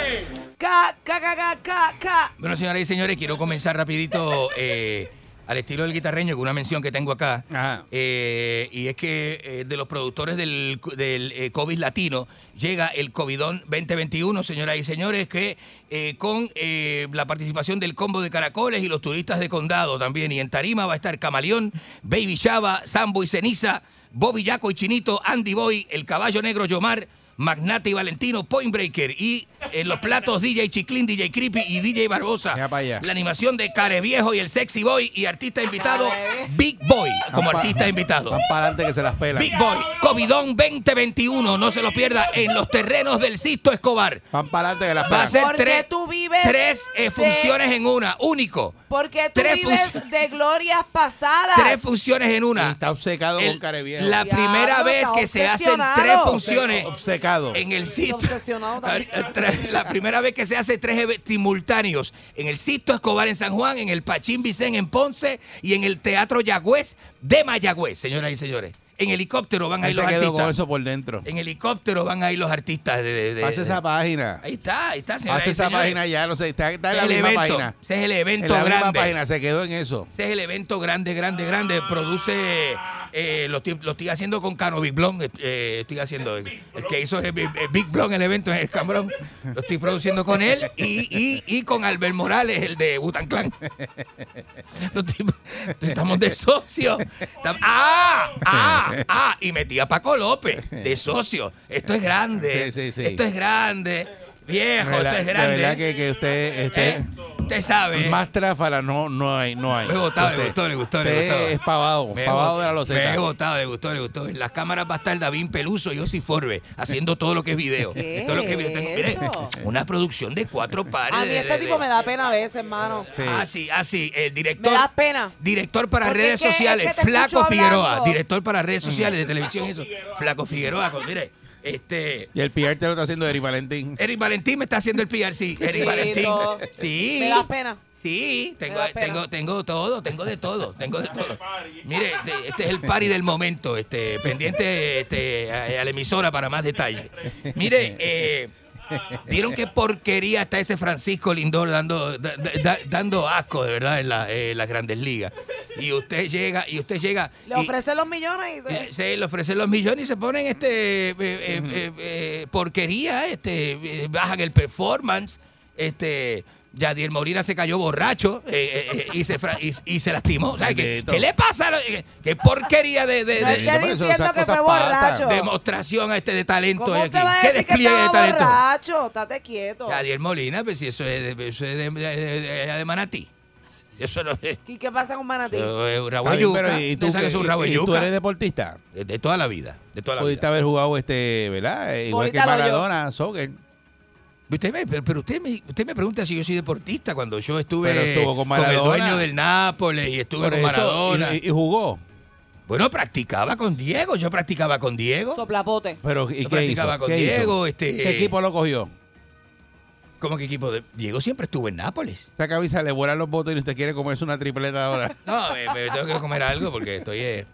S4: Ca, ca, ca, ca, ca, ca.
S5: Bueno, señoras y señores, quiero comenzar rapidito eh, al estilo del guitarreño, que una mención que tengo acá. Eh, y es que eh, de los productores del, del, eh, COVID latino llega el COVIDón 2021, señoras y señores, que eh, con eh, la participación del combo de caracoles y los turistas de condado también. Y en Tarima va a estar Camaleón, Baby Chava, Sambo y Ceniza, Bobby Yaco y Chinito, Andy Boy, el caballo negro Yomar. Magnate y Valentino, Point Breaker. Y en los platos DJ Chiclín, DJ Creepy y DJ Barbosa. La animación de Care Viejo y el Sexy Boy y artista invitado Big Boy como
S3: Van Ah, pa-
S5: artista invitado.
S3: Van para adelante que se las pelan.
S5: Big Boy, Covidón 2021, no se lo pierda en los terrenos del Sisto Escobar.
S3: Van para adelante que las
S5: Va a
S3: pelan.
S5: ser
S4: Porque
S5: tres,
S4: tú vives
S5: tres eh,
S4: de-
S5: funciones en una, único.
S4: Porque tú
S5: Tres
S4: vives de glorias pasadas.
S5: Tres funciones en una.
S3: Está obcecado
S5: El-
S3: con Careviejo.
S5: La primera
S4: Diablo,
S5: vez
S4: está
S5: que se hacen
S4: obsesionado.
S5: tres funciones
S3: Obcecado.
S5: en el Sisto. Tres- La primera vez que se hace tres eventos simultáneos en el Sisto Escobar en San Juan, en el Pachín Vicen en Ponce y en el Teatro Yagüez de Mayagüez, señoras y señores. En helicóptero van a
S3: Ahí
S5: ir
S3: se
S5: los
S3: quedó con
S5: artistas.
S3: eso por dentro.
S5: En helicóptero van a ir los artistas de. de- de-
S3: Pase esa página.
S5: Ahí está, Ah, ahí está, señoras
S3: Pase
S5: y
S3: esa
S5: señores.
S3: página ya, no sé, está, está en la
S5: Ese es el
S3: misma
S5: evento,
S3: página.
S5: ese es el evento
S3: En la misma
S5: grande.
S3: página, se quedó en eso.
S5: Este es el evento grande, grande, grande. Produce. eh, lo, estoy, lo estoy haciendo con Cano Big Blonde. eh, estoy haciendo. El, el que hizo el, Big- el Big Blonde el evento es el cambrón. Lo estoy produciendo con él y, y- y con Albert Morales, el de Butan Clan. Lo estoy- estamos de socios. Tam- ¡Ah! ¡Ah! ¡Ah! Y metí a Paco López de socio. Esto es grande.
S3: Sí, sí, sí.
S5: Esto es grande. Viejo,
S3: De verdad-
S5: esto es
S3: De verdad
S5: grande.
S3: que, que usted, usted,
S5: Usted sabe.
S3: más tráfala no, no hay, no hay.
S5: Me he votado,
S3: Usted-
S5: le gustó, le gustó, le
S3: usted
S5: gustó.
S3: es pavado,
S5: Me he
S3: pavado
S5: vot-
S3: de
S5: Me
S3: la
S5: he
S3: loseta.
S5: votado, le gustó, le gustó. En las cámaras va a estar David Peluso y Osi Forbe haciendo todo lo que es video.
S4: ¿Qué
S5: Todo lo que es video.
S4: es
S5: Tengo- mire,
S4: eso?
S5: una producción de cuatro pares.
S4: A mí
S5: de-
S4: este
S5: de-
S4: tipo me da pena a veces, hermano.
S5: de- Así, así. El
S4: Me
S5: director.
S4: da pena.
S5: ah, Director para
S4: Porque
S5: redes
S4: es que-
S5: sociales,
S4: es que te
S5: Flaco
S4: escucho
S5: Figueroa.
S4: hablando.
S5: Director para redes
S3: Mm.
S5: sociales de televisión, eso. Flaco Figueroa, con- mire, este.
S3: Y el PR te lo está haciendo Eric Valentín.
S5: Eric Valentín me está haciendo el PRC. Eric Valentín.
S4: Tito.
S5: Sí.
S4: Me da pena.
S5: Sí, tengo,
S4: Me da pena.
S5: tengo, tengo todo, tengo de todo, tengo de todo. Mire, este- este es el party del momento, este, pendiente este, a, a la emisora para más detalle. Mire, eh, vieron qué porquería está ese Francisco Lindor dando, da- da- da- dando asco, de verdad, en, la- eh, en las grandes ligas. Y usted llega, y usted llega.
S4: Le
S5: y-
S4: ofrecen los millones y se...
S5: eh, se le ofrecen los millones y se ponen este eh, eh, eh, eh, porquería, este eh, bajan el performance, este Yadier Molina se cayó borracho eh, eh, eh, y, se fra- y, y se lastimó. O sea, ¿qué,
S3: Bendito.
S5: qué le pasa? a lo- eh, ¿Qué porquería de, de- de-
S4: No esté
S3: Pero eso, diciendo esas que cosas fue pasan. borracho.
S5: demostración este de talento
S4: ¿Cómo
S5: hay
S4: usted
S5: aquí?
S4: va a
S5: ¿Qué
S4: decir que
S5: despliegue de
S4: estaba
S5: talento?
S4: borracho? Estate quieto.
S5: Yadier Molina, pues si eso es de, eso es de, de- de- de Manatí. Eso no es.
S4: ¿Y qué pasa con Manatí?
S5: Eso es un rabo de
S3: Está bien,
S5: Eh, yuca.
S3: pero ¿y tú,
S5: Usted sabe que es un
S3: qué-
S5: rabo de
S3: y tú
S5: yuca.
S3: eres deportista?
S5: De, de toda la vida. De toda la
S3: Pudiste
S5: vida.
S3: haber jugado este, ¿verdad? Eh, Igual que
S5: Ahorita lo yo.
S3: Maradona, soccer.
S5: Usted me- pero pero usted, me, usted me pregunta si yo soy deportista cuando yo
S3: Pero
S5: estuve
S3: estuvo con
S5: el
S3: Maradona.
S5: dueño del Nápoles y estuve
S3: Por
S5: con
S3: eso,
S5: Maradona.
S3: y- y- y jugó.
S5: Bueno, practicaba con Diego, yo practicaba con Diego.
S4: Soplapote.
S3: Pero ¿y
S5: Yo
S3: qué
S5: practicaba
S3: hizo?
S5: con
S3: ¿Qué
S5: Diego,
S3: hizo?
S5: este,
S3: ¿Qué equipo lo cogió?
S5: ¿Cómo que equipo? De... Diego siempre estuvo en Nápoles.
S3: Esa cabeza le vuelan los botones y usted quiere comerse una tripleta ahora.
S5: No, me, me tengo que comer algo porque estoy... Eh...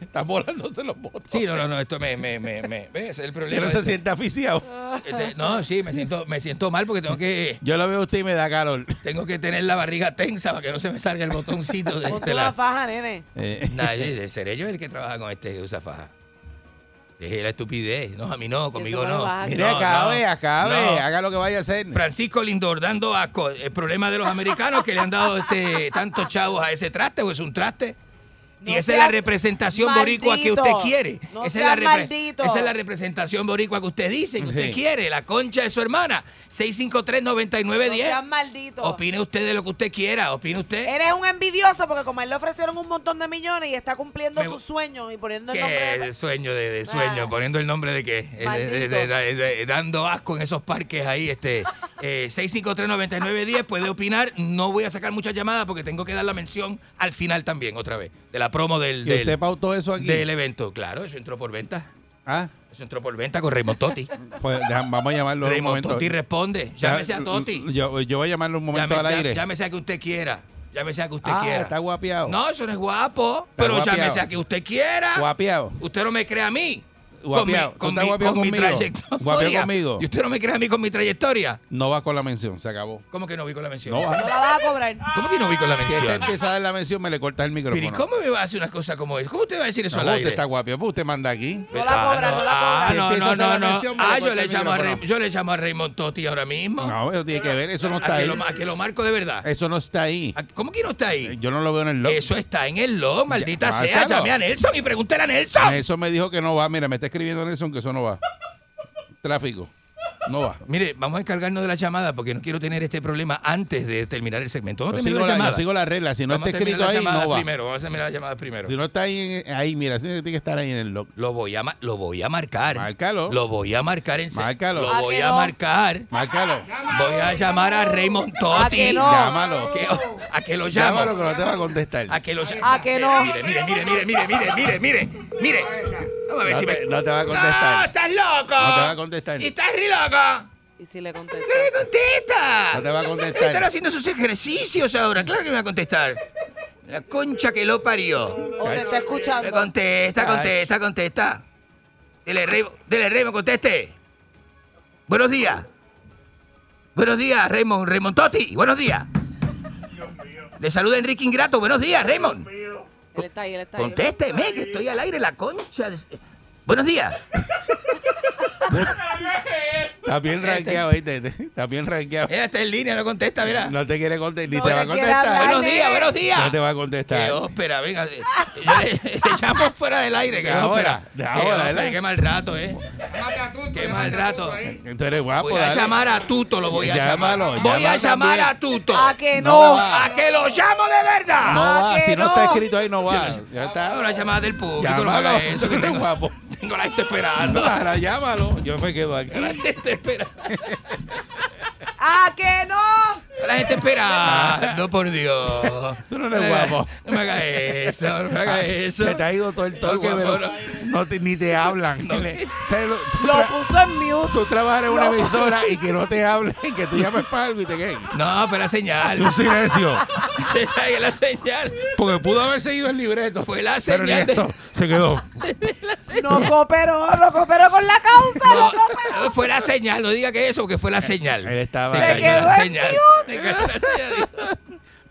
S5: Están volándose los botones. Sí, no, no, no, esto me... me, me, me- ¿ves? Ese es el
S3: Pero
S5: problema.
S3: no se siente aficiado.
S5: Este, no, sí, me siento, me siento mal porque tengo que...
S3: Yo lo veo a usted y me da calor.
S5: Tengo que tener la barriga tensa para que no se me salga el botoncito de,
S4: Ponte
S5: de la...
S4: una faja, nene.
S3: Eh.
S5: Nadie, de seré yo el que trabaja con este que usa faja. Deje la estupidez. No, a mí no, conmigo
S3: no lo
S5: no.
S3: va a hacer.
S5: No,
S3: Mire, acabe,
S5: no,
S3: acabe,
S5: no.
S3: haga lo que vaya a hacer.
S5: Francisco Lindor dando asco. El problema de los americanos que le han dado este tantos chavos a ese traste, o es un traste. Y
S11: No
S5: esa es la
S11: seas
S5: representación
S11: maldito.
S5: boricua que usted quiere.
S11: No
S5: esa,
S11: seas
S5: es la repre-
S11: maldito.
S5: esa es la representación boricua que usted dice, que usted
S11: Sí.
S5: quiere. La concha de su hermana. 653-9910.
S4: No seas maldito.
S5: Opine usted de lo que usted quiera. Opine usted.
S4: Eres un envidioso porque como a él le ofrecieron un montón de millones y está cumpliendo
S5: Me-
S4: sus sueños y poniendo el nombre
S5: ¿Qué sueño de, de sueño? Poniendo el nombre de qué? Eh, de- de- de- de- de- dando asco en esos parques ahí. Este, eh, 653-9910 puede opinar. No voy a sacar muchas llamadas porque tengo que dar la mención al final también, otra vez. De la promo del,
S3: ¿Y
S5: del-
S3: usted pautó eso aquí?
S5: del evento. Claro, eso entró por venta.
S3: ¿Ah?
S5: Eso entró por venta con Raymond Totti.
S3: Pues deja- vamos a llamarlo un
S5: Raymond
S3: momento.
S5: Totti responde. Llámese a Totti.
S3: Yo, yo voy a llamarlo un momento
S5: Llámese,
S3: al aire.
S5: a- llámese a que usted quiera. Llámese a que usted
S3: Ah,
S5: quiera.
S3: está guapiado.
S5: No, eso no es guapo. Pero
S3: guapiao.
S5: llámese a que usted quiera.
S3: Guapiao.
S5: Usted no me cree a mí.
S3: Guapiao, ¿tú
S5: con mi,
S3: estás guapiao
S5: con mi
S3: conmigo?
S5: trayectoria.
S3: Guapiao conmigo.
S5: ¿Y usted no me cree a mí con mi trayectoria?
S3: No vas con la mención, se acabó.
S5: ¿Cómo que no vi con la mención?
S3: No ah. vas. No
S11: la vas a cobrar.
S5: ¿Cómo que no vi con la
S3: Si usted
S5: mención?
S3: empieza a dar la mención, me le cortas el micrófono.
S5: Pero ¿y cómo me va a hacer una cosa como esa? ¿Cómo usted va a decir eso
S3: No,
S5: al
S3: usted
S5: aire?
S3: está Ah, guapio, pues usted manda aquí.
S5: No la cobra, no la cobra.
S3: Si
S5: no,
S3: empieza a
S5: no,
S3: hacer la
S5: no, no.
S3: mención, me
S5: Ah,
S3: corta
S5: yo le,
S3: el
S5: llamo a
S3: micrófono.
S5: Ray- yo le llamo a Raymond Totti ahora mismo.
S3: No, eso tiene que ver, eso no
S5: A
S3: está
S5: que
S3: ahí.
S5: lo- a que lo marco de verdad.
S3: Eso no está ahí. Eh,
S5: ¿Cómo que no está ahí?
S3: Yo no lo veo en el log.
S5: Eso está en el log, maldita
S3: Ya,
S5: sea.
S3: márcalo.
S5: Llame a Nelson y pregúntele a Nelson.
S3: Nelson me dijo que no va. Mira, me está escribiendo Nelson que eso no va. Tráfico. No va.
S5: Mire, vamos a encargarnos de la llamada porque no quiero tener este problema antes de terminar el segmento. Vamos a
S3: Yo
S5: terminar la
S3: sigo la- yo
S5: llamada.
S3: sigo la regla. Si no
S5: Vamos a
S3: está
S5: terminar
S3: escrito
S5: la
S3: ahí,
S5: llamada
S3: no va.
S5: Primero. Vamos a terminar la llamada primero.
S3: Si no está ahí, ahí mira, sí, tiene que estar ahí en el log.
S5: Lo voy a, ma- lo voy a marcar.
S3: Márcalo.
S5: Lo voy a marcar en se-
S3: Márcalo.
S5: Lo
S11: Ah,
S5: voy a
S3: no?
S5: marcar.
S3: Márcalo.
S5: Voy a llamar a Raymond
S11: Ah,
S5: Totti.
S3: ¿A que no? Llámalo.
S5: Que- oh, a que lo llamo.
S3: Llámalo que no te va a contestar.
S5: A que lo llamo.
S11: ¿A Ah, que no?
S5: Mire, mire, mire, mire, mire, mire, mire, mire. Mire. Vamos a ver
S3: No
S5: si
S3: te,
S5: me...
S3: no te va a
S5: ¡No,
S3: contestar.
S5: estás loco!
S3: No te va a contestar.
S5: ¡Y estás re loco!
S11: Y si le contestas.
S5: ¡No le contesta!
S3: No te va a
S5: Están
S3: contestar.
S5: haciendo sus ejercicios ahora. Claro que me va a contestar. La concha que lo parió.
S11: O te está escuchando.
S5: Eh, Contesta, contesta, contesta. Dele, Raymond, dele, Raymond, conteste. Buenos días. Buenos días, Raymond, Raymond Totti. Buenos días. Le saluda Enrique Ingrato. Buenos días, Raymond.
S11: Él está ahí, él está ahí.
S5: Contésteme, que estoy al aire, la concha. de- Buenos días.
S3: Está bien rankeado, ¿viste? Este, Está bien rankeado.
S5: Este. Ella está en línea, no contesta, mira.
S3: No te quiere contestar, ni
S5: No
S3: te
S5: te
S3: va a
S5: quiere
S3: contestar.
S5: hablar, Buenos días, nene. buenos días.
S3: No te va a
S5: Qué
S3: contestar.
S5: ópera, venga. eh, eh, Te llamo fuera del aire,
S3: De
S5: qué
S3: ahora,
S5: ópera.
S3: de
S5: Qué
S3: ahora,
S5: ópera,
S3: ¿verdad?
S5: Qué mal rato, eh. Qué mal rato.
S3: Tú eres guapo,
S5: Voy a
S3: dale.
S5: llamar a Tuto, lo voy a llamar.
S3: Llámalo,
S5: Voy a
S3: llama
S5: llamar
S3: también.
S5: a Tuto.
S11: ¿A que
S3: No
S11: no?
S3: va.
S5: A que lo llamo de verdad.
S3: No
S11: Ah,
S3: va,
S11: que
S3: si no
S11: no.
S3: está escrito ahí, no va. Ya está.
S5: Ahora llamada del público, no me
S3: Llámalo.
S5: haga eso, que
S3: Tú eres
S5: tengo,
S3: guapo.
S5: tengo la gente esperando.
S3: Ahora llámalo. Yo me quedo aquí.
S5: La gente esperando.
S11: ¿A que no?
S5: La gente esperando, por Dios.
S3: Tú no eres guapo.
S5: No me haga eso, no me haga eso.
S3: Se te ha ido todo el toque,
S5: Guapo,
S3: pero
S5: no.
S3: no te- ni te hablan. Le- se lo- tú,
S11: Lo
S3: tra-
S11: puso en mute.
S3: tú trabajas en una
S11: No.
S3: emisora y que no te hablen, que tú llames para algo y te quedes.
S5: No, pero la señal.
S3: Un silencio.
S5: Esa es la señal.
S3: Porque pudo haber seguido el libreto.
S5: Fue la
S3: Pero ni
S5: señal de-
S3: eso, se quedó.
S11: No cooperó, no cooperó con la causa, no, cooperó.
S5: No, fue la señal, no diga que eso, porque fue la señal.
S3: Él estaba
S5: Se
S3: ahí.
S5: cayó la
S11: Se quedó en
S5: señal. Se cayó la señal.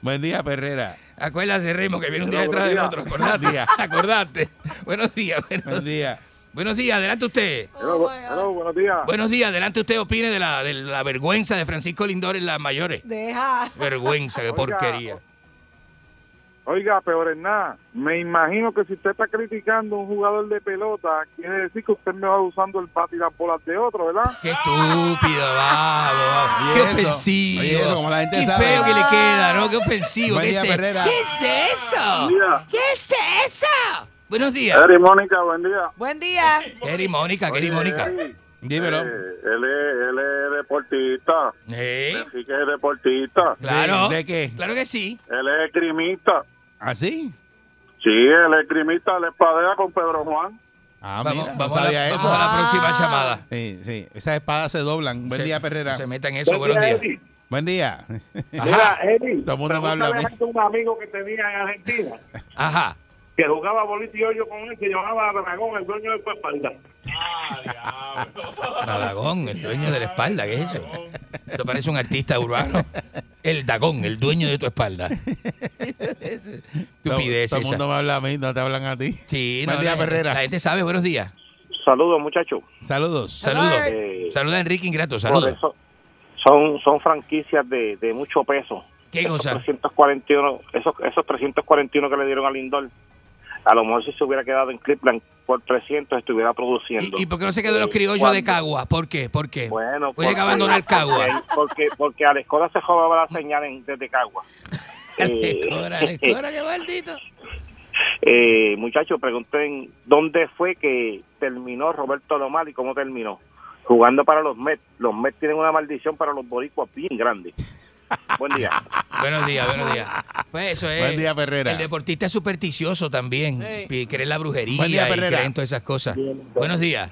S3: Buen día, Perrera.
S5: Acuérdate, Remo, que viene un día
S3: Buenos
S5: detrás del
S3: días.
S5: otro. Acordate,
S3: Buenos días.
S5: acordate. Buenos días.
S3: Buen
S5: Buenos,
S3: día.
S5: buenos días, adelante usted.
S17: buenos días.
S5: Buenos días, adelante usted opine de la, de la vergüenza de Francisco Lindor en las mayores.
S11: Deja.
S5: Vergüenza, qué
S17: Oiga.
S5: porquería.
S17: Oiga, peor es nada. Me imagino que si usted está criticando a un jugador de pelota, quiere decir que usted me va usando el pat y las bolas de otro, ¿verdad?
S5: Qué estúpido, vamos. Qué
S3: Oye, eso.
S5: ofensivo.
S3: Oye, eso, como la gente
S5: qué
S3: sabe.
S5: feo que le queda, ¿no? Qué ofensivo.
S3: Buen
S5: ¿Qué,
S3: día,
S5: es,
S3: Herrera.
S5: ¿Qué es eso?
S17: Mira.
S5: ¿Qué es eso? Buenos días.
S17: Eri, Mónica, buen día.
S11: Buen día.
S5: Eri Mónica, Eri
S17: Oye,
S5: Mónica.
S17: Eri,
S3: Dímelo.
S17: eh, él, es, él es deportista,
S5: Ey,
S17: sí que es deportista.
S5: Claro.
S3: ¿De, de qué?
S5: Claro que sí.
S17: Él es escrimista.
S3: ¿Así?
S17: Sí, él es escrimista, él espadea con Pedro Juan.
S3: Ah,
S5: vamos,
S3: mira,
S5: vamos
S3: no
S5: a la,
S3: sabía
S5: vamos
S3: eso.
S5: a la próxima
S11: Ah.
S5: llamada.
S3: Sí, sí. Esas espadas se doblan. Buen
S5: Se-
S3: día, Perrera.
S5: Se meta en eso, buenos días.
S3: Buen día.
S5: Ajá,
S17: Eri,
S3: Todo el mundo me habla a mí.
S17: pregúntale un amigo que tenía en Argentina
S5: ajá.
S17: que jugaba bolito y hoyo con él, que llamaba a Dragón, el dueño de tu espalda.
S5: Dagón, el dueño de la espalda, ¿qué es eso? Esto parece un artista urbano. El Dagón, el dueño de tu espalda.
S3: Todo
S5: Estupidez
S3: todo el mundo
S5: esa.
S3: me habla a mí, no te hablan a ti.
S5: Sí,
S3: Buen
S5: no,
S3: día,
S5: la-
S3: Perrera.
S5: La gente sabe, buenos días.
S17: Saludos, muchachos.
S3: Saludos.
S5: Saludos.
S17: Eh,
S5: Saluda a Enrique Ingrato,
S17: Por
S5: saludos.
S17: eso son, son franquicias de, de mucho peso.
S5: ¿Qué
S17: Esos
S5: cosa?
S17: 341, esos, esos 341 que le dieron a Lindor, a lo mejor si se hubiera quedado en Cleveland por 300 estuviera produciendo.
S5: ¿Y, y por qué no se quedó los
S17: Eh,
S5: criollos
S17: ¿cuándo?
S5: de Cagua? ¿Por qué? ¿Por qué?
S17: Bueno, pues.
S5: Oye, que abandonar Cagua.
S17: Porque, porque a la escuela se jodaba la señal en- desde Cagua. Eh,
S5: Cobra, le cobra, qué maldito.
S17: eh, muchachos, pregunten dónde fue que terminó Roberto Lomar y cómo terminó. Jugando para los Mets. Los Mets tienen una maldición para los boricuas bien grande. Buen día.
S5: Buenos días, buenos días. Pues eso es.
S3: Buen día, Perrera.
S5: El deportista es supersticioso también.
S11: Sí.
S5: Y cree en la brujería
S3: Buen día,
S5: y
S3: Perrera.
S5: cree en todas esas cosas. Buenos días.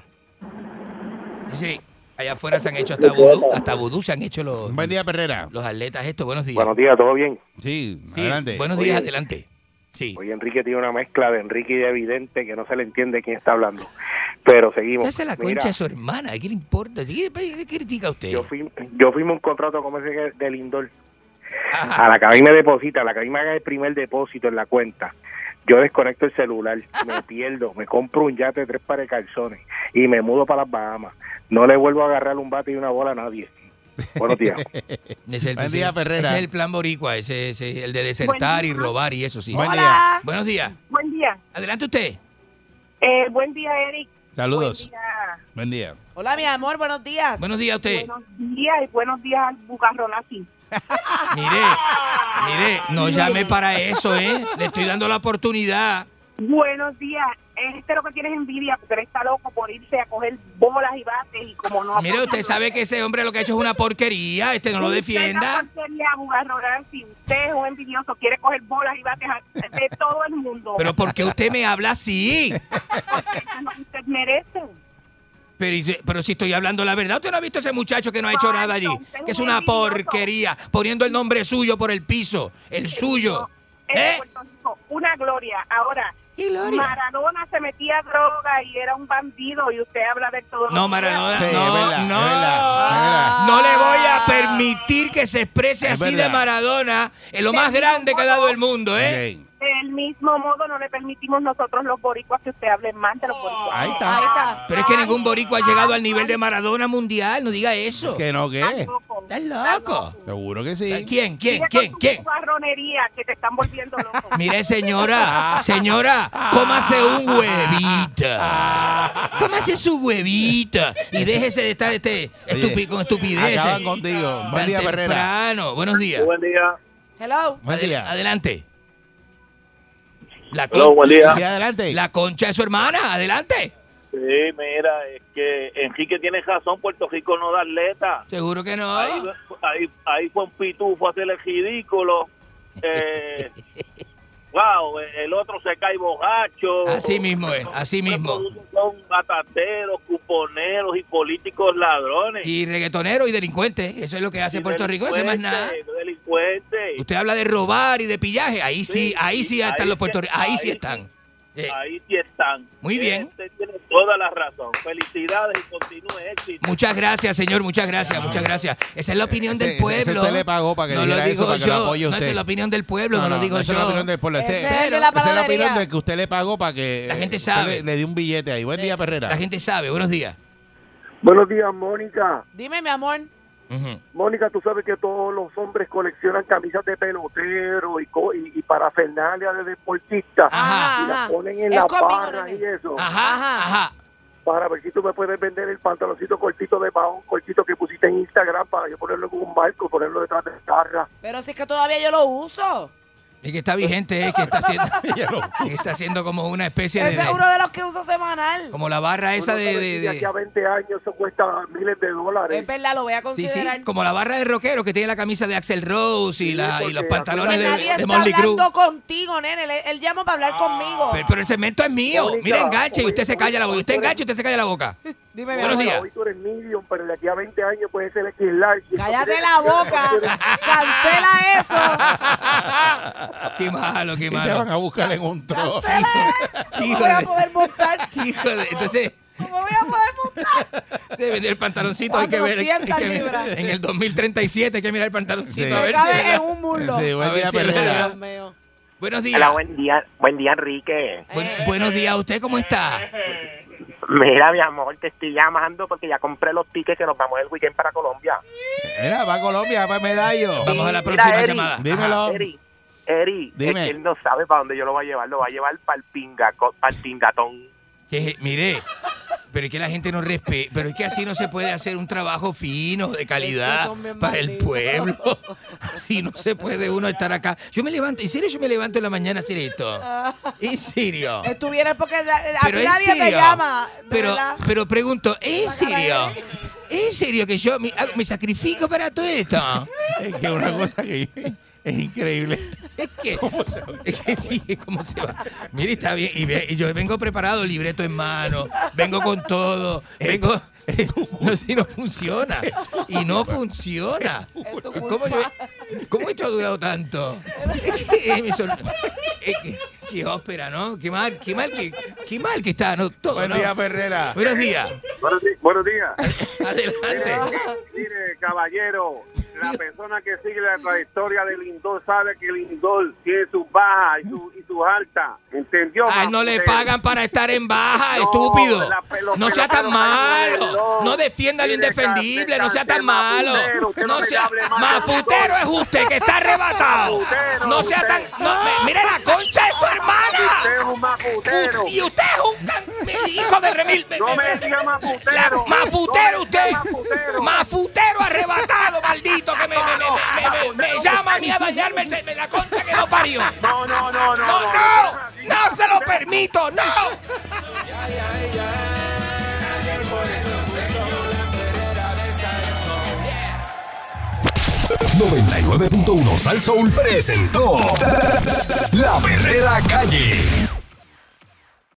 S5: Sí, allá afuera se han hecho hasta vudú. Hasta vudú se han hecho los,
S3: Buen día, Perrera.
S5: los atletas esto. Buenos días.
S18: Buenos días, ¿todo bien?
S3: Sí,
S5: Sí,
S3: adelante.
S5: Buenos días, adelante. Sí.
S18: Hoy Enrique tiene una mezcla de Enrique y de Evidente que no se le entiende quién está hablando.
S14: Pero seguimos.
S5: Hace la
S14: Mira,
S5: concha de su hermana. ¿Qué le importa? ¿Qué, qué critica usted?
S14: Yo, fui, yo firmé un contrato con ese del Lindor. A la que a mí me deposita, a la que a mí me haga el primer depósito en la cuenta. Yo desconecto el celular, me pierdo, me compro un yate de tres pares de calzones y me mudo para las Bahamas. No le vuelvo a agarrar un bate y una bola a nadie. Buenos días.
S5: Ese es el,
S14: Buen
S5: ese-
S14: día, Perrera.
S5: ese es el plan boricua, ese es el de desertar y robar y eso sí.
S12: Buen Hola. día.
S5: Buenos días.
S12: Buen día.
S5: Adelante usted.
S12: Eh, buen día, Eric.
S3: Saludos.
S12: Hola.
S3: Buen día.
S4: Hola, mi amor, buenos días.
S5: Buenos días a usted.
S12: Buenos días y buenos días al bucarrón así.
S5: Mire, mire, no llame para eso, ¿eh? Le estoy dando la oportunidad.
S12: Buenos días. Este lo que tienes envidia porque él está loco por irse a coger bolas y bates y como no.
S5: Mire, usted sabe que ese hombre lo que ha hecho es una porquería, este no lo defienda.
S12: Si usted es un envidioso, quiere coger bolas y bates a- de todo el mundo.
S5: Pero ¿por qué usted me habla así?
S12: Eso es lo que usted merece.
S5: Pero, y si- pero si estoy hablando la verdad, usted no ha visto a ese muchacho que no ha hecho nada allí, que es una porquería, poniendo el nombre suyo por el piso, el suyo.
S12: Es
S11: Eh.
S12: de Puerto Rico, una gloria. Ahora,
S5: gloria.
S12: Maradona se metía droga y era un bandido y usted habla de todo.
S5: No, Maradona, no, no, no le voy a permitir que se exprese
S12: Es
S5: así de
S12: verdad.
S5: Maradona, en lo más grande que ha dado el mundo, ¿eh?
S12: Del mismo modo no le permitimos nosotros los boricuas que usted hable más
S11: Oh,
S12: de los boricuas.
S5: Ahí está. Pero es que ningún boricua ha llegado al nivel de Maradona mundial, no diga eso.
S3: Que no, que.
S5: ¿Estás loco?
S3: Seguro que sí.
S5: ¿Quién, quién,
S12: Sigue
S5: quién,
S12: con tu
S5: quién?
S12: guarronería, que te están volviendo loco.
S5: Mire, señora, señora, cómase un Ah, huevita. Cómase su huevita y déjese de estar este estupi con estupideces.
S3: acaban contigo. Buen
S5: Tan
S3: día, Herrera.
S5: temprano. Buenos días.
S19: Buen día.
S4: Hello.
S3: Buen
S5: Adel-
S3: día.
S5: Adelante. La
S19: Hello, buen día.
S3: Sí, adelante.
S5: La concha de su hermana, adelante.
S19: Sí, mira, es que Enrique tiene razón, Puerto Rico no da atleta.
S5: Seguro que no.
S19: Ahí, ahí, ahí fue un pitufo a hacer el ridículo. Eh, wow, el otro se cae borracho.
S5: Así mismo es, así mismo.
S19: Son batateros, cuponeros y políticos ladrones.
S5: Y reggaetonero y delincuente, eso es lo que hace Puerto Rico, eso es más nada.
S19: Delincuentes.
S5: Usted habla de robar y de pillaje, ahí sí, ahí sí
S19: ahí
S5: están los
S19: sí-
S5: puertorriqueños, ahí sí
S19: ahí
S5: están.
S19: Ahí sí están.
S5: eh. Muy bien.
S19: Usted tiene toda la razón. Felicidades y continúe éxito.
S5: Muchas gracias, señor, muchas gracias, muchas gracias. Esa es la opinión
S3: Ese-
S5: del
S3: ese-
S5: pueblo.
S3: ese usted le pagó para que
S5: no
S3: dijera
S5: lo digo
S3: eso, para que lo
S5: yo.
S3: apoye
S5: No, esa
S3: usted.
S5: es la opinión del pueblo, no, lo digo yo.
S3: esa es la opinión del pueblo. Ese-
S5: Ese es el de la
S3: esa es la opinión
S5: palabrería.
S3: de que usted le pagó para que.
S5: La gente
S3: usted
S5: sabe.
S3: Le, le dio un billete ahí. Buen día, Perrera.
S5: La gente sabe, buenos días.
S14: Buenos días, Mónica.
S4: Dime, mi amor.
S14: Mónica, tú sabes que todos los hombres coleccionan camisas de pelotero y, co- y, y parafernalia de deportistas. y las ponen en
S4: Es
S14: la
S4: conmigo,
S14: barra y eso. Para ver si tú me puedes vender el pantaloncito cortito de un cortito que pusiste en Instagram para yo ponerlo en un barco, ponerlo detrás de la barra.
S4: Pero si es que todavía yo lo uso.
S5: Es que está vigente, es que está haciendo, que está haciendo como una especie de,
S4: Ese es
S5: de-
S4: uno de los que uso semanal.
S5: como la barra esa
S4: Uno
S5: de,
S4: sabe
S5: de-
S4: si de
S5: de-
S4: aquí a-
S14: A 20 años eso cuesta miles de dólares.
S4: Es verdad, lo voy a
S5: sí, sí,
S4: considerar.
S5: como la barra de rockero que tiene la camisa de Axel Rose y, la, y los pantalones
S4: Porque
S5: de,
S4: nadie
S5: de
S4: está
S5: Motley Crue.
S4: hablando contigo, nene. Él, él llama para hablar conmigo.
S5: Pero, pero el cemento es mío.
S14: Mónica,
S5: Mira, enganche y
S14: hoy-
S5: usted se calla la boca.
S14: hoy
S5: Usted
S14: tú eres-
S5: enganche y usted se calla la boca.
S4: Dime,
S5: Buenos días.
S14: Hoy tú eres medium, pero de aquí a 20 años puedes ser el large.
S4: Cállate la boca. Cancela eso.
S5: Qué malo, qué
S3: Y te
S5: malo.
S3: van a buscar en un trozo.
S4: No voy a poder montar.
S5: Hijo de- entonces,
S4: No voy a poder montar.
S5: se vendió el pantaloncito. Hay que ver. hay que
S4: 400
S5: ver-
S4: libras.
S5: en el 2037 hay que mirar el pantaloncito. A
S3: Sí. Me
S5: ver si,
S4: Cabe en un muslo.
S3: Sí, buen
S5: a ver
S3: día,
S5: si es
S3: Perrera.
S5: verdad. Buenos días.
S19: Hola, buen día, buen día, Enrique.
S5: Buen- buenos días. ¿Usted cómo está?
S19: Mira, mi amor, te estoy llamando porque ya compré los tickets que nos vamos el weekend para Colombia.
S3: Mira, va a Colombia, va a Medallo.
S5: Vamos a la
S19: Mira,
S5: próxima
S19: Eri,
S5: llamada.
S3: Dímelo.
S19: Eri, Eri, es
S3: Dime.
S19: que él no sabe para dónde yo lo voy a llevar, lo va a llevar para el pinga, para el pingatón.
S5: Que- mire, pero es que la gente no respeta. Pero es que así no se puede hacer un trabajo fino, de calidad,
S4: son bien
S5: para el
S4: malditos.
S5: pueblo. Así no se puede uno estar acá. Yo me levanto, en serio, yo me levanto en la mañana a hacer esto. En serio.
S4: Estuvieras porque eh, a- a
S5: Pero
S4: ti
S5: en
S4: nadie te
S5: serio.
S4: llama. de
S5: Pero,
S4: verdad.
S5: pero pregunto, ¿en serio? ¿En serio que yo me, ah, me sacrifico para todo esto?
S3: Es que una cosa que es increíble.
S5: Es que, es que sí, ¿cómo se va? Mire, está bien. Y, ve- y yo vengo preparado, libreto en mano, vengo con todo, vengo. No, si no funciona. Y no funciona. ¿Cómo, yo- cómo esto ha durado tanto? Es que, eh, me sor- es que-
S11: Qué ópera, ¿no? Qué mal, qué mal, que- qué, mal que está, ¿no? Todo,
S5: Buen
S11: ¿no?
S5: día, Ferrera.
S11: Buenos días.
S13: Buenos, di- buenos días.
S11: Adelante.
S13: Mire, caballero, la persona que sigue la trayectoria de Lindor sabe que Lindor tiene sus bajas y, su- y sus altas. ¿Entendió?
S11: A él no le pagan para estar en baja, estúpido.
S13: la pe- los
S11: No sea tan
S13: peloteros
S11: malo.
S13: no.
S11: No defienda lo
S13: Mire,
S11: indefendible.
S13: cante,
S11: No sea
S13: cante,
S11: tan malo.
S13: mafutero, usted no
S11: No
S13: me
S11: sea
S13: hable más de
S11: mafutero es usted que está arrebatado.
S13: Mafutero,
S11: No sea
S13: usted.
S11: tan. no, me- mire la concha de su
S13: Usted es
S11: hermana.
S13: un mafutero.
S11: Y usted es un can- hijo del remil.
S13: No me diga mafutero.
S11: La- mafutero
S13: No me
S11: usted.
S13: diga mafutero.
S11: Mafutero arrebatado, maldito, que me, me- me- me- me- me llama a mí a dañarme el- me- la concha que lo parió.
S13: No, no, no, no.
S11: No, no, no se lo permito, no.
S20: Yeah.
S1: 99.1 Sal Soul presentó La Verdadera Calle.